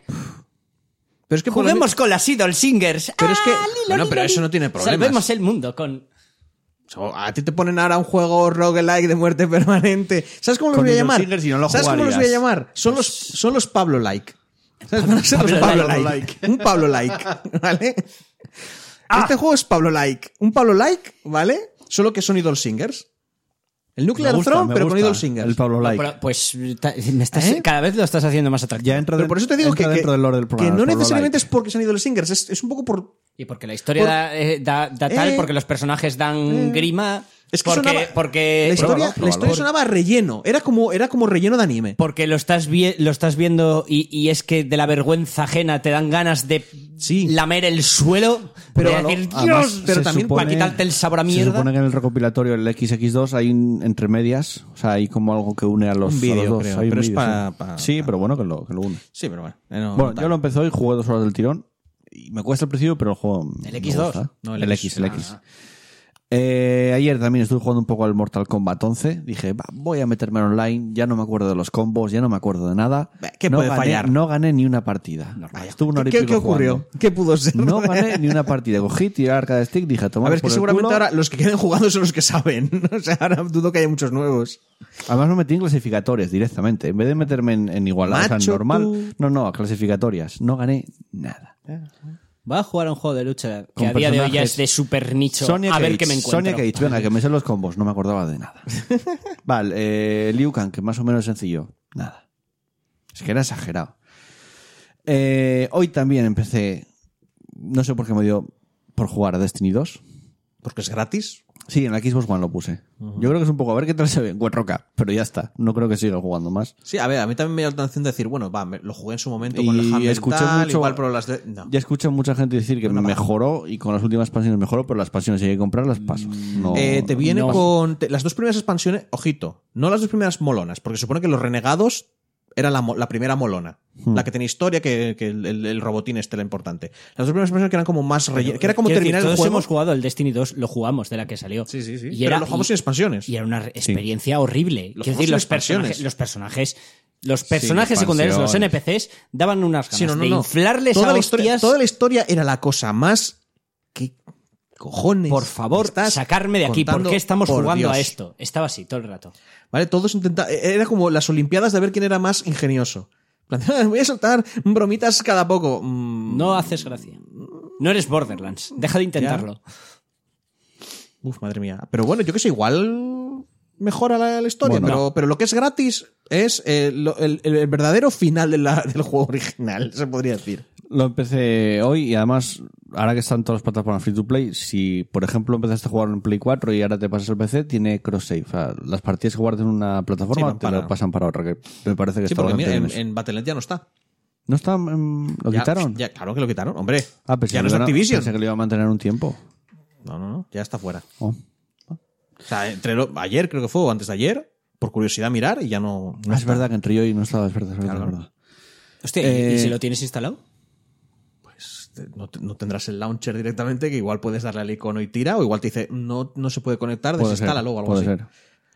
S3: Pero es que por lo
S2: Juguemos con las Idol Singers.
S3: Pero es que-
S2: Ah, Lilo,
S3: Bueno,
S2: Lilo,
S3: pero eso
S2: Lilo.
S3: no tiene problemas.
S2: Salvemos el mundo con...
S3: menos- o a ti te ponen ahora un juego roguelike de muerte permanente. ¿Sabes cómo los
S1: Con
S3: voy a
S1: Idol
S3: llamar?
S1: Singers y no lo
S3: ¿Sabes cómo los voy a
S1: jugarías. Pues-
S3: llamar? Son los, son los Pablo like. ¿Sabes? Van a ser los
S2: Pablo
S3: Pablo like. Un Pablo like, ¿vale?
S1: Ah.
S3: Este juego es Pablo like. Un Pablo like, ¿vale? Solo que son Idol Singers. El
S1: Me
S3: Nuclear
S1: gusta,
S3: Throne,
S1: me
S3: pero con
S1: gusta.
S3: Idol Singers.
S1: El Pablo Like.
S2: Pero, Pues ta- me estás-
S3: ¿Eh?
S2: cada vez lo estás haciendo más atractivo.
S1: ya entra
S3: Pero
S1: de-
S3: por eso te digo que,
S1: entra
S3: que-
S1: dentro del lore del
S3: que
S1: programa.
S3: no
S1: el Pablo
S3: necesariamente
S1: Like.
S3: es porque son Idol Singers, es, es un poco por...
S2: Y porque la historia
S3: Por-
S2: da, eh, da- da tal,
S3: Eh.
S2: porque los personajes dan grima.
S3: Es que
S2: porque,
S3: sonaba-
S2: porque,
S3: la historia,
S1: pruébalo,
S3: la
S1: pruébalo.
S3: historia sonaba a relleno. Era como, era como relleno de anime.
S2: porque lo estás, vi- lo estás viendo y, y es que de la vergüenza ajena te dan ganas de
S3: Sí.
S2: lamer el suelo.
S3: Pero-
S2: de decir,
S3: Además,
S2: Dios,
S1: se
S2: pero también para
S1: supone-
S2: quitarte el sabor a
S1: Se
S2: mierda.
S1: supone que en el recopilatorio, el XX2, hay un- entre medias, o sea, hay como algo que une a los,
S3: Un vídeo,
S1: a los dos.
S3: creo,
S1: hay un
S3: pero es
S1: vídeo,
S3: pa-
S1: sí.
S3: pa-
S1: Sí,
S3: pa-
S1: pero bueno, que lo, que lo une.
S3: Sí, pero bueno. eh, no-
S1: Bueno,
S3: no
S1: yo lo
S3: tal.
S1: empecé hoy, jugué dos horas del tirón. Y me cuesta el principio, pero el juego.
S2: ¿El
S1: me
S2: X2?
S1: gusta.
S3: No, el
S1: el,
S3: X, ah.
S1: X, el X. Eh, ayer también estuve jugando un poco al Mortal Kombat 11. Dije, "Va, voy a meterme online. Ya no me acuerdo de los combos, ya no me acuerdo de nada.
S3: Bah, ¿qué
S1: no
S3: puede
S1: gané,
S3: fallar?
S1: No gané ni una partida. Estuve una hora y
S3: ¿Qué,
S1: pico
S3: qué ocurrió?
S1: jugando.
S3: ¿Qué pudo ser?
S1: No gané ni una partida. Cogí, tiré al arca de stick, dije, toma.
S3: A ver, es que seguramente ahora los que queden jugando son los que saben. O sea, ahora dudo que haya muchos nuevos.
S1: Además me metí en clasificatorias directamente. En vez de meterme en, en igualadas
S3: Macho,
S1: al normal.
S3: tú.
S1: No, no, a clasificatorias. No gané nada.
S2: Va a jugar a un juego de lucha que
S1: Con
S2: a día de hoy ya
S1: personajes-
S2: es de super nicho.
S1: Sonia
S2: a ver
S1: Cage,
S2: qué me encuentro.
S1: Sonia Cage, venga, que me sé los combos. No me acordaba de nada. vale, eh, Liu Kang, que más o menos sencillo. Nada. Es que era exagerado. Eh, hoy también empecé... No sé por qué me dio por jugar a Destiny 2.
S3: Porque es gratis.
S1: Sí, en la Xbox One lo puse. Yo creo que es un poco... A ver qué tal se ve en 4K. Pero ya está. No creo que siga jugando más.
S3: Sí, a ver, a mí también me dio la tentación de decir, bueno, va, me- lo jugué en su momento
S1: Y
S3: con el Humble
S1: escuché
S3: tal,
S1: mucho-
S3: igual, pero las de... No.
S1: Ya escucho a mucha gente decir que mejoró y con las últimas expansiones mejoró, pero las expansiones si hay que comprar, las paso. No,
S3: Eh, te
S1: no,
S3: viene
S1: no.
S3: con... te- las dos primeras expansiones, ojito, no las dos primeras molonas, porque supone que los renegados era la, mo- la primera molona.
S1: Hmm.
S3: La que tenía historia, que, que el, el- el robotín este era importante. Las dos primeras expansiones que eran como más relleno, que era como
S2: Quiero
S3: terminar
S2: decir,
S3: el
S2: todos
S3: juego.
S2: hemos jugado el Destiny 2, lo jugamos de la que salió.
S3: Sí, sí, sí.
S2: Y
S3: Pero
S2: era,
S3: lo jugamos
S2: y-
S3: sin expansiones.
S2: Y era una experiencia horrible.
S3: Lo jugamos
S2: Quiero decir,
S3: sin
S2: los
S3: expansiones.
S2: personajes, los personajes, los personajes
S1: expansiones.
S2: secundarios, los NPCs, daban unas ganas
S3: Sí, no, no,
S2: de
S3: no.
S2: inflarles
S3: toda
S2: a
S3: la
S2: hostias.
S3: historia, toda la historia era la cosa más... ¿Qué cojones?
S2: Por favor,
S3: estás
S2: sacarme de aquí. ¿Por
S3: contando?
S2: qué estamos
S3: Por
S2: jugando a
S3: Dios.
S2: esto? Estaba así todo el rato.
S3: ¿Vale? Todos intentaban. Era como las Olimpiadas de ver quién era más ingenioso. En plan, "Ah, Voy a soltar bromitas cada poco. Mm,
S2: No haces gracia. No eres Borderlands. Deja de intentarlo.
S3: Uf, madre mía. Pero bueno, yo que sé, igual mejora la, la historia.
S1: Bueno.
S3: pero, pero lo que es gratis es eh, lo- el, el- el verdadero final de la- del juego original, se podría decir.
S1: Lo empecé hoy y además, ahora que están todas las plataformas free to play, si por ejemplo empezaste a jugar en Play 4 y ahora te pasas el PC, tiene cross save. O sea, las partidas que guardas en una plataforma
S3: Sí, van
S1: te
S3: para-
S1: la pasan para otra, que me parece que
S3: Sí,
S1: está
S3: porque mira,
S1: bastante
S3: en,
S1: bien eso.
S3: en Battle.net ya no está.
S1: ¿No está, em, ¿Lo
S3: Ya-
S1: quitaron?
S3: Ya, claro que lo quitaron, hombre.
S1: ah, pensé
S3: ya
S1: que
S3: no
S1: lo
S3: es
S1: iban a-
S3: Activision.
S1: Pensé que lo iba a mantener un tiempo.
S3: No, no, no. Ya está fuera.
S1: Oh.
S3: O sea, entre lo- ayer creo que fue, o antes de ayer, por curiosidad mirar y ya no. no
S1: Ah, es
S3: está. Pues
S1: verdad que entre yo y no estaba, es verdad, es verdad, es verdad.
S2: Hostia, ¿y- ¿y
S1: Eh,
S2: si lo tienes instalado?
S3: te- no, te- no tendrás el launcher directamente, que igual puedes darle al icono y tira, o igual te dice, no, no se puede conectar,
S1: Puede ser,
S3: desinstálalo o algo
S1: puede
S3: así.
S1: ser.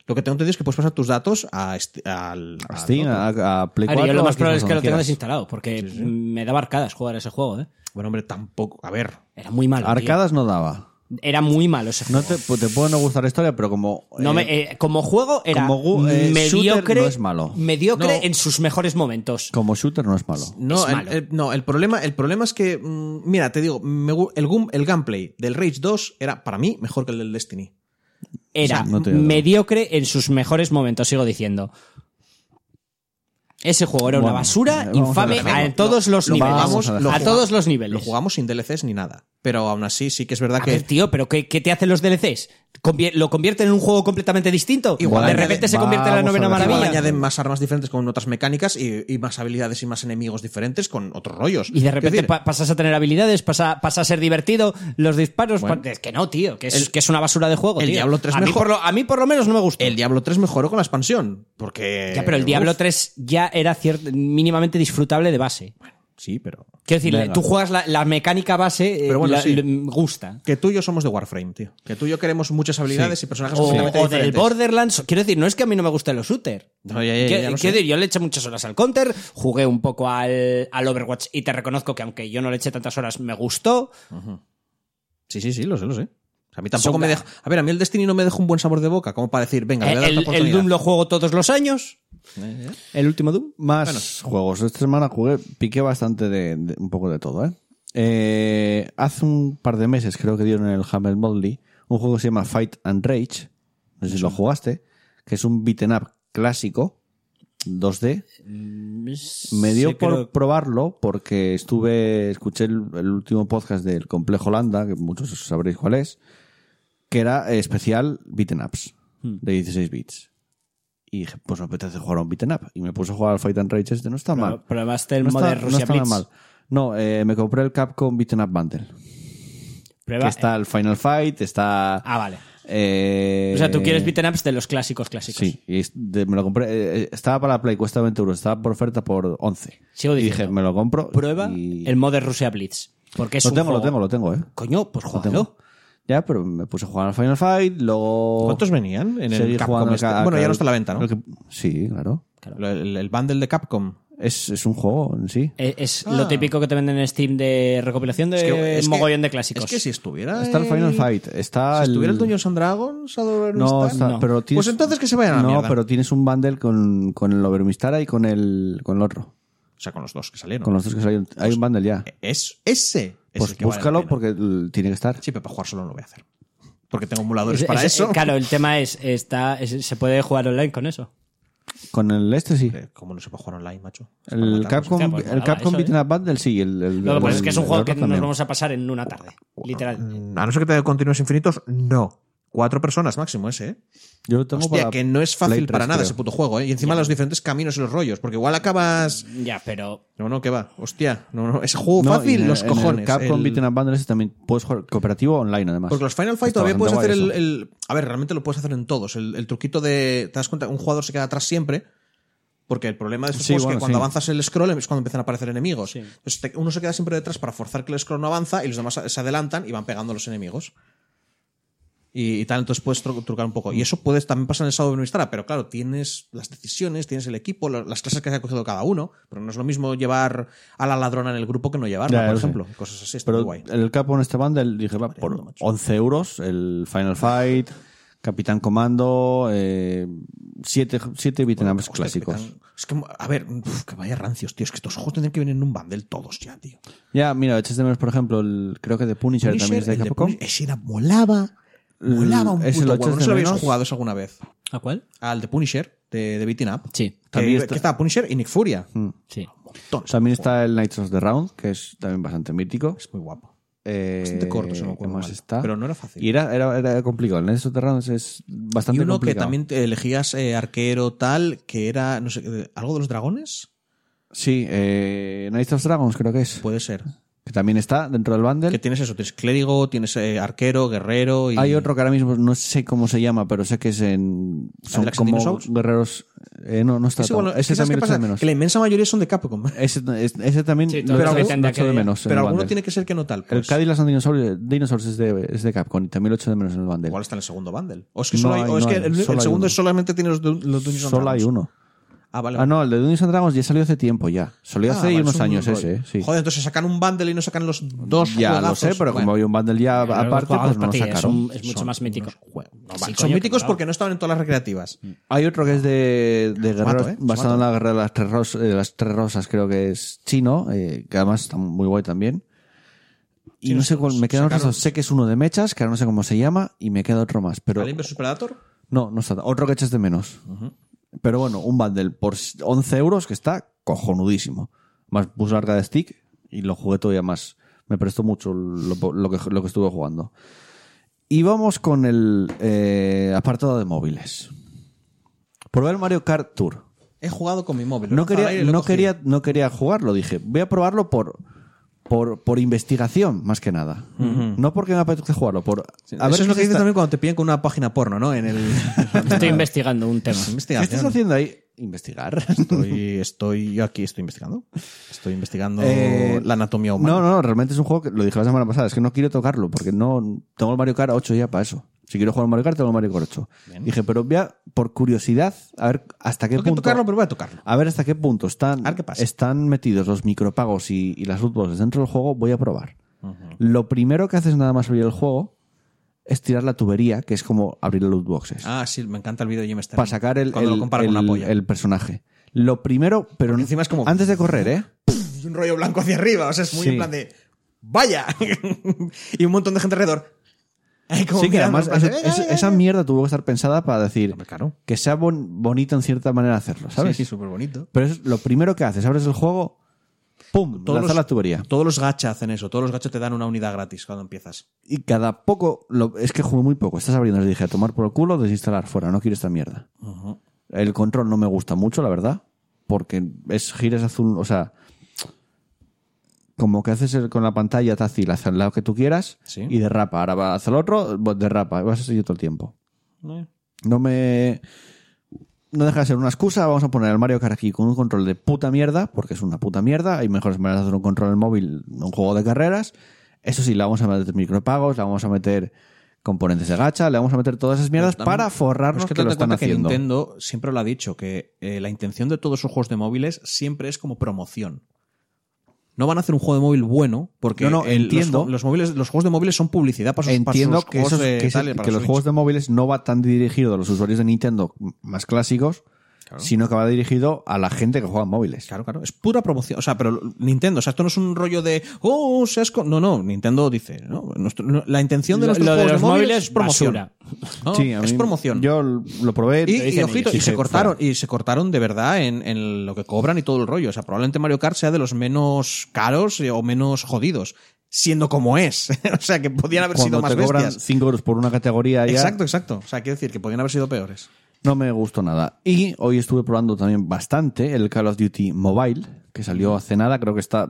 S3: Lo que tengo entendido es que puedes pasar tus datos a, St- al,
S1: A
S3: al
S1: Steam,
S3: otro.
S1: a, a Play
S2: A ver,
S1: 4.
S2: yo lo más
S1: a
S2: probable es
S1: Xbox, donde
S2: que lo tengas
S1: quieras.
S2: desinstalado, porque me daba arcadas jugar a ese juego, ¿eh?
S3: Bueno, hombre, tampoco. A ver.
S2: Era muy malo. tío.
S1: Arcadas no daba.
S2: Era muy malo ese
S1: No
S2: juego.
S1: te, pues te puede no gustar la historia, pero como.
S2: No
S1: eh,
S2: me- eh, como juego era
S1: como gu- eh,
S2: mediocre,
S1: shooter no es malo.
S2: mediocre
S3: No.
S2: en sus mejores momentos.
S1: Como shooter no es malo.
S3: No,
S2: Es
S3: el,
S2: malo.
S3: el- no, el problema, el problema es que. mm, mira, te digo, me gu- el, gum- el gameplay del Rage 2 era para mí mejor que el del Destiny.
S2: Era
S1: O sea, no te digo.
S2: mediocre en sus mejores momentos, sigo diciendo. Ese juego era una
S1: Bueno,
S2: basura
S1: eh, vamos a
S2: infame
S1: dejarlo.
S2: a, todos los
S3: lo
S2: niveles.
S3: jugamos- lo
S2: a
S3: jugamos-
S2: todos los niveles.
S3: Lo jugamos sin DLCs ni nada. Pero aún así, sí que es verdad
S2: A
S3: que.
S2: ver, tío, pero ¿qué, qué te hacen los DLCs? Convier- ¿Lo convierten en un juego completamente distinto?
S3: Igual
S2: de
S3: añade-
S2: repente se convierte en la
S1: Vamos a
S2: novena
S1: ver,
S3: Igual
S2: maravilla.
S3: añaden más armas diferentes con otras mecánicas y, y más habilidades y más enemigos diferentes con otros rollos.
S2: Y de
S3: Quiero
S2: repente
S3: decir,
S2: pa- pasas a tener habilidades, pasa, pasa a ser divertido, los disparos.
S3: Bueno.
S2: pa- es que no, tío, que es, que es una basura de juego.
S3: el
S2: tío.
S3: Diablo 3
S2: a mí,
S3: mejor.
S2: por lo, a mí por lo menos no me gustó.
S3: el Diablo 3 mejoró con la expansión. Porque.
S2: ya, pero el
S3: uf,
S2: Diablo 3 ya era cier- mínimamente disfrutable de base.
S3: Sí, pero.
S2: Quiero decir,
S1: Venga.
S2: tú juegas la, la mecánica base, eh,
S3: Pero bueno,
S2: la-
S3: sí.
S2: le- me gusta.
S3: Que tú y yo somos de Warframe, tío. Que tú y yo queremos muchas habilidades y personajes
S2: O,
S3: completamente
S2: o del
S3: diferentes.
S2: Borderlands. Quiero decir, no es que a mí no me gusten los shooters.
S3: No,
S1: Eh,
S3: ya, ya, ya,
S2: Quiero-
S3: ya lo
S2: quiero
S3: sé.
S2: decir, yo le eché muchas horas al Counter, jugué un poco al, al Overwatch y te reconozco que aunque yo no le eché tantas horas, me gustó.
S3: Sí, sí, sí, lo sé, lo sé. O sea, A mí tampoco
S2: Son-
S3: me deja. A ver, a mí el Destiny no me deja un buen sabor de boca, como para decir, venga, le voy a dar
S2: Eh, el,
S3: otra
S2: el Doom
S3: oportunidad.
S2: lo juego todos los años.
S1: Eh,
S2: El último Doom.
S1: Más juegos. Esta semana jugué, piqué bastante de, de- un poco de todo, ¿eh? Eh, Hace un par de meses creo que dieron en el Hammer Motley un juego que se llama Fight and Rage. No sé si lo jugaste, que es un beaten up clásico 2D. Me dio
S2: Sí,
S1: por
S2: creo-
S1: probarlo porque estuve, escuché el, el último podcast del Complejo Landa, que muchos sabréis cuál es, que era eh, especial beaten ups
S2: Hmm.
S1: de 16 bits. Y dije, pues me apetece jugar a un beaten up. Y me puse a jugar al Fight and Rage, este no está
S2: Pero-
S1: mal.
S2: pero además está el
S1: no
S2: modo de
S1: no
S2: Russia
S1: está nada
S2: Blitz.
S1: mal. No, eh, me compré el Capcom beaten up bundle.
S2: Prueba-
S1: Que está el Final Fight, está...
S2: Ah, vale.
S1: eh,
S2: O sea, tú quieres beaten ups de los clásicos clásicos.
S1: Sí, y es- de- me lo compré. eh, eh, estaba para la Play, cuesta 20 euros. Estaba por oferta por 11.
S2: Sigo
S1: y
S2: diciendo,
S1: dije, me lo compro.
S2: Prueba
S1: y-
S2: el modo de Russia Blitz. Porque es
S1: Lo
S2: un
S1: tengo,
S2: juego-
S1: lo tengo, lo tengo, ¿eh?
S2: Coño, pues
S1: Lo tengo.
S2: júgalo.
S1: Ya, pero me puse a jugar al Final Fight, luego...
S2: Oh.
S3: ¿Cuántos venían en el
S1: seguí
S3: Capcom?
S1: jugando
S3: este?
S1: ca-
S3: bueno, ya
S1: ca-
S3: no está a la venta, ¿no?
S1: lo que- Sí, claro.
S3: El, el bundle de Capcom.
S1: Es, es un juego en sí.
S2: Eh, Es lo típico que te venden en Steam de recopilación de
S3: Ah. Es que- es que-
S2: Eh, mogollón de clásicos.
S3: Es que si estuviera.
S1: Está el Final
S3: el-
S1: Fight, está
S3: Si
S1: el...
S3: estuviera el Dungeons and Dragons, Adobe
S1: No, está-
S2: No.
S1: pero tienes-
S3: Pues entonces que se vayan a la
S1: No,
S3: mierda.
S1: pero tienes un bundle con, con el Overmistara y con el, con el otro.
S3: O sea, con los dos que salieron.
S1: Con los dos que salieron. Hay un bundle ya.
S3: Es, Pues e- ese. es
S1: Pues
S3: el que vale la
S1: búscalo
S3: pena.
S1: porque l- tiene que estar.
S3: Sí, pero para jugar solo no lo voy a hacer. Porque tengo emuladores
S2: Es-
S3: para
S2: es-
S3: eso.
S2: eh, Claro, el tema es, está, es- se puede jugar online con eso.
S1: Con el este sí.
S3: Eh, ¿Cómo no se puede jugar online, macho? Es para
S1: El
S3: matarnos.
S1: Capcom,
S2: Hostia, pues
S1: el
S2: molaba
S1: Capcom
S2: eso,
S1: Beaten
S2: ¿eh?
S1: Up Bundle, sí. El, el-
S2: Lo que pasa
S1: el-
S2: es que es un
S1: el
S2: juego
S1: otro
S2: que nos
S1: también.
S2: vamos a pasar en una tarde, literal.
S3: Mm, A no ser que tenga continuos infinitos, no. Cuatro personas máximo ese, ¿eh?
S1: Yo lo tengo
S3: Hostia,
S1: para
S3: que no es fácil
S1: Play
S3: para
S1: 3,
S3: nada
S1: creo.
S3: ese puto juego, ¿eh? Y encima los diferentes caminos y los rollos, porque igual acabas...
S2: Ya, pero
S3: No, no, que va. Hostia, no, no. Es juego
S1: No, y
S3: uh, fácil,
S1: en el-
S3: los
S1: en el
S3: cojones.
S1: Capcom
S3: El-
S1: Beaten Up Bundle ese también puedes jugar cooperativo o online, además.
S3: Porque los Final Fight
S1: Está
S3: todavía puedes hacer
S1: bastante
S3: el,
S1: guay
S3: el- A ver, realmente lo puedes hacer en todos. El, el truquito de. ¿Te das cuenta? Un jugador se queda atrás siempre. Porque el problema de estos
S1: Sí,
S3: juegos es
S1: bueno,
S3: que cuando
S1: sí.
S3: avanzas el scroll es cuando empiezan a aparecer enemigos. Entonces te- uno se queda siempre detrás para forzar que el scroll no avanza y los demás se adelantan y van pegando a los enemigos. Y, y tal, entonces puedes tru- trucar un
S1: Mm.
S3: poco. Y eso puedes también pasar en el Shadow of Mistara, pero claro, tienes las decisiones, tienes el equipo, lo- las clases que ha cogido cada uno, pero no es lo mismo llevar a la ladrona en el grupo que no llevarla,
S1: Ya,
S3: por
S1: eso sí.
S3: ejemplo. Cosas así, está muy
S1: Pero
S3: guay.
S1: el capo en este bundle dije, va, por 11 euros, el Final Fight, Capitán Comando, 7 siete beat'em ups
S3: Hostia,
S1: clásicos.
S3: Capitán. Es que, a ver, uf, que vaya rancios, tío. Es que estos juegos tendrían que venir en un bundle todos ya, tío.
S1: Ya, mira, echas de menos, por ejemplo, el, creo que The Punisher,
S3: Punisher,
S1: también es de
S3: el de eh,
S1: Capcom.
S3: Punisher, ese era, molaba. Molaba un
S1: ese
S3: puto
S1: lo
S3: huevo.
S1: echas
S3: No
S1: de
S3: se lo habéis
S1: menos.
S3: jugado eso alguna vez.
S2: ¿a cuál?
S3: Al de Punisher, de, de Beating Up.
S2: Sí.
S3: Que-
S1: También
S3: Que,
S1: está- Mm.
S3: estaba Punisher y Nick Furia.
S2: Sí.
S3: Montón.
S1: También está el Knights of the Round, que es también bastante mítico.
S3: Es muy guapo.
S1: Eh,
S3: Bastante corto, si no me acuerdo
S1: ¿qué más
S3: mal.
S1: está?
S3: Pero no era fácil.
S1: Y era, era, era complicado. El Knights of the Round es- es
S3: Y
S1: bastante
S3: uno que
S1: complicado.
S3: también te elegías eh, arquero tal, que era, no sé, eh, algo de los dragones.
S1: Sí, eh, Knights of Dragons creo que es.
S3: Puede ser.
S1: que también está dentro del bundle.
S3: Pues- Que tienes eso, tienes clérigo, tienes eh, arquero, guerrero y...
S1: Hay otro que ahora mismo no sé cómo se llama, pero sé que es en. Son
S3: Lax
S1: como
S3: Dinosaurs?
S1: guerreros. eh, no, no está.
S3: Es igual,
S1: tan-
S3: es que
S1: ese
S3: ¿sabes
S1: también
S3: qué
S1: lo echa de
S3: pasa?
S1: menos.
S3: Que la inmensa mayoría son de Capcom.
S1: Ese, es- ese también
S2: Sí,
S1: lo
S2: todo
S1: echa- lo
S3: depende
S2: de
S1: echo de
S2: aquel día.
S1: menos. en
S3: Pero
S1: el
S3: alguno
S1: bundle.
S3: tiene que ser que no tal.
S1: El
S3: pues.
S1: Cadillac and Dinosaurs, Dinosaurs es, de, es de Capcom y también lo echo de menos en el bundle.
S3: Igual está en el segundo bundle. O es que,
S1: No
S3: solo hay,
S1: hay,
S3: o es
S1: no
S3: que
S1: hay.
S3: el, el
S1: Solo hay
S3: segundo
S1: uno.
S3: es solamente tiene los, du- los Dungeons and
S1: Solo hay
S3: Dragons.
S1: uno.
S3: Ah, vale.
S1: Ah, no, el de Dungeons and Dragons ya salió hace tiempo ya. Salió
S3: Ah,
S1: hace
S3: vale, es
S1: unos
S3: un
S1: años
S3: rollo.
S1: ese, eh, sí.
S3: Joder, entonces sacan un bundle y no sacan los dos
S1: ya lo
S3: juegazos.
S1: sé, pero como
S3: Bueno,
S1: había un bundle ya aparte, pues no lo
S2: Partida,
S1: sacaron.
S2: Es, un- es mucho más mítico.
S3: no,
S2: Sí,
S3: vale,
S2: coño,
S3: son
S2: que
S3: míticos
S2: molaba.
S3: porque no estaban en todas las recreativas.
S1: Hay otro que es de, de guerreros,
S3: eh,
S1: basado
S3: Sumato.
S1: en la guerra de las tres, ros- eh, las tres rosas, creo que es chino, eh, que además está muy guay también. Y
S3: Sí,
S1: no
S3: nos-
S1: sé cuál,
S3: nos
S1: me quedan otros
S3: sacaron-
S1: dos. Sé que es uno de mechas, que ahora no sé cómo se llama, y me queda otro más. Pero
S3: Alien vs Predator.
S1: no, no está. Otro que echas de menos. Pero bueno, un bundle por s- 11 euros que está cojonudísimo. Más puse larga de stick y lo jugué todavía más. Me prestó mucho lo, po- lo que, lo que estuve jugando. Y vamos con el eh, apartado de móviles. Probé el Mario Kart Tour.
S3: He jugado con mi móvil.
S1: No
S3: Al
S1: quería,
S3: aire lo he
S1: no,
S3: cogido.
S1: quería, no quería jugarlo, dije. Voy a probarlo por, por, por investigación, más que nada. No porque me apetezca jugarlo. Por,
S3: Sí,
S1: a ver
S3: Eso
S1: qué
S3: es lo que
S1: se
S3: dicen
S1: está-
S3: también cuando te piden con una página porno, ¿no? En el.
S2: Estoy investigando un tema.
S1: ¿Qué estás
S3: Investigación.
S1: haciendo ahí? Investigar.
S3: Estoy, estoy, yo aquí estoy investigando. Estoy investigando
S1: Eh,
S3: la anatomía humana.
S1: No, no, no, realmente es un juego que lo dije la semana pasada, es que no quiero tocarlo porque no tengo el Mario Kart 8 ya para eso. Si quiero jugar al Mario Kart, tengo el Mario Kart 8. Dije, pero voy a, por curiosidad, a ver hasta qué
S3: Tengo que
S1: punto.
S3: tocarlo, pero voy a tocarlo.
S1: A ver hasta qué punto están,
S3: A ver qué pasa.
S1: están metidos los micropagos y, y las lootboxes dentro del juego, voy a probar. Lo primero que haces nada más abrir el juego es tirar la tubería, que es como abrir las lootboxes.
S3: Ah, sí, me encanta el vídeo de Jim Sterling.
S1: para sacar el,
S3: Cuando
S1: el-
S3: lo compara con
S1: el-
S3: una polla.
S1: el personaje. Lo primero, pero
S3: Porque encima es como-
S1: antes de correr, ¿eh?
S3: y un rollo blanco hacia arriba. O sea, es muy
S1: Sí.
S3: en plan de. ¡Vaya! y un montón de gente alrededor. Ay, como
S1: Sí, que
S3: mirando,
S1: además
S3: en plan de, "Eh,
S1: eso-
S3: "Venga,
S1: eso-
S3: venga,
S1: esa
S3: venga".
S1: mierda tuvo que estar pensada para decir
S3: Hombre, claro.
S1: que sea bon- bonito en cierta manera hacerlo, ¿sabes?
S3: Sí, sí, súper bonito.
S1: Pero es lo primero que haces, abres el juego, ¡pum!
S3: Todos
S1: lanzar
S3: los-
S1: la tubería.
S3: Todos los gachas hacen eso. Todos los gachas te dan una unidad gratis cuando empiezas.
S1: Y cada poco, lo- es que jugué muy poco, estás abriendo, les dije, a tomar por el culo, desinstalar fuera, no quiero esta mierda. El control no me gusta mucho, la verdad, porque es giras azul, o sea, como que haces el- con la pantalla táctil hacia el lado que tú quieras
S3: Sí.
S1: y derrapa, ahora va hacia el otro, pues derrapa, y vas así todo el tiempo. No me. No deja de ser una excusa. Vamos a poner al Mario Kart aquí con un control de puta mierda, porque es una puta mierda. Hay mejores maneras de hacer un control en móvil, un juego de carreras. Eso sí, le vamos a meter micropagos, le vamos a meter componentes de gacha, le vamos a meter todas esas mierdas
S3: Pero también-
S1: para forrarnos
S3: pero es
S1: que, lo
S3: date
S1: están
S3: cuenta
S1: haciendo.
S3: Que Nintendo siempre lo ha dicho, que eh, la intención de todos sus juegos de móviles siempre es como promoción. No van a hacer un juego de móvil bueno, porque
S1: No, no,
S3: el- los
S1: entiendo.
S3: ju- Los, móviles, los juegos de móviles son publicidad para sus, para
S1: Entiendo
S3: sus
S1: que,
S3: juegos
S1: esos-
S3: de
S1: que ese-
S3: tal y para
S1: que los
S3: Switch.
S1: juegos de móviles no va tan dirigido a los usuarios de Nintendo más clásicos, sino que va dirigido a la gente que juega en móviles.
S3: Claro, claro. Es pura promoción. O sea, pero Nintendo, o sea, esto no es un rollo de. Oh, seas con-". No, no. Nintendo dice. ¿no? Nuestro- no, la intención de
S2: Lo-
S3: nuestros
S2: lo de
S3: juegos
S2: los
S3: de móviles,
S2: móviles,
S3: es promoción.
S2: basura.
S3: No,
S1: Sí, a
S3: es
S1: mí-
S3: promoción.
S1: Yo lo probé.
S3: Y,
S1: lo
S3: y
S1: hice en
S3: ojito,
S1: ellos,
S3: y se
S1: dije,
S3: cortaron,
S1: "Fuera".
S3: y se cortaron de verdad en, en lo que cobran y todo el rollo. O sea, probablemente Mario Kart sea de los menos caros eh, o menos jodidos, siendo como es. o sea, que podían haber
S1: Cuando
S3: sido más
S1: te cobran
S3: bestias.
S1: 5 euros por una categoría ya
S3: Exacto, exacto. O sea, quiero decir que podían haber sido peores.
S1: no me gustó nada. Y hoy estuve probando también bastante el Call of Duty Mobile, que salió hace nada, creo que está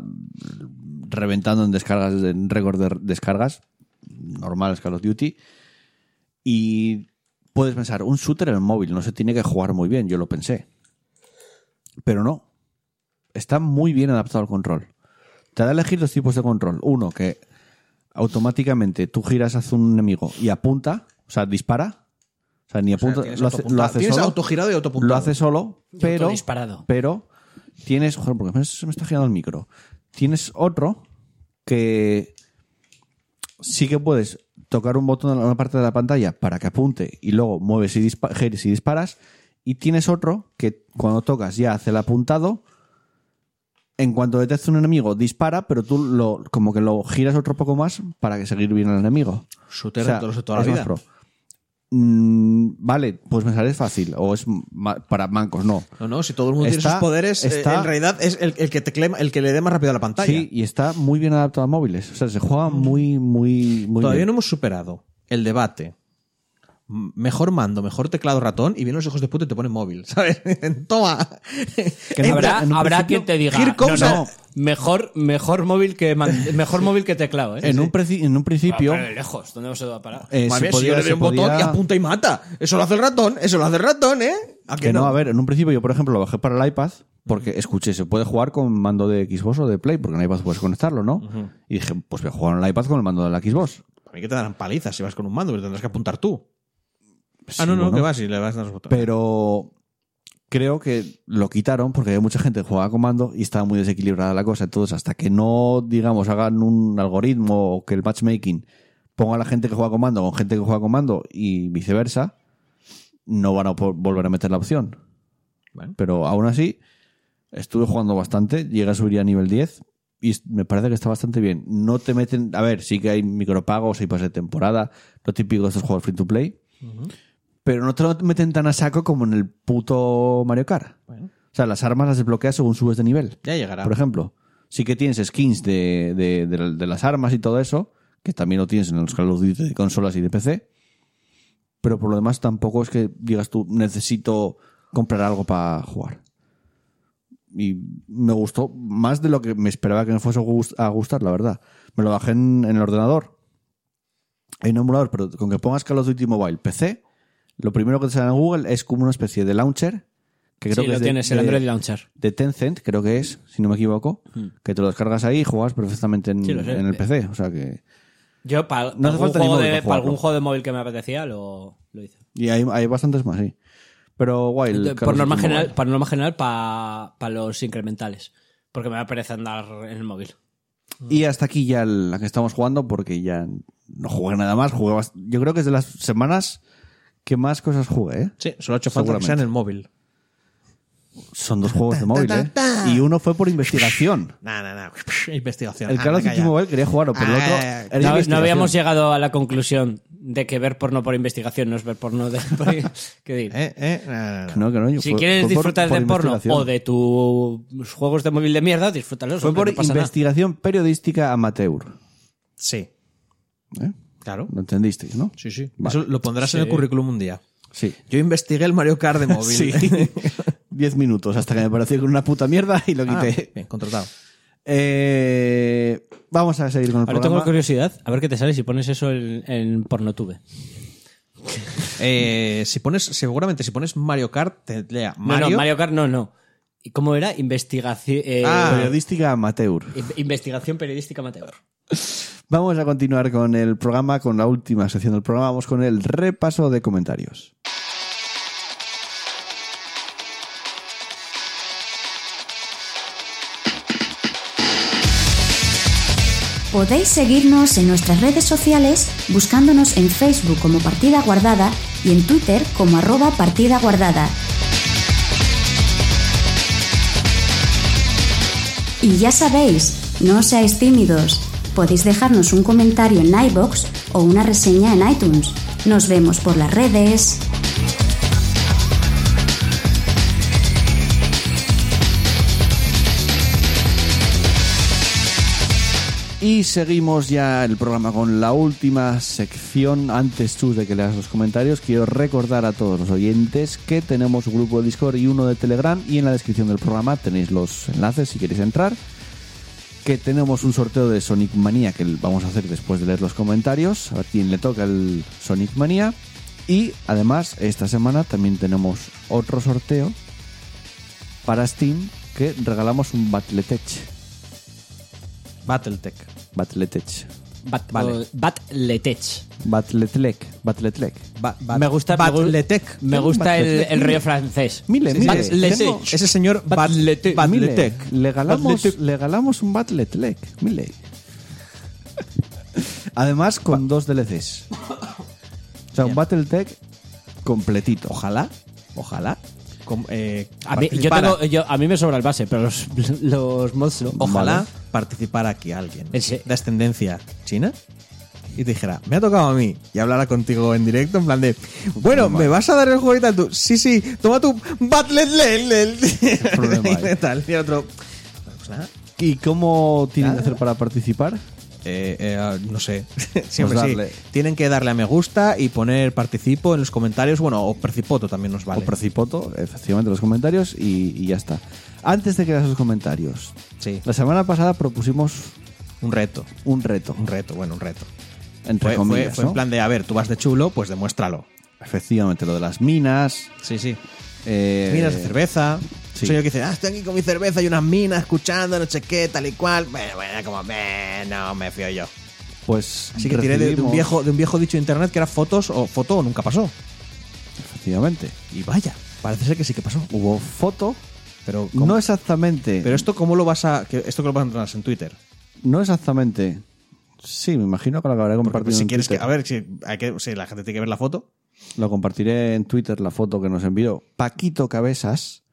S1: reventando en descargas, en récord de descargas, normal es Call of Duty. Y puedes pensar, un shooter en el móvil no se tiene que jugar muy bien, yo lo pensé. Pero no. Está muy bien adaptado al control. Te da a elegir dos tipos de control. Uno que automáticamente tú giras hacia un enemigo y apunta, o sea, dispara. O sea, ni
S3: O sea,
S1: apunta,
S3: tienes
S1: lo hace,
S3: autopunta-
S1: lo hace
S3: tienes
S1: solo.
S3: autogirado y autopuntado.
S1: Lo hace solo,
S2: Y
S1: pero.
S2: autodisparado.
S1: Pero tienes. Joder, porque me- se me está girando el micro. Tienes otro que sí que puedes tocar un botón en una parte de la pantalla para que apunte y luego mueves y, dispa- giras y disparas. Y tienes otro que cuando tocas ya hace el apuntado. En cuanto detecta un enemigo, dispara, pero tú lo, como que lo giras otro poco más para que seguir bien al enemigo.
S3: Shooter
S1: O sea,
S3: de todos de toda la
S1: es más
S3: vida.
S1: pro. Mm, vale, pues pensar es fácil o es ma- para mancos, no.
S3: No, no, si todo el mundo
S1: Está-
S3: tiene sus poderes, eh,
S1: está-
S3: en realidad es el, el que teclea- el que le dé más rápido a la pantalla.
S1: Sí, y está muy bien adaptado a móviles. O sea, se juega muy, muy, muy
S3: Mm. Todavía
S1: bien.
S3: no hemos superado el debate. M- Mejor mando, mejor teclado ratón y vienen los hijos de puta y te ponen móvil, ¿sabes? Toma.
S1: Que
S3: Eh,
S1: no-
S2: habrá
S1: en un
S2: habrá
S1: principio-
S2: quien te diga
S3: Here comes
S2: "No, no,
S3: a-
S2: mejor mejor móvil que man- mejor móvil que teclado ¿eh?
S1: En, un preci- en un principio.
S2: Ah, pero lejos ¿dónde se va a parar?
S1: eh,
S3: Madre
S1: se podía-
S3: mía, si yo le doy
S1: se
S3: un botón
S1: podía-
S3: y apunta y mata. Eso lo hace el ratón, eso lo hace el ratón, ¿eh? ¿A que
S1: Que no,
S3: no?
S1: a ver, en un principio yo, por ejemplo, lo bajé para el iPad porque escuché, se puede jugar con mando de Xbox o de Play, porque en iPad puedes conectarlo, ¿no? Y dije, pues voy a jugar en el iPad con el mando de la Xbox.
S3: A mí que te darán palizas si vas con un mando, pero tendrás que apuntar tú.
S1: Sí,
S3: Ah, no, no,
S1: bueno.
S3: que vas y le vas a dar los botones.
S1: Pero creo que lo quitaron porque había mucha gente que jugaba con mando y estaba muy desequilibrada la cosa. Entonces, hasta que no, digamos, hagan un algoritmo o que el matchmaking ponga a la gente que juega con mando con gente que juega con mando y viceversa, no van a po- volver a meter la opción.
S3: Bueno.
S1: Pero aún así, estuve jugando bastante, llegué a subir a nivel 10 y es- me parece que está bastante bien. No te meten, a ver, sí que hay micropagos, hay pase de temporada, lo típico de estos juegos free to play, pero no te lo meten tan a saco como en el puto Mario Kart.
S3: Bueno.
S1: O sea, las armas las desbloqueas según subes de nivel.
S3: Ya llegará.
S1: Por ejemplo, sí que tienes skins de, de- de- de las armas y todo eso, que también lo tienes en los Call of Duty de consolas y de PC. Pero por lo demás tampoco es que digas tú, necesito comprar algo para jugar. Y me gustó más de lo que me esperaba que me fuese a gust- a gustar, la verdad. Me lo bajé en, en el ordenador, en un emulador, pero con que pongas Call of Duty Mobile PC, lo primero que te sale en Google es como una especie de launcher. Que creo
S2: sí,
S1: que
S2: lo
S1: es de-
S2: tienes el
S1: de-
S2: Android Launcher
S1: de Tencent, creo que es, si no me equivoco, que te lo descargas ahí y juegas perfectamente en,
S2: Hmm. Sí, lo sé.
S1: en el PC. O sea que.
S2: yo para
S1: No hace
S2: algún,
S1: falta ni
S2: juego
S1: móvil
S2: de-
S1: para
S2: pa' algún
S1: jugarlo.
S2: juego de móvil que me apetecía lo, lo hice
S1: Y hay, hay bastantes más, sí. Pero guay. el Call
S2: por
S1: of
S2: norma,
S1: Duty
S2: general,
S1: Mobile.
S2: por norma general para los incrementales porque me da pereza andar en el móvil
S1: Y hasta aquí ya el- la que estamos jugando, porque ya no jugué nada más. Jugué bast- Yo creo que es de las semanas que más cosas jugué, ¿eh?
S3: Sí, solo ha hecho falta que
S1: Seguramente.
S3: sea en el móvil.
S1: Son dos juegos de móvil, ¿eh? Y uno fue por investigación.
S3: Nah, nah, nah. Investigación.
S1: El
S3: Ah,
S1: Call of
S3: venga
S1: Duty
S3: ya.
S1: Mobile quería jugarlo, pero el otro.
S3: Ah,
S1: era
S2: No, no
S1: investigación.
S2: habíamos llegado a la conclusión de que ver porno por investigación no es ver porno de. por- ¿Qué dir?
S3: Eh, eh, nah, nah, nah.
S1: Que no, que no,
S2: Si
S1: fue-
S2: quieres
S1: fue por-
S2: disfrutar
S1: por
S2: de porno
S1: investigación.
S2: o de tus juegos de móvil de mierda, disfrútalos.
S1: Fue
S2: hombre,
S1: por
S2: no pasa nada.
S1: investigación periodística amateur.
S3: Sí,
S1: ¿eh?
S3: claro.
S1: ¿Lo entendisteis, no?
S3: Sí, sí.
S1: Vale.
S3: Eso lo pondrás en el currículum un día.
S1: Sí.
S3: Yo investigué el Mario Kart de móvil.
S1: Sí. Diez minutos hasta que me pareció que era una puta mierda y lo
S3: Ah,
S1: quité.
S3: bien, contratado.
S1: Eh, vamos a seguir con el
S2: Ahora tengo
S1: programa.
S2: curiosidad, a ver qué te sale si pones eso en, en Pornotube.
S3: Eh, si pones, seguramente si pones Mario Kart, te lea
S2: No,
S3: Mario.
S2: no, Mario Kart no, no. ¿Y ¿Cómo era? eh, Investigación.
S3: Ah.
S1: Eh,
S2: Eh.
S1: Periodística amateur.
S2: Investigación periodística amateur.
S1: Vamos a continuar con el programa, con la última sección del programa. Vamos con el repaso de comentarios.
S5: Podéis seguirnos en nuestras redes sociales buscándonos en Facebook como Partida Guardada y en Twitter como arroba Partida Guardada. Y ya sabéis, no seáis tímidos. Podéis dejarnos un comentario en iBox o una reseña en iTunes. Nos vemos por las redes.
S1: Y seguimos ya el programa con la última sección. Antes tú de que leas los comentarios, quiero recordar a todos los oyentes que tenemos un grupo de Discord y uno de Telegram y en la descripción del programa tenéis los enlaces si queréis entrar. Que tenemos un sorteo de Sonic Manía que vamos a hacer después de leer los comentarios, a ver quién le toca el Sonic Manía. Y además esta semana también tenemos otro sorteo para Steam que regalamos un Battletech.
S3: Battletech.
S1: Battletech.
S2: Bat,
S3: Vale.
S2: Bat Letech.
S1: Battletlec. Battletlec.
S3: Ba- ba-
S2: Me gusta- me gu-
S3: Battletech.
S2: Me gusta el, el rollo francés.
S1: Mile,
S3: Sí,
S1: mile.
S3: sí, sí.
S1: Tengo-
S3: Ese señor Battletech.
S1: Mile,
S3: Battletech.
S1: Le regalamos,
S3: Battletech.
S1: le regalamos un Battletlec. Mile. Además, con dos DLCs. O sea, un Battletech completito.
S3: Ojalá, ojalá. com- eh,
S2: A mí, yo
S3: participara-
S2: tengo- yo- a mí me sobra el base, pero los, los mods no.
S3: Ojalá
S2: Vale.
S3: participara aquí alguien
S2: Ese-
S3: de ascendencia china y te dijera, me ha tocado a mí, y hablara contigo en directo, en plan de, bueno, ¿me vas a dar el juego y tal? Tú, sí, sí, toma tu Battle
S1: problema hay?
S3: y tal, y otro, "Bueno, pues nada".
S1: ¿Y cómo tienen que hacer para participar?
S3: Eh, eh, ah, no sé. Siempre
S1: Pues
S3: sí.
S1: darle.
S3: Tienen que darle a me gusta y poner participo en los comentarios. Bueno, o participoto también nos vale.
S1: O precipoto, Pues efectivamente, los comentarios y, y ya está. Antes de que hagas los comentarios,
S3: sí.
S1: la semana pasada propusimos
S3: Un reto.
S1: un reto,
S3: Un reto, bueno, un reto.
S1: entre
S3: Fue, fue-
S1: comillas,
S3: fue en
S1: ¿no?
S3: plan de, a ver, tú vas de chulo, pues demuéstralo.
S1: Efectivamente, lo de las minas.
S3: Sí, sí.
S1: eh,
S3: minas de cerveza.
S1: sí.
S3: Soy yo que dice, ah, estoy aquí con mi cerveza y unas minas escuchando, no sé qué, tal y cual. Bueno, bueno, como, "Meh, no me fío yo.
S1: Pues
S3: Así que tiré de, de un
S1: recibimos-
S3: viejo, de un viejo dicho de internet que era fotos o foto o nunca pasó.
S1: Efectivamente.
S3: Y vaya, parece ser que sí que pasó.
S1: Hubo foto,
S3: Pero, ¿cómo?
S1: no exactamente.
S3: pero esto, ¿cómo lo vas a. que- esto que lo vas a entrar en Twitter?
S1: No exactamente. Sí, me imagino que lo acabaré
S3: Porque,
S1: compartiendo.
S3: pues, si
S1: en
S3: quieres que.
S1: Twitter.
S3: A ver, si, hay que, si la gente tiene que ver la foto.
S1: Lo compartiré en Twitter, la foto que nos envió Paquito Cabezas.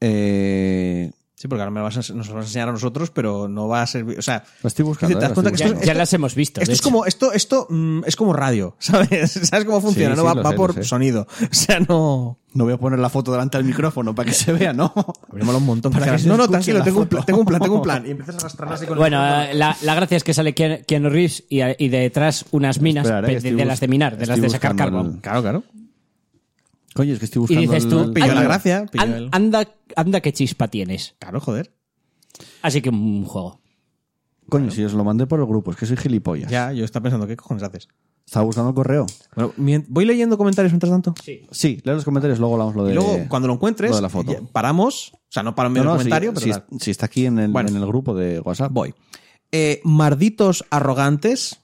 S1: Eh,
S3: Sí, porque ahora me vas a- nos lo vas a enseñar a nosotros, pero no va a servir. O sea.
S1: Lo estoy buscando,
S3: ¿Te das
S1: eh, lo
S3: cuenta que
S1: estoy
S3: esto,
S2: Ya, ya las hemos visto.
S3: Esto
S2: de
S3: es
S2: hecho.
S3: como, esto, esto mm, es como radio, ¿sabes? ¿Sabes cómo funciona?
S1: Sí,
S3: no
S1: sí,
S3: va,
S1: lo
S3: va
S1: sé, lo sé.
S3: por sonido. O sea, no.
S1: no voy a poner la foto delante del micrófono para que se vea, ¿no?
S3: Abrímoslo un montón.
S1: Para que se
S3: no, no,
S1: escuche
S3: tranquilo,
S1: la
S3: tengo un,
S1: foto.
S3: plan, tengo un plan, tengo un plan. Y empiezas a arrastrarlo así con
S2: Bueno,
S3: el
S2: eh, la, la gracia es que sale Keanu Keanu Reeves y, a- y detrás unas minas
S1: Esperar, eh,
S2: pe- de,
S1: estoy
S2: de
S1: bus-
S2: las de minar, de las
S1: estoy
S2: de sacar
S1: buscando
S2: carbón.
S1: el-
S3: Claro, claro.
S1: Coño, es que estoy
S2: Y
S1: buscando.
S2: dices tú,
S1: el-
S3: Pilló la
S2: "Anda,
S3: gracia, pilló
S2: an-
S3: el-
S2: anda, anda qué chispa tienes.
S3: Claro, joder.
S2: Así que un juego.
S1: Coño, si os lo mandé por el grupo, es que soy gilipollas.
S3: Ya, yo estaba pensando, ¿qué cojones haces?
S1: Estaba buscando el correo.
S3: Bueno, mien- voy leyendo comentarios mientras tanto.
S1: Sí, leo los comentarios, luego hablamos lo de.
S3: Y luego, cuando lo
S1: Eh,
S3: encuentres,
S1: lo de la foto.
S3: ya- paramos. O sea, no paro en medio
S1: No, no,
S3: del comentario,
S1: si,
S3: pero
S1: si-
S3: tal.
S1: si está aquí en el,
S3: Bueno.
S1: en el grupo de WhatsApp.
S3: Voy. Eh, Marditos Arrogantes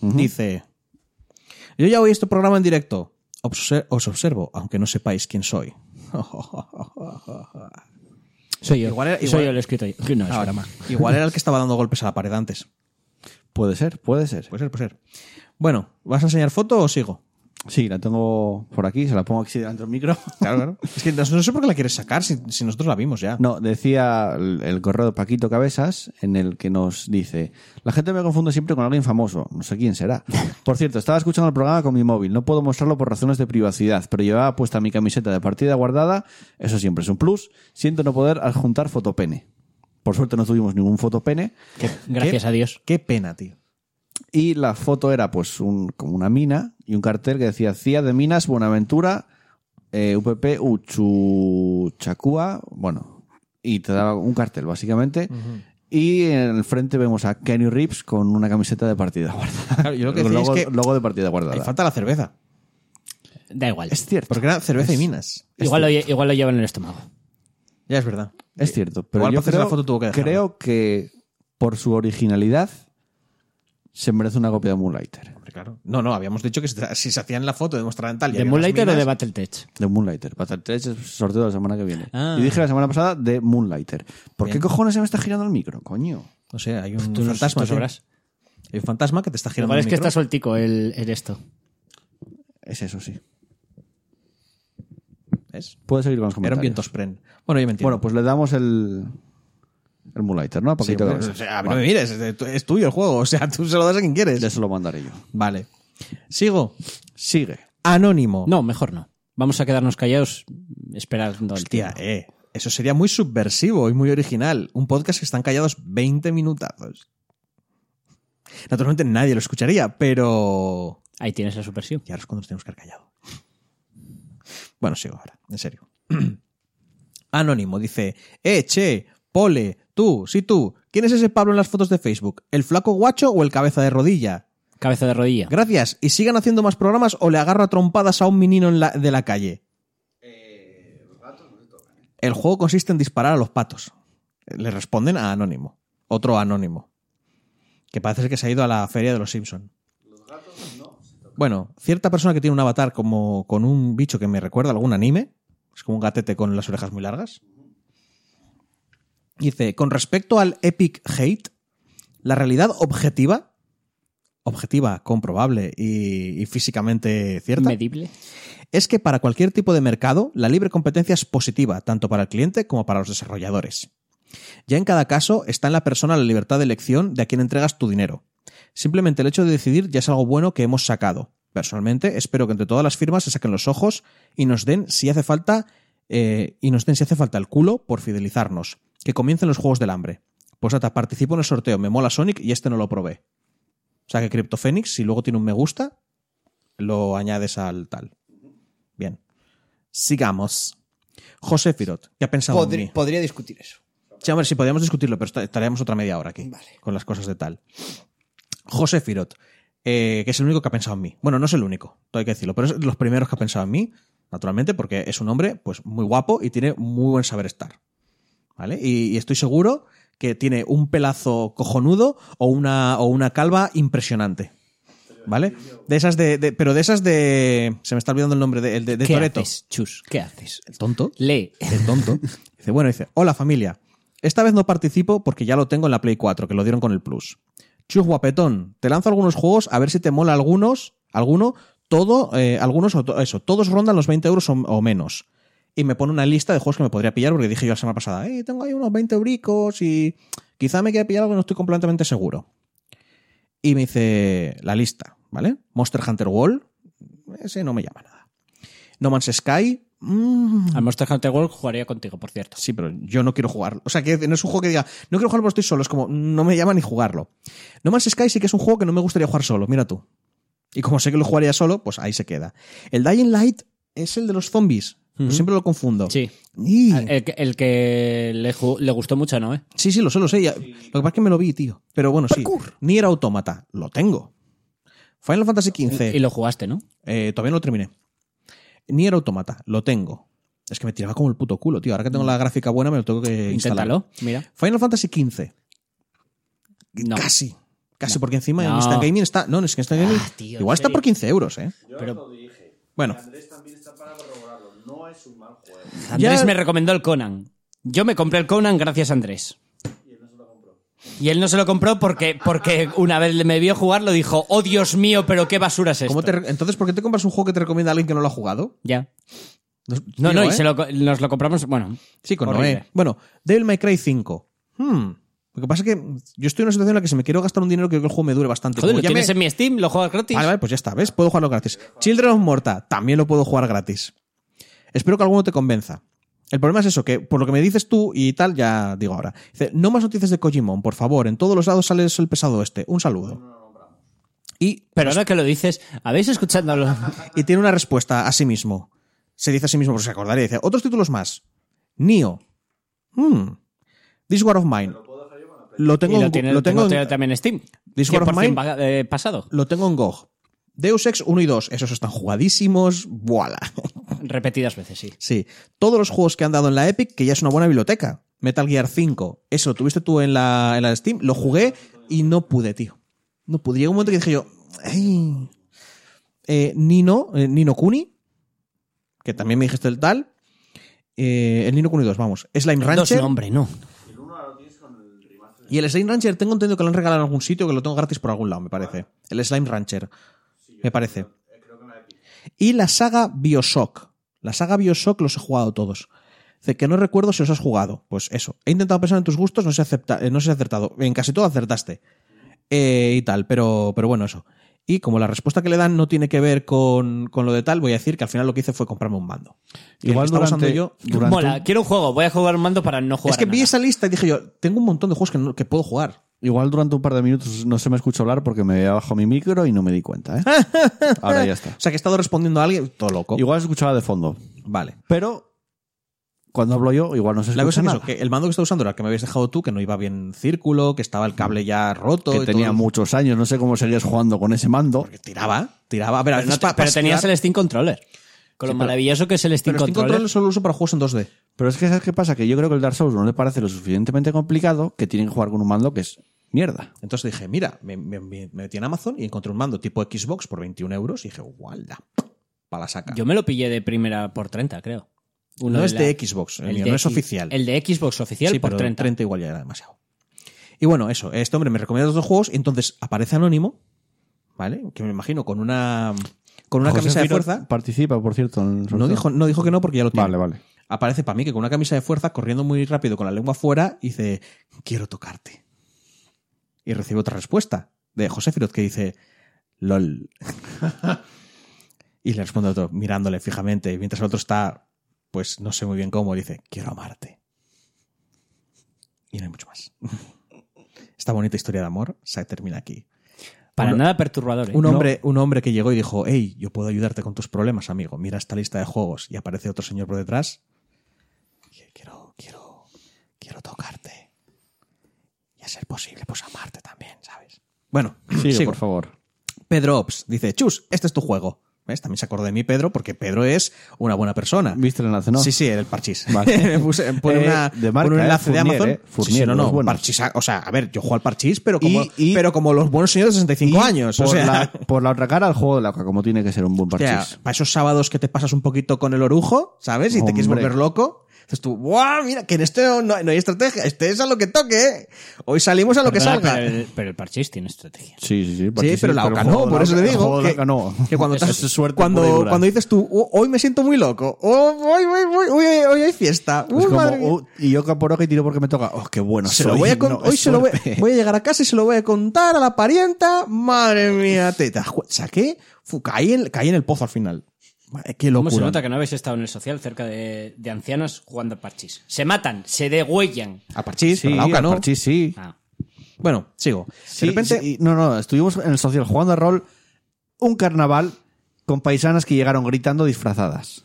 S3: dice: Yo ya oí este programa en directo. Obser- os observo, aunque no sepáis quién soy.
S2: Soy yo.
S3: Igual era-
S2: Soy
S3: igual-
S2: yo el escritor. No, es
S3: Ahora,
S2: broma.
S3: igual era el que estaba dando golpes a la pared antes.
S1: Puede ser, puede ser.
S3: Puede ser, puede ser. Bueno, ¿vas a enseñar foto o sigo?
S1: Sí, la tengo por aquí, se la pongo aquí delante del micro.
S3: Claro, claro. Es que no no sé por qué la quieres sacar si, si nosotros la vimos ya.
S1: No, decía el, el correo de Paquito Cabezas en el que nos dice, la gente me confunde siempre con alguien famoso, no sé quién será. Por cierto, estaba escuchando el programa con mi móvil, no puedo mostrarlo por razones de privacidad, pero llevaba puesta mi camiseta de partida guardada, eso siempre es un plus, siento no poder adjuntar fotopene. Por suerte no tuvimos ningún fotopene.
S2: Gracias a Dios.
S3: Qué pena, tío.
S1: Y la foto era pues un, como una mina y un cartel que decía CIA de Minas, Buenaventura, eh, UPP, Uchuchacua, bueno, y te daba un cartel básicamente. Y en el frente vemos a Kenny Reeves con una camiseta de partida guardada.
S3: Claro, yo lo que
S1: Con
S3: decía es
S1: logo,
S3: que-
S1: logo de partida
S3: Ahí
S1: guardada.
S3: falta la cerveza.
S2: Da igual.
S3: Este-
S1: Es cierto.
S3: Porque era cerveza y minas.
S2: Igual lo, lle- igual lo llevan en el estómago.
S3: este Ya es verdad.
S1: Es cierto, pero
S3: Igual
S1: yo
S3: para hacer
S1: creo,
S3: la foto tuvo que dejarlo.
S1: creo que por su originalidad se merece una copia de Moonlighter.
S3: Hombre, claro. No, no, habíamos dicho que se tra- si se hacían la foto de mostrar en tal. y
S2: ¿De
S3: había
S2: Moonlighter
S3: unas
S2: o de
S3: minas-
S2: Battletech?
S1: De Moonlighter. Battle 3 es sorteo de la semana que viene.
S2: Ah.
S1: Y dije la semana pasada de Moonlighter. ¿Por
S3: Bien.
S1: qué cojones se me está girando el micro, coño?
S3: No sé, hay un
S2: Tú no
S3: fantasma.
S2: tú
S3: sí.
S2: sabrás.
S3: Hay un fantasma que te está girando.
S2: Igual
S3: el
S2: es que
S3: micro.
S2: está sueltico el, el esto.
S1: Es eso, sí.
S3: ¿Ves?
S1: Puedes seguir con los comentarios.
S3: Era un viento spren. Bueno, yo me entiendo.
S1: Bueno, pues le damos el, el Moonlighter, ¿no? A
S3: Sí,
S1: Paquito
S3: bueno,
S1: Cabezas.
S3: o sea, a mí no
S1: Vale.
S3: me mires, es, de tu- es tuyo el juego, o sea, tú se lo das a quien quieres.
S1: Ya se lo mandaré yo.
S3: Vale. Sigo.
S1: Sigue.
S3: Anónimo.
S2: No, mejor no. Vamos a quedarnos callados esperando el
S3: Hostia,
S2: tiempo.
S3: eh. Eso sería muy subversivo y muy original. Un podcast que están callados 20 minutazos. Naturalmente nadie lo escucharía, pero.
S2: Ahí tienes la subversión.
S3: Y ahora es cuando nos tenemos que quedar callado. Bueno, sigo ahora, en serio. Anónimo dice: Eh, che, pole, tú, sí tú. ¿Quién es ese Pablo en las fotos de Facebook? ¿El flaco guacho o el cabeza de rodilla?
S2: Cabeza de rodilla.
S3: Gracias, y sigan haciendo más programas o le agarro a trompadas a un menino en la- de la calle. El juego consiste en disparar a los patos. Le responden a Anónimo. Otro Anónimo. Que parece que se ha ido a la feria de los Simpson. Bueno, cierta persona que tiene un avatar como con un bicho que me recuerda a algún anime. Es como un gatete con las orejas muy largas. Dice, con respecto al Epic Hate, la realidad objetiva, objetiva, comprobable y, y físicamente cierta,
S2: Medible.
S3: es que para cualquier tipo de mercado, la libre competencia es positiva, tanto para el cliente como para los desarrolladores. Ya en cada caso está en la persona la libertad de elección de a quién entregas tu dinero. Simplemente el hecho de decidir ya es algo bueno que hemos sacado. Personalmente, espero que entre todas las firmas se saquen los ojos y nos den si hace falta eh, y nos den si hace falta el culo por fidelizarnos. Que comiencen los juegos del hambre. Pues hasta participo en el sorteo, me mola Sonic y este no lo probé. O sea que CryptoPhoenix, si luego tiene un me gusta, lo añades al tal. Bien. Sigamos. José Firot, ¿qué ha pensado en
S6: Podri-
S3: mí?
S6: podría discutir eso.
S3: Sí, hombre, sí, podríamos discutirlo, pero esta- estaríamos otra media hora aquí
S6: Vale.
S3: con las cosas de tal. José Firot, eh, que es el único que ha pensado en mí. Bueno, no es el único, todo hay que decirlo, pero es de los primeros que ha pensado en mí, naturalmente, porque es un hombre pues muy guapo y tiene muy buen saber estar. ¿Vale? Y, y estoy seguro que tiene un pelazo cojonudo o una, o una calva impresionante. ¿Vale? De esas de, de- Pero de esas de. Se me está olvidando el nombre de, el de, de
S2: ¿Qué
S3: Toretto.
S2: haces, Chus? ¿Qué haces?
S3: El tonto.
S2: Lee.
S3: El tonto. Dice, bueno, dice, hola familia. Esta vez no participo porque ya lo tengo en la Play 4, que lo dieron con el Plus. Chus guapetón, te lanzo algunos juegos a ver si te mola algunos, alguno, todo, eh, algunos, o to- eso, todos rondan los 20 euros o, o menos. Y me pone una lista de juegos que me podría pillar porque dije yo la semana pasada, eh, tengo ahí unos 20 euricos y quizá me quiera pillar algo que no estoy completamente seguro. Y me dice la lista, ¿vale? Monster Hunter World, ese no me llama nada. No Man's Sky, mm,
S2: Al Monster Hunter World jugaría contigo, por cierto.
S3: Sí, pero yo no quiero jugarlo. O sea, que no es un juego que diga, no quiero jugarlo porque estoy solo. Es como, no me llama ni jugarlo. No Man's Sky sí que es un juego que no me gustaría jugar solo, mira tú. Y como sé que lo jugaría solo, pues ahí se queda. El Dying Light es el de los zombies. Yo siempre lo confundo.
S2: Sí. Ah, eh.
S3: Y-
S2: El, que- el que le, ju- le gustó mucho, ¿no? eh?
S3: Sí, sí, lo sé, lo sé. Ya- Lo que pasa es que me lo vi, tío. Pero bueno, sí. Ni era autómata. Lo tengo. Final Fantasy XV.
S2: Y lo jugaste, ¿no?
S3: Eh, todavía no lo terminé. Nier Automata, lo tengo. Es que me tiraba como el puto culo, tío. Ahora que tengo
S1: Mm.
S3: la gráfica buena, me lo tengo que instalar.
S2: Inténtalo. Mira.
S3: Final Fantasy XV.
S2: No.
S3: Casi. Casi,
S2: No.
S3: porque encima en
S2: No.
S3: Instant Gaming está. No, es que Instant Gaming.
S2: Ah, tío,
S3: igual
S2: en
S3: está
S2: serio.
S3: por 15 euros, ¿eh?
S2: Pero
S3: Bueno,
S2: Andrés
S3: Ya-
S2: me recomendó el Conan. Yo me compré el Conan gracias a Andrés. Y él no se lo compró porque, porque una vez me vio jugarlo dijo, oh Dios mío, pero qué basura es esto.
S3: ¿cómo te re- entonces, ¿por qué te compras un juego que te recomienda alguien que no lo ha jugado?
S2: Ya.
S3: Nos-
S2: No,
S3: tío,
S2: no,
S3: ¿eh?
S2: y se lo co- nos lo compramos, bueno,
S3: Sí, con
S2: Horrible.
S3: Noé. Bueno, Devil May Cry 5. Hmm. Lo que pasa es que yo estoy en una situación en la que si me quiero gastar un dinero, creo que el juego me dure bastante.
S2: joder,
S3: Como
S2: lo
S3: ya me-
S2: tienes en mi Steam, lo juegas gratis.
S3: Vale, vale, pues ya está, ¿ves? Puedo jugarlo gratis. Children of Morta, también lo puedo jugar gratis. Espero que alguno te convenza. El problema es eso, que por lo que me dices tú y tal, ya digo ahora. Dice, no más noticias de Kojimon, por favor. En todos los lados sale el pesado este. Un saludo. Y,
S2: Pero ahora que lo dices, ¿habéis escuchado? lo-
S3: y tiene una respuesta a sí mismo. Se dice a sí mismo, porque se acordaría. Dice, otros títulos más. Nio. Hmm. This War of Mine. Lo tengo,
S2: y
S3: en-
S2: lo, tiene,
S3: lo tengo en-
S2: también en Steam.
S3: This War of
S2: 100%
S3: Mine.
S2: pa- eh, pasado.
S3: lo tengo en GOG. Deus Ex 1 y 2, esos están jugadísimos. Voilà.
S2: Repetidas veces, sí.
S3: Sí, todos los juegos que han dado en la Epic, que ya es una buena biblioteca. Metal Gear 5, eso lo tuviste tú en la, en la Steam, lo jugué y no pude, tío. No pude. Llegó un momento que dije yo. "Ay". Eh, Nino, eh, Nino Kuni, que también me dijiste el tal. Eh, el Nino Kuni 2, vamos. Slime
S2: Dos,
S3: Rancher.
S2: no, hombre, no.
S3: Y el Slime Rancher, tengo entendido que lo han regalado en algún sitio, que lo tengo gratis por algún lado, me parece. El Slime Rancher. Me parece. Y la saga Bioshock. La saga Bioshock los he jugado todos. Dice que no recuerdo si os has jugado. Pues eso. He intentado pensar en tus gustos, no sé, acepta, eh, no sé si he acertado. En casi todo acertaste. Eh, y tal, pero, pero bueno, eso. Y como la respuesta que le dan no tiene que ver con, con lo de tal, voy a decir que al final lo que hice fue comprarme un mando. Y el que
S1: Igual
S3: estaba usando
S1: durante,
S3: yo-
S1: durante
S2: Mola, quiero un juego. Voy a jugar un mando para no jugar.
S3: Es que
S2: a
S3: vi
S2: nada.
S3: esa lista y dije yo, tengo un montón de juegos que, no- que puedo jugar.
S1: Igual durante un par de minutos no se me escuchó hablar porque me había bajado mi micro y no me di cuenta, ¿eh? Ahora ya está.
S3: O sea, que he estado respondiendo a alguien, todo loco.
S1: Igual se escuchaba de fondo.
S3: Vale.
S1: Pero cuando hablo yo, igual no se
S3: La
S1: escucha
S3: cosa es
S1: nada.
S3: eso, que el mando que estaba usando era el que me habías dejado tú, que no iba bien círculo, que estaba el cable ya roto.
S1: Que
S3: y
S1: tenía
S3: todo.
S1: muchos años, no sé cómo seguías jugando con ese mando.
S3: Porque tiraba, tiraba. A ver, a
S2: Pero,
S3: veces
S2: no te-
S3: pa-
S2: pero
S3: para
S2: tenías
S3: tirar-
S2: el Steam Controller. Con lo maravilloso que es el Steam
S3: Pero Steam
S2: Controller.
S3: Controller solo lo uso para juegos en 2D.
S1: Pero es que, ¿sabes qué pasa? Que yo creo que el Dark Souls no le parece lo suficientemente complicado que tienen que jugar con un mando que es mierda.
S3: Entonces dije, mira, me, me- me metí en Amazon y encontré un mando tipo Xbox por 21 euros y dije, guala, para la saca.
S2: Yo me lo pillé de primera por 30, creo.
S3: no
S2: de
S3: es
S2: la-
S3: de Xbox, el
S2: el
S3: mío,
S2: de
S3: no es
S2: X-
S3: oficial.
S2: El de Xbox oficial
S3: Sí,
S2: por
S3: pero
S2: 30.
S3: igual ya era demasiado. Y bueno, eso, este hombre me recomienda los dos juegos y entonces aparece Anónimo, ¿vale? Que me imagino con una, con una
S1: José
S3: camisa de
S1: Firo
S3: fuerza.
S1: Participa, por cierto. en el sorteo.
S3: No dijo, no dijo que no porque ya lo tiene.
S1: Vale, vale.
S3: Aparece para mí que con una camisa de fuerza, corriendo muy rápido con la lengua fuera, dice, quiero tocarte. Y recibe otra respuesta de José Firot que dice, lol. y le responde otro, mirándole fijamente, mientras el otro está, pues no sé muy bien cómo, dice, quiero amarte. Y no hay mucho más. Esta bonita historia de amor se termina aquí.
S2: Para
S3: Un-
S2: nada perturbador. ¿eh?
S3: Un
S2: No.
S3: hombre, un hombre que llegó y dijo, hey, yo puedo ayudarte con tus problemas, amigo. Mira esta lista de juegos. Y aparece otro señor por detrás. Y Quiero, quiero, quiero tocarte. Y a ser posible, pues amarte también, ¿sabes? Bueno,
S1: Sigue,
S3: sigo.
S1: por favor.
S3: Pedro Ops dice, chus, este es tu juego. ¿Ves? También se acordó de mí Pedro porque Pedro es una buena persona.
S1: ¿Viste el enlace, no?
S3: Sí, sí, el parchís.
S1: Vale.
S3: Puse- pone
S1: Eh,
S3: una-
S1: de marca,
S3: pone un
S1: eh,
S3: enlace de
S1: Fournier,
S3: Amazon.
S1: eh,
S3: Sí, sí,
S1: Fournier,
S3: no, no,
S1: los buenos.
S3: parchís, o sea, a ver, yo juego al parchís, pero como,
S1: Y- y-
S3: pero como los buenos señores de 65 años. O
S1: por,
S3: sea,
S1: la, por la otra cara, el juego de la coca, como tiene que ser un buen
S3: Hostia,
S1: parchís.
S3: para esos sábados que te pasas un poquito con el orujo, ¿sabes? Y te quieres
S1: Hombre.
S3: volver loco. Dices tú, ¡buah! Mira, que en este no, no hay estrategia. Este es a lo que toque, ¿eh? Hoy salimos a lo que
S2: Perdona,
S3: salga.
S2: Pero el, pero el parchís tiene estrategia.
S1: Sí, sí, sí.
S3: Sí,
S1: eh, parchís,
S3: pero la oca
S1: el juego
S3: no,
S1: de
S3: por
S1: la
S3: eso
S1: oca-
S3: te
S1: El juego
S3: digo.
S1: de la
S3: Que,
S1: oca no.
S3: que cuando,
S1: Eso
S3: estás-
S1: es suerte pura y
S3: cuando,
S1: dura.
S3: cuando dices tú, "Oh, hoy me siento muy loco, oh, hoy, hoy, hoy, hoy, hoy hay fiesta,
S1: Es
S3: Uy,
S1: como,
S3: madre mía".
S1: "Uh, y yo por oca y tiro porque me toca. ¡Oh, qué bueno!
S3: Se lo
S1: soy".
S3: voy a con-
S1: No,
S3: hoy
S1: es
S3: se lo voy,
S1: suerte.
S3: voy a llegar a casa y se lo voy a contar a la parienta. Madre mía, te, te das cu- saqué, fu, caí, en, caí en el pozo al final. Madre, Qué
S2: ¿Cómo
S3: locura.
S2: se nota que no habéis estado en el social cerca de, de ancianas jugando al parchís? Se matan, se degüellan.
S3: A parchís,
S1: Sí,
S3: pero la oca
S1: al
S3: no.
S1: parchís sí.
S2: Ah.
S3: Bueno, sigo.
S1: Sí,
S3: de repente,
S1: sí, no, no, estuvimos en el social jugando a rol un carnaval con paisanas que llegaron gritando disfrazadas.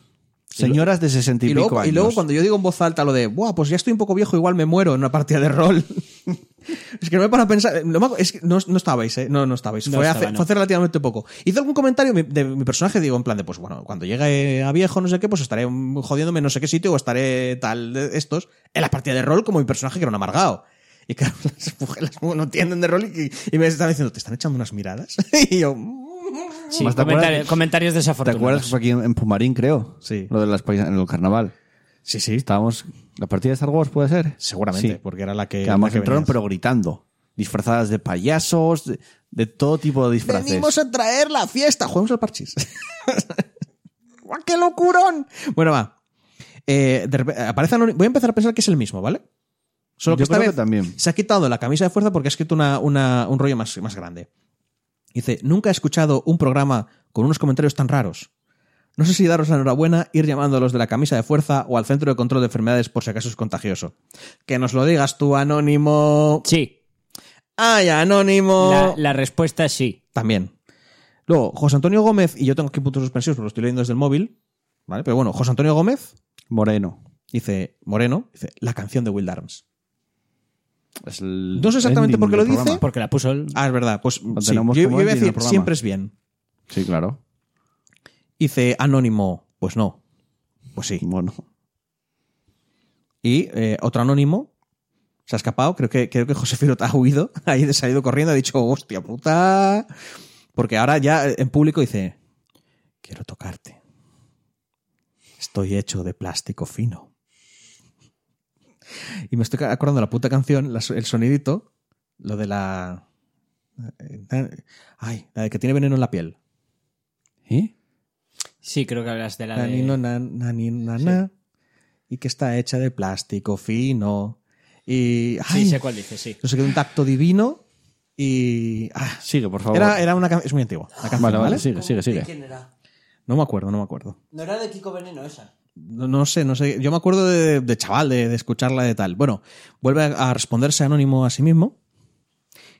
S1: Señoras de sesenta y,
S3: y,
S1: pico
S3: luego, y
S1: años.
S3: luego cuando yo digo en voz alta lo de, Buah, pues ya estoy un poco viejo, igual me muero en una partida de rol. es que no me para pensar. lo me hago- es que no, no estabais, ¿eh? No, no estabais.
S2: No
S3: fue,
S2: estaba,
S3: hace,
S2: no.
S3: fue hace relativamente poco. Hice algún comentario mi- de mi personaje, digo, en plan de, pues bueno, cuando llegue a viejo, no sé qué, pues estaré mm, jodiéndome en no sé qué sitio o estaré tal de estos en la partida de rol como mi personaje que era un amargado. Y claro, las mujeres no entienden de rol y, y me están diciendo, ¿te están echando unas miradas? y yo, "Mm".
S2: Sí,
S1: Más te
S2: comentari-
S1: acuerdas-
S2: comentarios
S1: ¿Te
S2: desafortunados.
S1: acuerdas que fue aquí en, en Pumarín, creo?
S3: Sí.
S1: Lo de las paisanas en el carnaval.
S3: sí, sí,
S1: Estábamos. La partida de Star Wars puede ser.
S3: seguramente,
S1: Sí.
S3: porque era la que...
S1: que además
S3: la que
S1: entraron,
S3: venías.
S1: pero gritando. Disfrazadas de payasos, de, de todo tipo de disfraces.
S3: Venimos a traer la fiesta. Juguemos al parchís. ¡Guau, ¡Qué locurón! Bueno, va. Eh, de repe- aparece anónimo- Voy a empezar a pensar que es el mismo, ¿vale? Solo que
S1: Yo
S3: esta
S1: creo
S3: vez
S1: que también.
S3: se ha quitado la camisa de fuerza porque ha escrito una, una- un rollo más, más grande. Dice, nunca he escuchado un programa con unos comentarios tan raros. No sé si daros la enhorabuena, ir llamando a los de la camisa de fuerza o al centro de control de enfermedades por si acaso es contagioso. Que nos lo digas tú, Anónimo.
S2: Sí,
S3: ¡Ay, Anónimo!
S2: la, la respuesta es sí.
S3: También. Luego, José Antonio Gómez, y yo tengo aquí puntos suspensivos porque lo estoy leyendo desde el móvil, ¿vale? Pero bueno, José Antonio Gómez
S1: Moreno.
S3: dice, Moreno, dice, la canción de Wild Arms.
S1: Es el
S3: No sé exactamente
S1: ending
S3: por qué lo
S1: del
S3: dice.
S1: programa.
S2: Porque la puso el...
S3: Ah, es verdad, pues sí, yo,
S1: tenemos
S3: yo
S1: como
S3: iba
S1: ending
S3: a
S1: el
S3: decir,
S1: programa.
S3: siempre es bien.
S1: Sí, claro.
S3: Dice, anónimo, pues no. Pues sí.
S1: Bueno.
S3: Y eh, otro anónimo Se ha escapado, creo que, creo que José Firota ha huido, ha ido, se ha ido corriendo, ha dicho, hostia puta. Porque ahora ya eh, en público dice, quiero tocarte. Estoy hecho de plástico fino. Y me estoy acordando de la puta canción, la- el sonidito, lo de la... eh, Ay, la de que tiene veneno en la piel.
S1: ¿Eh?
S2: Sí, creo que hablas de la de...
S3: Nanino, nan, nanino, naná. Y que está hecha de plástico fino. Y.
S2: Sí,
S3: Ay,
S2: sé cuál dice, sí.
S3: No sé qué, un tacto divino. Y. ah,
S1: Sigue, por favor.
S3: era, era una canción. Es muy antigua. la canción,
S1: vale, vale,
S3: ¿vale?
S1: sigue, sigue, sigue.
S6: ¿Quién era?
S3: No me acuerdo, no me acuerdo.
S6: No era de Kiko Veneno esa.
S3: No, no sé, no sé. Yo me acuerdo de, de chaval, de, de escucharla de tal. Bueno, vuelve a, a responderse anónimo a sí mismo.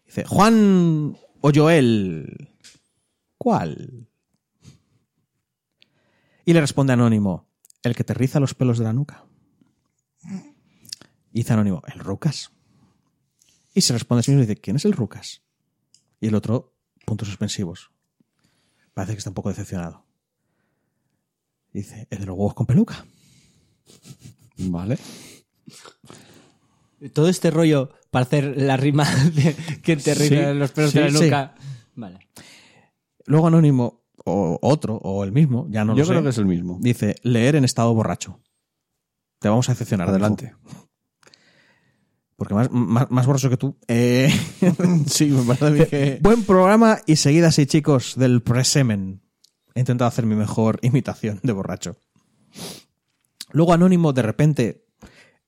S3: Dice, Juan o Joel. ¿Cuál? Y le responde anónimo, el que te riza los pelos de la nuca. Y dice anónimo, el Rucas. Y se responde a sí mismo y dice, ¿quién es el Rucas? Y el otro, puntos suspensivos. Parece que está un poco decepcionado. Dice, el de los huevos con peluca.
S1: Vale.
S2: Todo este rollo para hacer la rima de que te
S3: Sí,
S2: ríe los pelos
S3: sí,
S2: de la
S3: sí.
S2: nuca. Vale.
S3: Luego Anónimo, o otro, o el mismo, ya no
S1: Yo
S3: lo
S1: creo
S3: sé,
S1: que es el mismo.
S3: dice, leer en estado borracho. Te vamos a decepcionar.
S1: Adelante.
S3: mijo. Porque más, más, más borracho que tú. Eh,
S1: Sí, me parece a mí que.
S3: Buen programa y seguid así, chicos, del presemen. He intentado hacer mi mejor imitación de borracho. Luego Anónimo de repente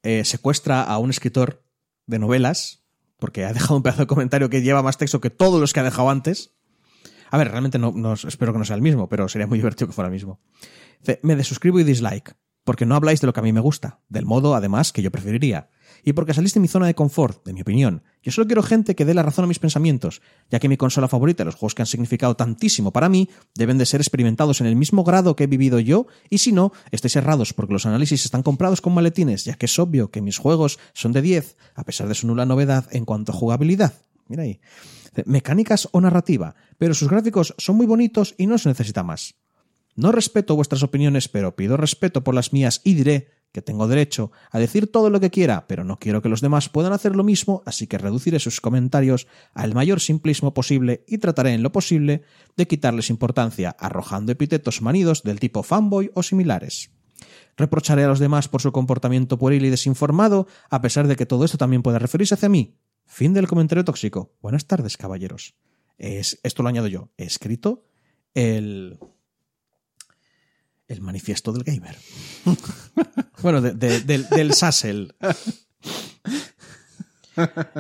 S3: eh, secuestra a un escritor de novelas, porque ha dejado un pedazo de comentario que lleva más texto que todos los que ha dejado antes. A ver, realmente no, no- espero que no sea el mismo, pero sería muy divertido que fuera el mismo. Dice, Me desuscribo y dislike, porque no habláis de lo que a mí me gusta, del modo, además, que yo preferiría. Y porque salís de mi zona de confort, de mi opinión. Yo solo quiero gente que dé la razón a mis pensamientos, ya que mi consola favorita y los juegos que han significado tantísimo para mí deben de ser experimentados en el mismo grado que he vivido yo, y si no, estáis errados, porque los análisis están comprados con maletines, ya que es obvio que mis juegos son de 10, a pesar de su nula novedad en cuanto a jugabilidad. Mira ahí. Dice, Mecánicas o narrativa, pero sus gráficos son muy bonitos y no se necesita más. No respeto vuestras opiniones, pero pido respeto por las mías y diré que tengo derecho a decir todo lo que quiera, pero no quiero que los demás puedan hacer lo mismo, así que reduciré sus comentarios al mayor simplismo posible y trataré en lo posible de quitarles importancia, arrojando epítetos manidos del tipo fanboy o similares. Reprocharé a los demás por su comportamiento pueril y desinformado, a pesar de que todo esto también pueda referirse hacia mí. Fin del comentario tóxico. Buenas tardes, caballeros. Es, esto lo añado yo. He escrito el, el manifiesto del gamer. bueno, de- de- del, del Sassel.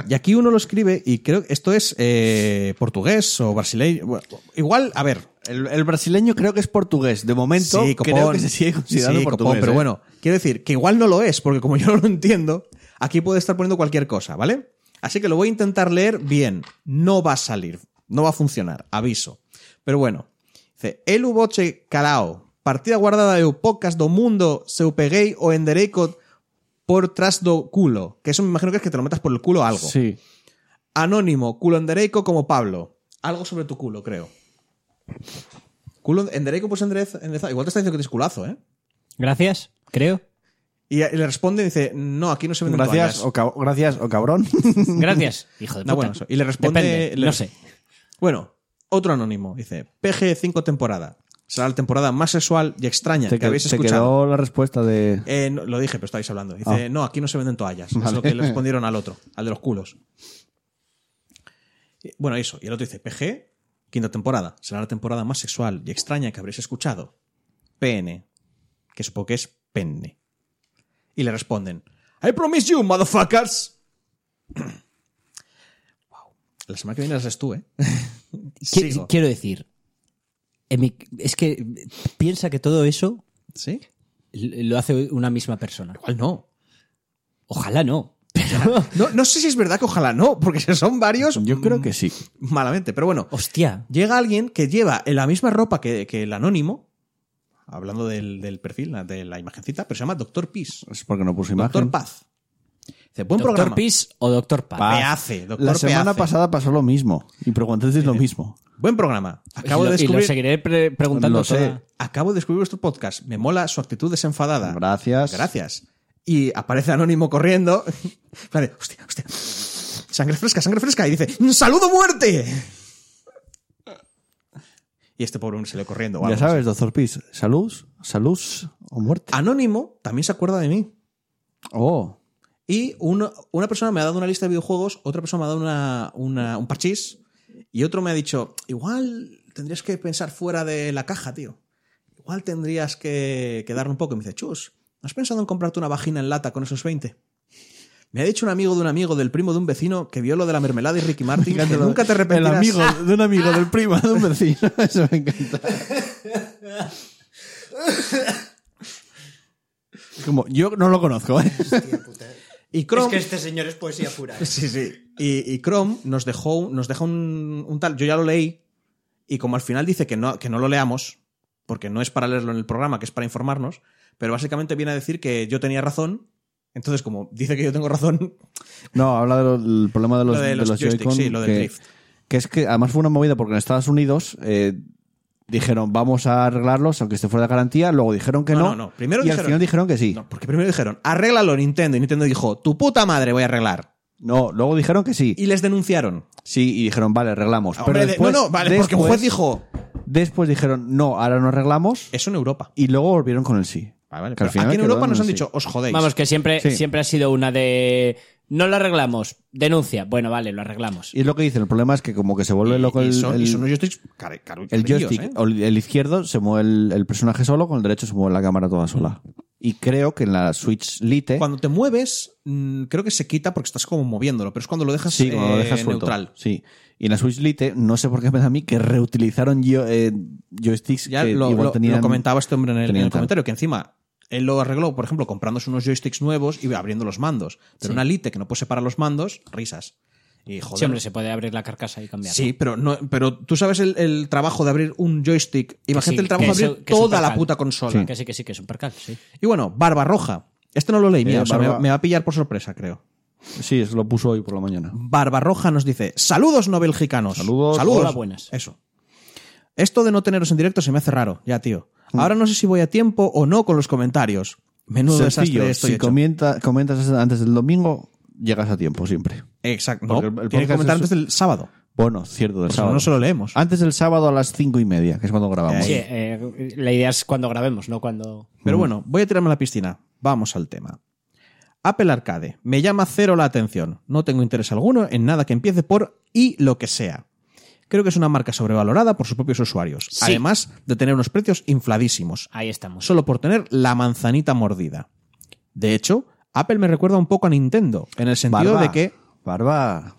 S3: Y aquí uno lo escribe y creo que esto es eh, portugués o brasileño. Bueno, Igual, a ver,
S1: El, el brasileño creo que es portugués. De momento, creo
S3: copón.
S1: que se sigue considerando
S3: Sí, copón,
S1: portugués.
S3: pero
S1: ¿eh?
S3: bueno, quiero decir que igual no lo es, porque como yo no lo entiendo, aquí puede estar poniendo cualquier cosa, ¿vale? Así que lo voy a intentar leer bien. No va a salir, no va a funcionar, aviso. Pero bueno, dice, Elu boche calao, partida guardada de pocas do mundo, seu peguei o enderei co- por tras do culo. Que eso me imagino que es que te lo metas por el culo a algo.
S1: Sí.
S3: Anónimo, culo endereico como Pablo. Algo sobre tu culo, creo. Culo endereico, pues endereza, endereza- Igual te está diciendo que tienes culazo, ¿eh?
S2: Gracias, creo.
S3: Y, y le responde y dice, no, aquí no se venden
S1: Gracias,
S3: toallas".
S1: o cab- gracias, o cabrón.
S2: Gracias, hijo de puta.
S3: No, bueno, eso. Y le responde-
S2: Depende,
S3: le-
S2: no sé.
S3: Bueno, otro anónimo. Dice, PG5 temporada. Será la temporada más sexual y extraña
S1: Te,
S3: que
S1: que-
S3: habéis
S1: te
S3: escuchado.
S1: quedó la respuesta de.
S3: Eh, no, lo dije, pero estáis hablando. Dice,
S1: Ah.
S3: no, aquí no se venden toallas. Es lo que le respondieron al otro, al de los culos. Y- Bueno, eso. Y el otro dice, PG, quinta temporada. Será la temporada más sexual y extraña que habréis escuchado. PN. Que supongo que es penne. Y le responden, I promise you, motherfuckers. La semana que viene las lees tú, ¿eh?
S2: Qui-
S3: Sigo.
S2: Quiero decir, en mi- es que piensa que todo eso
S3: ¿Sí?
S2: l- lo hace una misma persona.
S3: Igual no.
S2: Ojalá no. Pero,
S3: no. No sé si es verdad que ojalá no, porque si son varios,
S1: Yo creo que sí.
S3: malamente. Pero bueno,
S2: hostia.
S3: llega alguien que lleva en la misma ropa que, que el anónimo, hablando del, del perfil, la- de la imagencita, pero se llama Doctor Peace.
S1: Es porque no puse
S3: Doctor
S1: imagen.
S3: Paz. Dice, buen
S2: ¿Doctor
S3: programa.
S2: Pis o Doctor Paz?
S1: Paz.
S3: Peace, doctor
S1: La semana
S3: Peace.
S1: pasada pasó lo mismo. Y preguntasteis lo mismo.
S3: Buen programa. Acabo de
S2: y, lo, y lo
S3: descubrir.
S2: seguiré pre- preguntando.
S1: Lo sé.
S2: toda-
S3: Acabo de descubrir vuestro podcast. Me mola su actitud desenfadada.
S1: Gracias.
S3: Gracias. y aparece Anónimo corriendo. En plan de, hostia, hostia. Sangre fresca, sangre fresca. Y dice, ¡Saludo muerte! Y este pobre hombre se le corriendo. o
S1: Ya
S3: algo
S1: sabes, doctor Pis, salud, salud o muerte.
S3: así. Anónimo también se acuerda de mí.
S1: Oh,
S3: Y uno- una persona me ha dado una lista de videojuegos, otra persona me ha dado una, una- un parchís, y otro me ha dicho, igual tendrías que pensar fuera de la caja, tío. Igual tendrías que quedar un poco. Y me dice, chus, ¿has pensado en comprarte una vagina en lata con esos 20? Me ha dicho un amigo de un amigo del primo de un vecino que vio lo de la mermelada y Ricky Martin que
S1: Fíjate lo-
S3: nunca te
S1: El
S3: arrepentirás.
S1: amigo de un amigo, del primo, de un vecino. Eso me encanta. Como, yo no lo conozco, ¿eh?
S3: Y Chrome,
S2: este señor es poesía pura.
S3: Sí, sí. Y, y Chrome nos dejó, nos deja un, un tal. Yo ya lo leí. Y como al final dice que no, que no lo leamos, porque no es para leerlo en el programa, que es para informarnos, pero básicamente viene a decir que yo tenía razón. Entonces, como dice que yo tengo razón,
S1: No, habla del problema de los,
S3: Lo de
S1: de
S3: los
S1: los
S3: joysticks,
S1: Joy-Con,
S3: sí, lo del
S1: que,
S3: drift.
S1: que es que además fue una movida porque en Estados Unidos eh, dijeron vamos a arreglarlos aunque este fuera de garantía, luego dijeron que
S3: No,
S1: no.
S3: no, no. Primero
S1: y
S3: dijeron-
S1: al final dijeron que sí.
S3: no, porque primero dijeron, arréglalo Nintendo. Y Nintendo dijo, tu puta madre voy a arreglar.
S1: No, luego dijeron que sí.
S3: Y les denunciaron.
S1: Sí, y dijeron, vale, arreglamos.
S3: Hombre, de-
S1: después-
S3: no, no, vale, porque un juez dijo,
S1: Después dijeron, no, ahora no arreglamos.
S3: eso en Europa.
S1: Y luego volvieron con el sí.
S3: Vale, vale,
S1: Que al
S3: pero
S1: final
S3: aquí en
S1: quedó
S3: Europa
S1: en
S3: nos
S1: el
S3: han
S1: sí.
S3: dicho, os jodéis.
S2: Vamos, que siempre,
S1: Sí.
S2: siempre ha sido una de. No lo arreglamos, denuncia. Bueno, vale, lo arreglamos.
S1: Y es lo que dicen, el problema es que como que se
S3: Y-
S1: vuelve loco
S3: y
S1: el,
S3: son, y
S1: el-
S3: son unos joysticks care- care-
S1: el
S3: carillos,
S1: joystick.
S3: ¿eh?
S1: o El, el izquierdo se mueve el, el personaje solo, con el derecho se mueve la cámara toda sola. Y creo que en la Switch Lite...
S3: Mm. Cuando te mueves, mm, creo que se quita porque estás como moviéndolo, pero es cuando lo dejas,
S1: Sí, cuando lo
S3: eh,
S1: dejas suelto.
S3: neutral.
S1: Sí. Y en la Switch Lite, no sé por qué me da a mí que reutilizaron yo- eh, joysticks
S3: Ya
S1: que
S3: lo,
S1: igual
S3: lo-
S1: tenían...
S3: lo comentaba este hombre en el, en el
S1: tenían tal.
S3: comentario, que encima él lo arregló, por ejemplo, comprándose unos joysticks nuevos y abriendo los mandos. Pero una Lite que no puede separar los mandos, risas. Y joder.
S2: Sí, hombre, se puede abrir la carcasa y cambiarla.
S3: Sí, pero, no, pero tú sabes el, el trabajo de abrir un joystick. Imagínate
S2: sí,
S3: el trabajo
S2: que
S3: de
S2: eso-
S3: abrir
S2: que es un
S3: toda la
S2: percal.
S3: puta consola.
S2: Que sí, que sí, que es un percal, sí.
S3: Y bueno, Barba Roja. Este no lo leí, mira,
S1: Eh,
S3: o sea, me,
S1: Barba-
S3: me va a pillar por sorpresa, creo.
S1: Sí, eso lo puso hoy por la mañana.
S3: Barba Roja nos dice: Saludos no belgicanos.
S1: Saludos.
S2: Hola, buenas.
S3: Eso. Esto de no teneros en directo se me hace raro, ya, tío. Ahora no sé si voy a tiempo o no con los comentarios. Menudo
S1: Sencillo,
S3: desastre estoy
S1: si
S3: hecho.
S1: comenta- comentas antes del domingo, llegas a tiempo siempre.
S3: Exacto.
S1: Porque el- el
S3: No, tiene
S1: podcast
S3: que comentar
S1: es-
S3: antes del sábado.
S1: Bueno, cierto, del
S3: Pues
S1: sábado. Ah.
S3: no se lo leemos.
S1: Antes del sábado a las cinco y media, que es cuando grabamos.
S2: Sí, eh, la idea es cuando grabemos, no cuando.
S3: Pero bueno, voy a tirarme a la piscina. Vamos al tema. Apple Arcade. Me llama cero la atención. No tengo interés alguno en nada que empiece por y lo que sea. Creo que es una marca sobrevalorada por sus propios usuarios.
S2: Sí.
S3: Además de tener unos precios infladísimos.
S2: Ahí estamos.
S3: solo por tener la manzanita mordida. De hecho, Apple me recuerda un poco a Nintendo, en el sentido
S1: Barba,
S3: de que
S1: Barba.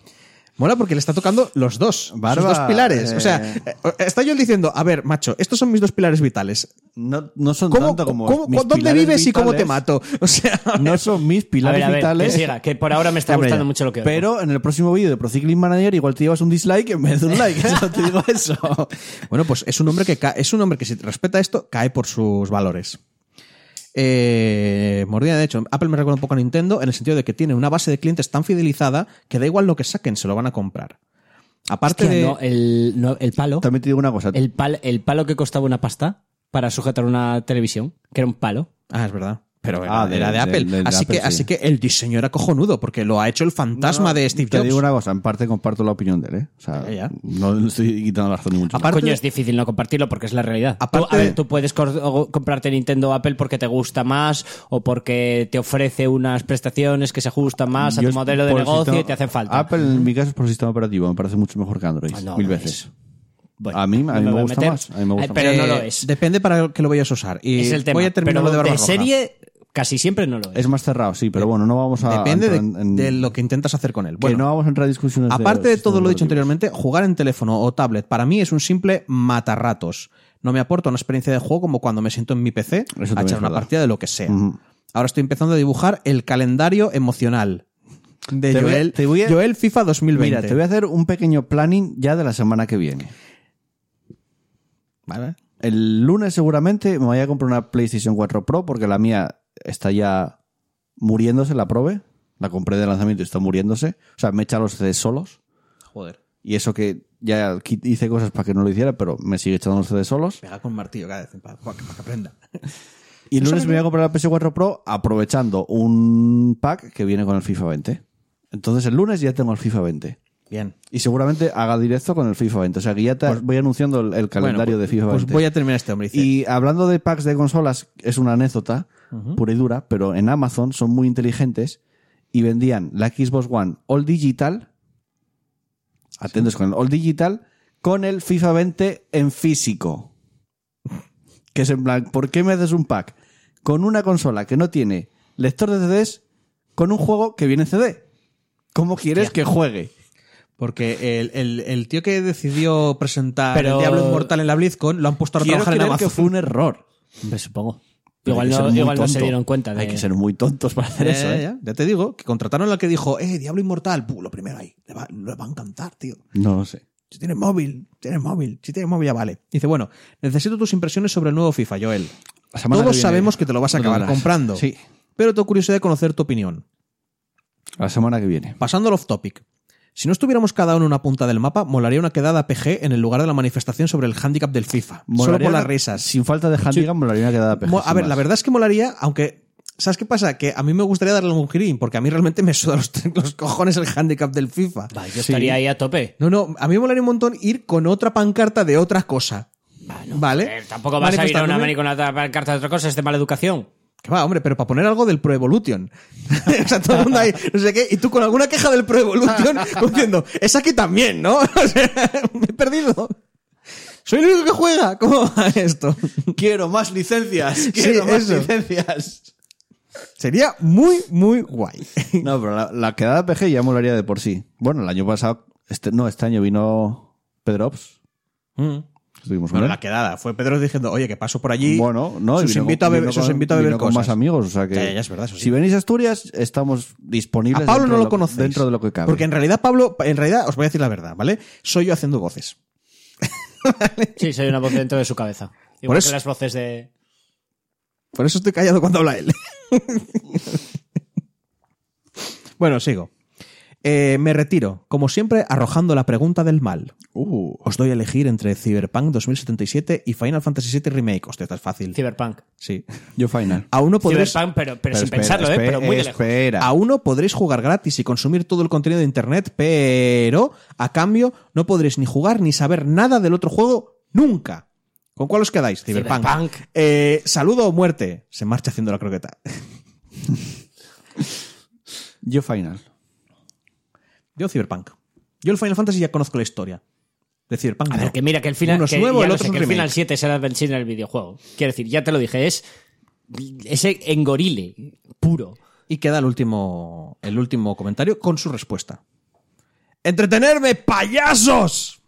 S3: mola porque le está tocando los dos,
S1: Barba,
S3: sus dos pilares. O sea,
S1: eh.
S3: eh, está yo diciendo, a ver, macho, estos son mis dos pilares vitales.
S1: No, no son
S3: ¿Cómo,
S1: tanto como.
S3: cómo-
S1: mis
S3: ¿Dónde
S1: pilares
S3: vives y cómo te
S1: vitales.
S3: mato? O sea,
S1: No son mis
S2: A ver,
S1: pilares
S2: a ver, que
S1: vitales.
S2: siga, que por ahora me está
S1: Ya, hombre,
S2: gustando
S1: ya.
S2: mucho lo que. oigo.
S1: Pero en el próximo vídeo de Procycling Manager igual te llevas un dislike en vez de un like. Solo te digo eso.
S3: Bueno, pues es un hombre que ca- es un hombre que si respeta esto, cae por sus valores. Eh, mordida, de hecho, Apple me recuerda un poco a Nintendo en el sentido de que tiene una base de clientes tan fidelizada que da igual lo que saquen, se lo van a comprar. Aparte
S2: Hostia,
S3: de.
S2: no, el, no, el palo.
S1: También te digo una cosa.
S2: El, pal- el palo que costaba una pasta para sujetar una televisión, que era un palo.
S3: Ah, es verdad. Pero era,
S1: Ah, de-
S3: era de,
S1: de-
S3: Apple.
S1: del- del
S3: así,
S1: Apple,
S3: que,
S1: sí.
S3: así que el diseño era cojonudo, porque lo ha hecho el fantasma de Steve
S1: Te
S3: Jobs.
S1: digo una cosa, en parte comparto la opinión de él, ¿eh? O sea,
S3: Ya, ya.
S1: no le estoy quitando la razón ni mucho. menos.
S3: Aparte
S2: Coño,
S3: de-
S2: es difícil no compartirlo porque es la realidad. Tú-
S3: Aparte
S2: a
S3: de-
S2: ver, tú puedes cor- o comprarte Nintendo o Apple porque te gusta más o porque te ofrece unas prestaciones que se ajustan más a
S1: Yo
S2: tu
S1: es
S2: modelo de
S1: por el
S2: negocio
S1: sistema-
S2: y te hacen falta.
S1: Apple, en mi caso, es por sistema operativo. Me parece mucho mejor que Android.
S2: Ah, no,
S1: mil
S2: no
S1: veces.
S2: es. Bueno,
S1: a mí, a mí
S2: no
S1: me,
S2: voy
S1: gusta
S2: meter.
S1: más. A mí me
S2: Ay,
S1: gusta
S2: pero
S3: Eh,
S2: no lo es.
S3: Depende para que lo vayas a usar. Y
S2: es el tema.
S3: voy a terminar
S2: pero
S3: lo de Barba
S2: de
S3: Roja.
S2: serie casi siempre no lo es.
S1: más. Es más cerrado, sí,
S2: Eh,
S1: pero bueno, no vamos a.
S3: Depende de,
S1: entrar en- en-
S3: de lo que intentas hacer con él.
S1: que
S3: Bueno,
S1: no vamos a entrar en discusiones.
S3: Aparte de todo lo dicho
S1: sistemas operativos.
S3: anteriormente, jugar en teléfono o tablet para mí es un simple matarratos. No me aporta una experiencia de juego como cuando me siento en mi PC
S1: también
S3: a
S1: es
S3: echar una
S1: verdad.
S3: partida de lo que sea.
S1: Ujú.
S3: Ahora estoy empezando a dibujar el calendario emocional de
S1: Te voy a-
S3: Joel,
S1: te voy a-
S3: Joel FIFA 2020.
S1: Mira, te voy a hacer un pequeño planning ya de la semana que viene.
S3: Vale.
S1: El lunes seguramente me voy a comprar una PlayStation 4 Pro porque la mía está ya muriéndose, la probé. La compré de lanzamiento y está muriéndose. O sea, me echa los CDs solos.
S3: Joder.
S1: Y eso que ya qui- hice cosas para que no lo hiciera, pero me sigue echando los CDs solos.
S3: Pega con martillo cada vez, para, que aprenda.
S1: Y el lunes me voy a comprar la PS4 Pro aprovechando un pack que viene con el FIFA 20. Entonces el lunes ya tengo el FIFA 20.
S3: Bien.
S1: Y seguramente haga directo con el FIFA 20. O sea que ya te- voy anunciando el, el calendario
S3: Pues
S1: de
S3: Bueno,
S1: FIFA 20.
S3: Pues voy a terminar este hombre. dice.
S1: Y hablando de packs de consolas, es una anécdota pura y dura, pero en Amazon son muy inteligentes y vendían la Xbox One All Digital. Atentos con el All Digital, con el FIFA 20 en físico. Que es en plan, ¿por qué me haces un pack con una consola que no tiene lector de CDs con un juego que viene en CD? ¿Cómo quieres que juegue?
S3: Porque el, el- el tío que decidió presentar
S2: Pero-
S3: el Diablo Inmortal en la BlizzCon lo han puesto a
S1: Quiero
S3: trabajar en
S1: creer que
S3: Amazon.
S1: fue un error.
S2: Hombre, supongo.
S1: Pero
S2: Igual,
S1: hay que
S2: no,
S1: ser muy
S2: igual no se
S1: tonto.
S2: dieron cuenta de
S1: Hay que ser muy tontos para hacer
S3: Ya,
S1: eso,
S3: ya,
S1: ¿eh?
S3: ya. Ya te digo, que contrataron al que dijo, eh, Diablo Inmortal, Buh, lo primero ahí, le va, le va a encantar, tío.
S1: No lo sé.
S3: Si tienes móvil, tienes móvil, si tienes móvil ya vale. Dice, bueno, necesito tus impresiones sobre el nuevo FIFA, Joel.
S1: La eh. semana
S3: Todos
S1: que viene-
S3: sabemos que te lo vas a
S1: lo
S3: acabar
S1: tendrás.
S3: comprando.
S1: Sí.
S3: Pero tengo curiosidad de conocer tu opinión.
S1: La semana que viene.
S3: Pasando al off topic. Si no estuviéramos cada uno en una punta del mapa, molaría una quedada PG en el lugar de la manifestación sobre el handicap del FIFA. Solo por
S1: Molaría
S3: las
S1: la-
S3: risas.
S1: Sin falta de handicap, molaría quedada peje,
S3: Mo- a
S1: sin
S3: ver,
S1: más.
S3: la verdad es que molaría, aunque. ¿Sabes qué pasa? Que a mí me gustaría darle un girín, porque a mí realmente me suda los, los cojones el handicap del FIFA.
S2: Va, yo estaría ahí a tope.
S3: No, no, a mí me molaría un montón ir con otra pancarta de otra cosa. ¿Vale?
S2: Eh, tampoco vas a ir a una
S3: Manifestándome-
S2: maniconata para carta de otra cosa, es de mala educación.
S3: Que va, hombre, pero para poner algo del Pro Evolution. o sea, todo el mundo ahí, no sé qué, y tú con alguna queja del Pro Evolution, como diciendo, es aquí también, ¿no? O sea, me he perdido. Soy el único que juega. ¿Cómo va esto?
S1: Quiero más licencias.
S3: eso.
S1: licencias.
S3: Sería muy, muy guay.
S1: No, pero la, la quedada PG ya molaría de por sí. Bueno, el año pasado. Este, no, este año vino Pedrops. Estuvimos con
S3: Mm. Bueno,
S1: él.
S3: la quedada. Fue Pedro diciendo, oye, que paso por allí.
S1: Bueno, no,
S3: os
S1: y vino
S3: invito a
S1: con-
S3: beber,
S1: vino
S3: os
S1: con-
S3: invito a beber
S1: vino con
S3: cosas.
S1: más amigos, o sea que
S3: Ya, ya, ya, es verdad, eso sí.
S1: si venís a Asturias estamos disponibles.
S3: A Pablo
S1: dentro
S3: no
S1: de
S3: lo conocéis.
S1: dentro de lo que cabe.
S3: Porque en realidad, Pablo, en realidad, os voy a decir la verdad, ¿vale? Soy yo haciendo voces.
S2: Sí, soy una voz dentro de su cabeza.
S3: Por
S2: Igual
S3: eso-
S2: que las voces de.
S3: Por eso estoy callado cuando habla él. bueno, sigo. Eh, me retiro, como siempre, arrojando la pregunta del mal.
S1: Uh,
S3: Os doy a elegir entre Cyberpunk 2077 y Final Fantasy VII Remake. Hostia, esta es fácil.
S2: Cyberpunk.
S3: Sí.
S1: yo final.
S3: A uno podréis,
S2: Cyberpunk, pero, pero, sin
S1: espera,
S2: pensarlo, ¿eh?
S1: espera,
S2: Pero muy de lejos.
S1: espera.
S3: a uno podréis jugar gratis y consumir todo el contenido de internet, pero a cambio no podréis ni jugar ni saber nada del otro juego nunca. ¿Con cuál os quedáis? Cyberpunk.
S2: Cyberpunk.
S3: Eh, saludo o muerte. Se marcha haciendo la croqueta.
S1: Yo final.
S3: Yo Cyberpunk. Yo el Final Fantasy ya conozco la historia. De Cyberpunk.
S2: A
S3: no.
S2: ver, que mira que el final.
S3: Uno es
S2: que
S3: nuevo,
S2: ya
S3: el
S2: lo
S3: otro
S2: sé,
S3: es un
S2: que el
S3: remake.
S2: final 7 será adventure en el videojuego. Quiero decir, ya te lo dije, es. Ese engorile puro.
S3: Y queda el último, el último comentario con su respuesta. ¡Entretenerme, payasos!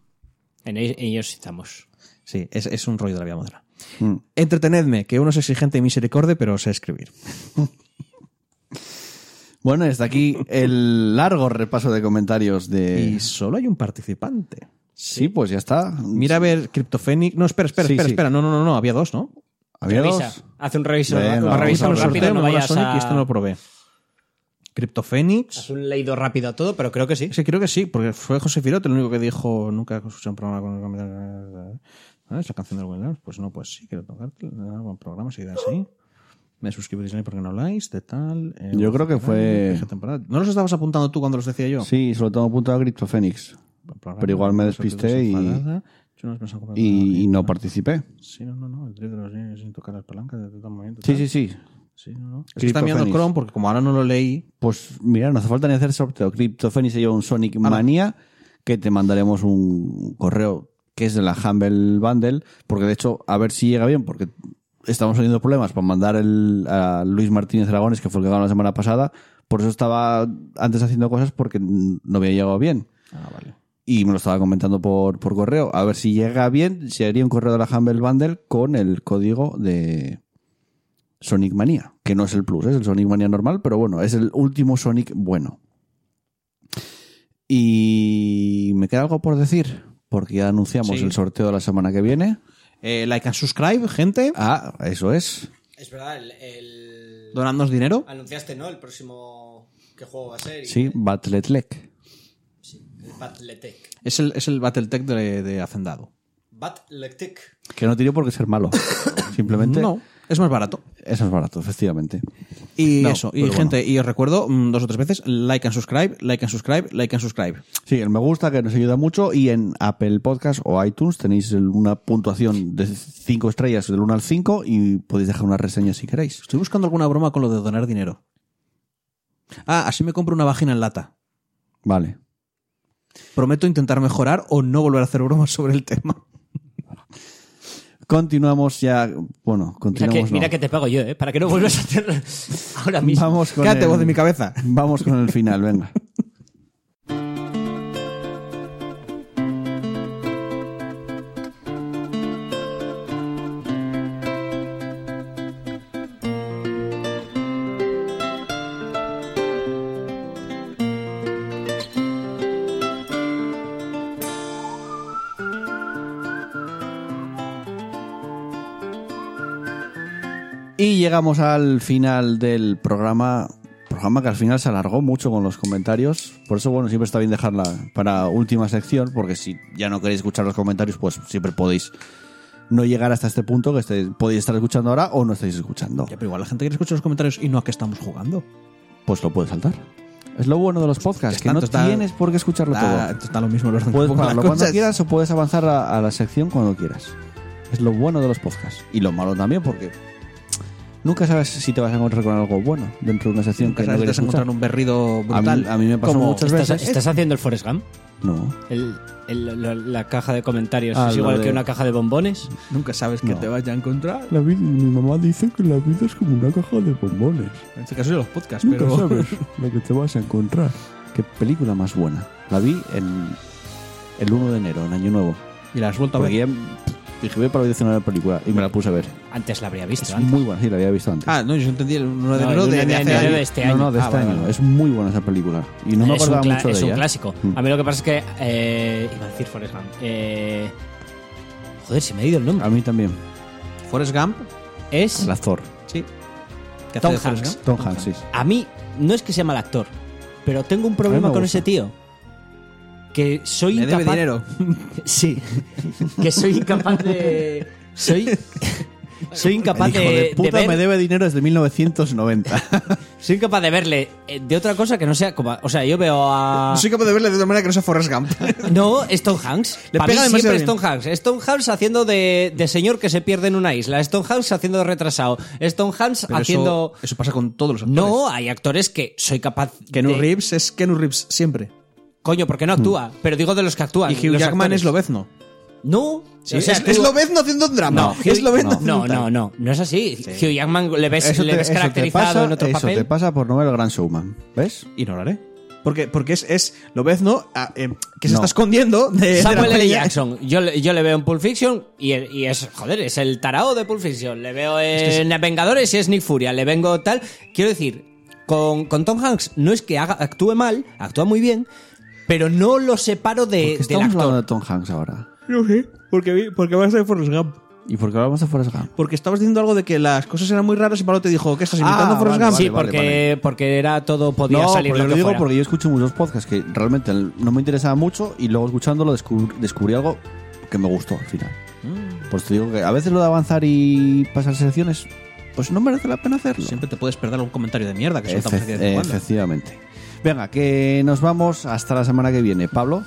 S2: En e- en ellos estamos.
S3: Sí, es, es un rollo de la vida moderna.
S1: Mm.
S3: Entretenedme, que uno es exigente y misericordia, pero sé escribir.
S1: Bueno, hasta aquí el largo repaso de comentarios de.
S3: Y solo hay un participante.
S1: Sí, pues ya está.
S3: Mira a ver, Cryptofénix. No, espera, espera,
S1: Sí,
S3: espera,
S1: sí.
S3: espera. No, no, no, no, había dos, ¿no?
S1: Había
S2: Revisa.
S1: dos.
S2: Haz un reviso.
S1: Venga,
S2: un
S1: vamos
S2: reviso
S1: a ver.
S2: rápido.
S3: sorteo,
S2: no
S3: no habrá
S2: vayas
S3: Sonic
S2: a-
S3: y este no lo probé. Cryptofénix.
S2: Haz un leído rápido a todo, pero creo que sí.
S3: Sí, creo que sí, porque fue José Firote el único que dijo nunca he escuchado un programa con ¿Ah, ¿Es la canción del Wild Pues no, pues sí, quiero tocarte. Ah, buen programa, si da así. Me suscribiréis ahí porque no habláis, de tal. eh,
S1: Yo creo que fue-
S3: qué temporada. ¿No los estabas apuntando tú cuando los decía yo?
S1: Sí, sobre todo apuntado a Crypto Fénix.
S3: Buen programa,
S1: pero igual me
S3: José Firote
S1: despisté y-
S3: desenfadada. Yo no les pensaba comprar nada.
S1: Y, y no participé.
S3: Sí, no, no, no. El drift de los niños sin tocar las palancas de todo momento.
S1: Sí,
S3: tal.
S1: sí, sí.
S3: Sí, no, no.
S1: Crypto
S3: Está mirando
S1: Fénix.
S3: Chrome porque como ahora no lo leí,
S1: Pues mira, no hace falta ni hacer sorteo. Crypto Fénix se lleva un Sonic Manía que te mandaremos un correo que es de la Humble Bundle. Porque de hecho, a ver si llega bien, porque estamos teniendo problemas para mandar el, a Luis Martínez Aragones, que fue el que ganó la semana pasada. Por eso estaba antes haciendo cosas porque no había llegado bien.
S3: Ah, vale.
S1: Y me lo estaba comentando por, por correo. A ver si llega bien, se haría un correo de la Humble Bundle con el código de Sonic Manía, que no es el Plus, es el Sonic Manía normal, pero bueno, es el último Sonic bueno. Y me queda algo por decir, porque ya anunciamos
S3: Sí.
S1: el sorteo de la semana que viene.
S3: Eh, like and subscribe, gente.
S1: Ah, eso es.
S2: Es verdad, el, el-
S3: Donadnos dinero.
S2: anunciaste, ¿no? El próximo. ¿Qué juego va a ser? y-
S1: Sí, Battletlec.
S2: El Battletech.
S3: Es el, es el Battletech de, de Hacendado.
S2: Battletech.
S1: Que no tiene por qué ser malo. Simplemente
S3: No. Es más barato.
S1: Es más barato, efectivamente.
S3: Y
S1: No,
S3: eso, y
S1: pero
S3: gente, y os recuerdo mm, dos o tres veces, like and subscribe, like and subscribe, like and subscribe.
S1: Sí, el me gusta que nos ayuda mucho y en Apple Podcast o iTunes tenéis el- una puntuación de 5 estrellas del 1 al 5 y podéis dejar una reseña si queréis.
S3: Estoy buscando alguna broma con lo de donar dinero. Ah, así me compro una vagina en lata.
S1: Vale.
S3: Prometo intentar mejorar o no volver a hacer bromas sobre el tema.
S1: Continuamos ya, bueno,
S2: Mira que,
S1: continuamos. no.
S2: mira que te pago yo, ¿eh? Para que no vuelvas a hacer ahora mismo.
S1: Vamos con
S3: Cállate,
S1: el-
S3: voz de mi cabeza.
S1: Vamos con el final, venga. Y llegamos al final del programa. Programa que al final se alargó mucho con los comentarios. Por eso, bueno, siempre está bien dejarla para última sección, porque si ya no queréis escuchar los comentarios, pues siempre podéis no llegar hasta este punto que estéis- podéis estar escuchando ahora o no estáis escuchando.
S3: Ya, pero igual la gente quiere escuchar los comentarios y no a qué estamos jugando.
S1: Pues lo puedes saltar. Es lo bueno de los podcasts, que no
S3: Tanto está-
S1: tienes por qué escucharlo
S3: Está,
S1: todo.
S3: está Ah, lo mismo el orden que
S1: Puedes
S3: ponga las
S1: pararlo cuando
S3: cosas.
S1: quieras o puedes avanzar a, a la sección cuando quieras. Es lo bueno de los podcasts. Y lo malo también, porque nunca sabes si te vas a encontrar con algo bueno dentro de una sección
S3: Nunca
S1: que no
S3: sabes si te
S1: quieres
S3: vas a encontrar
S1: escuchar.
S3: un berrido
S1: A mí-
S3: brutal.
S1: a mí me pasó
S3: como-
S1: muchas
S2: ¿Estás,
S3: ¿eh?
S1: veces.
S2: estás haciendo el Forrest Gump?
S1: No.
S2: El- el- la, la caja de comentarios
S1: Ah,
S2: es
S1: lo
S2: igual
S1: de-
S2: que una caja de bombones.
S3: Nunca sabes
S1: No.
S3: qué te vaya a encontrar.
S1: mi mamá dice que la vida es como una caja de bombones.
S3: En este caso de los podcasts, pero.
S1: lo que te vas a encontrar. Qué película más buena. La vi el, el 1 de enero, en Año Nuevo.
S3: Y la has vuelto a
S1: Porque
S3: ver.
S1: ya dije, voy a provisionar la película y me la puse a ver.
S2: Antes la habría visto.
S1: Es
S2: antes.
S1: muy buena, sí, la había visto antes.
S3: Ah, no, yo entendí el 1 de
S2: No, el
S3: enero
S2: 1
S3: de,
S2: de
S3: de hace
S2: enero
S3: año.
S2: de este
S1: no,
S2: año.
S1: no, de
S3: Ah,
S1: este
S3: vale,
S1: año.
S3: vale.
S1: Es muy buena esa película. Y no me
S2: es un,
S1: acordaba
S2: cla-
S1: mucho de
S2: es un
S1: ella.
S2: clásico.
S1: Mm.
S2: A mí lo que pasa es que. eh, iba a decir Forrest Gump. Eh, joder, se me ha ido el nombre.
S1: A mí también.
S3: Forrest Gump,
S2: Es.
S1: Ah, La Thor.
S3: sí. ¿Qué hace
S2: Tom
S3: de Forrest
S2: Hanks.
S3: Gump?
S1: Tom Hanks, sí.
S2: A mí, no es que sea mal actor, pero tengo un problema
S1: me
S2: con
S1: gusta.
S2: ese tío. Que soy
S3: Me debe
S2: incapaz.
S3: dinero.
S2: Sí. Que soy incapaz de. Soy. Soy
S1: El
S2: incapaz
S1: hijo de,
S2: de, de
S1: puta
S2: ver-
S1: me debe dinero desde 1990.
S2: soy incapaz de verle eh, de otra cosa que no sea como. O sea, yo veo a.
S3: No soy capaz de verle de otra manera que no sea Forrest Gump.
S2: No, Stone Hanks.
S3: Le
S2: Para
S3: pega
S2: mí
S3: demasiado
S2: siempre
S3: bien.
S2: Stone Hanks. Stone Hanks haciendo de, de señor que se pierde en una isla. Stone Hanks haciendo de retrasado. Stone Hanks
S3: Pero
S2: haciendo.
S3: eso, eso pasa con todos los actores.
S2: No, hay actores que soy capaz.
S3: Kenu
S2: de-
S3: Reeves es Kenu Reeves siempre.
S2: Coño, porque no actúa. Pero digo de los que actúan.
S3: Mm. Y Hugh
S2: los
S3: Jackman
S2: actores.
S3: es Lobezno.
S2: No. o sea,
S3: es,
S2: actúa-
S3: es Lobezno haciendo un drama.
S2: No,
S3: es
S2: Hugh-
S3: Lobezno
S2: no,
S3: haciendo
S2: no,
S3: un drama.
S2: no, no, no es así. Hugh Jackman le ves, le ves caracterizado
S1: pasa,
S2: en otro
S1: eso
S2: papel.
S1: te pasa por no ver el Gran Showman. ¿Ves?
S3: Y no lo haré. Porque, porque es, es Lobezno ah, eh, que se
S1: No.
S3: está escondiendo de- de, la
S2: Samuel L.
S3: peña.
S2: Jackson, yo, le- yo le veo en Pulp Fiction y, y es, joder, es el tarao de Pulp Fiction. Le veo en
S3: que
S2: Vengadores y es Nick Furia, le vengo tal. Quiero decir, con, con Tom Hanks no es que haga- actúe mal, actúa muy bien, pero no lo separo de,
S1: Porque
S2: del
S1: estamos hablando
S2: actor.
S1: de Tom Hanks ahora.
S3: No sé, porque, vi- porque vas a ser Forrest Gump.
S1: ¿Y por qué hablamos de Forrest Gump?
S3: Porque estabas diciendo algo de que las cosas eran muy raras y Pablo te dijo, ¿qué estás imitando
S1: Ah,
S3: Forrest
S1: vale,
S3: Gump?
S2: sí,
S1: vale, vale,
S2: porque, porque era todo, podía
S1: No,
S2: salir
S1: porque
S2: lo
S1: lo
S2: que
S1: digo
S2: fuera.
S1: porque yo escucho muchos podcasts que realmente no me interesaba mucho y luego escuchándolo descub- descubrí algo que me gustó al final.
S2: Mm.
S1: Pues te digo que a veces lo de avanzar y pasar secciones, pues no merece la pena hacerlo.
S3: Siempre te puedes perder algún comentario de mierda que
S1: Efe-
S3: soltamos aquí de vez en cuando.
S1: efectivamente. Venga, que nos vamos hasta la semana que viene. Pablo,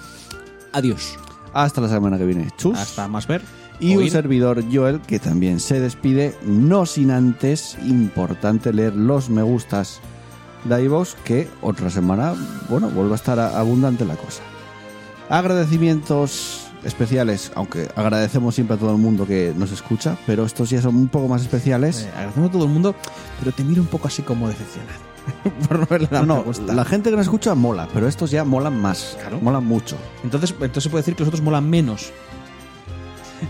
S2: Adiós.
S1: hasta la semana que viene. Chus.
S3: Hasta más ver.
S1: Y un
S3: oír.
S1: servidor Joel que también se despide, no sin antes, importante leer los me gustas de iVoox, que otra semana, bueno, vuelve a estar a- abundante la cosa. Agradecimientos especiales, aunque agradecemos siempre a todo el mundo que nos escucha, pero estos ya son un poco más especiales.
S3: Eh, agradecemos a todo el mundo, pero te miro un poco así como decepcionado. Por no verle
S1: No,
S3: la
S1: no,
S3: gusta.
S1: la gente que nos escucha mola, pero estos ya molan más,
S3: Claro.
S1: molan mucho.
S3: Entonces, entonces se puede decir que los otros molan menos.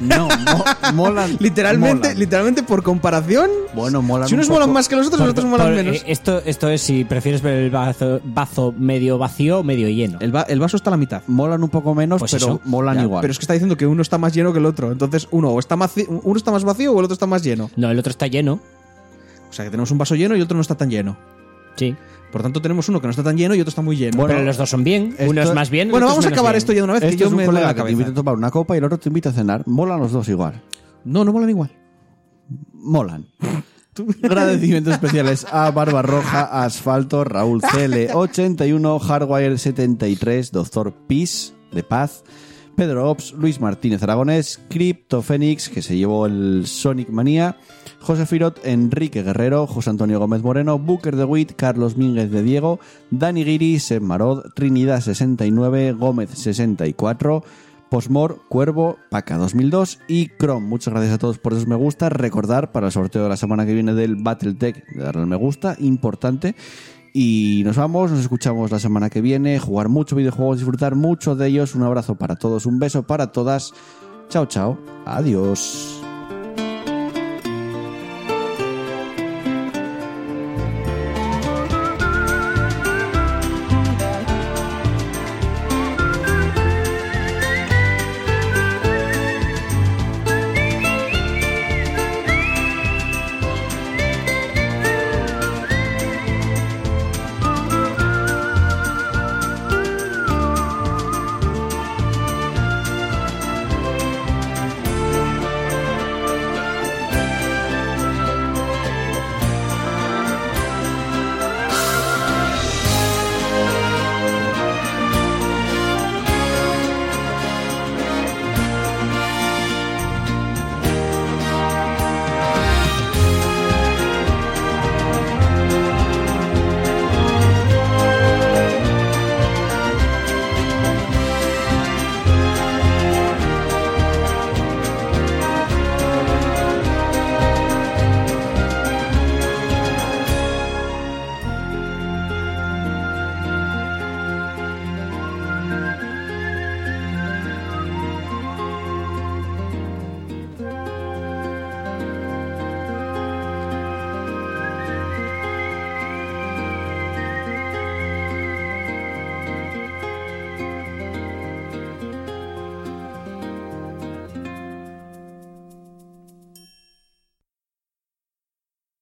S1: No, mo- molan.
S3: Literalmente,
S1: molan.
S3: literalmente por comparación.
S1: Bueno, molan
S3: si unos
S1: un poco.
S3: molan más que los otros, los
S2: Por-
S3: otros molan
S2: por-
S3: menos.
S2: eh, esto, esto es si prefieres ver el vaso, vazo medio vacío o medio lleno.
S3: el, va- el vaso está a la mitad.
S1: molan un poco menos,
S2: Pues
S1: pero
S2: eso.
S1: molan
S3: Ya,
S1: igual.
S3: Pero es que está diciendo que uno está más lleno que el otro. Entonces, uno o está más, uno está más vacío o el otro está más lleno.
S2: No, el otro está lleno.
S3: O sea, que tenemos un vaso lleno y otro no está tan lleno.
S2: Sí.
S3: Por tanto, tenemos uno que no está tan lleno y otro está muy lleno.
S2: pero los dos son bien. Uno
S1: esto-
S2: es más bien. el
S3: bueno,
S2: otro es
S3: vamos a
S2: menos
S3: acabar
S2: bien.
S3: esto ya de una vez.
S1: Este
S3: que yo
S1: es
S3: me
S1: un
S3: duele
S1: colega
S3: la
S1: que te
S3: cabeza.
S1: invita a tomar una copa y el otro te invita a cenar. Molan los dos igual.
S3: No, no molan igual.
S1: molan. Agradecimientos especiales a Barbarroja, Asfalto, Raúl CL81, Hardwire73, Doctor Peace, de Paz, Pedro Ops, Luis Martínez Aragonés, Crypto Fénix, que se llevó el Sonic Manía, José Firot, Enrique Guerrero, José Antonio Gómez Moreno, Booker de Witt, Carlos Mínguez de Diego, Dani Guiri, Sem Marod, Trinidad69, Gómez64, Posmor, Cuervo, Paca 2002 y Chrome. Muchas gracias a todos por esos me gusta. Recordar para el sorteo de la semana que viene del Battletech, de darle al me gusta, importante. Y nos vamos, nos escuchamos la semana que viene. Jugar mucho videojuegos, disfrutar mucho de ellos. Un abrazo para todos, un beso para todas. Chao, chao. Adiós.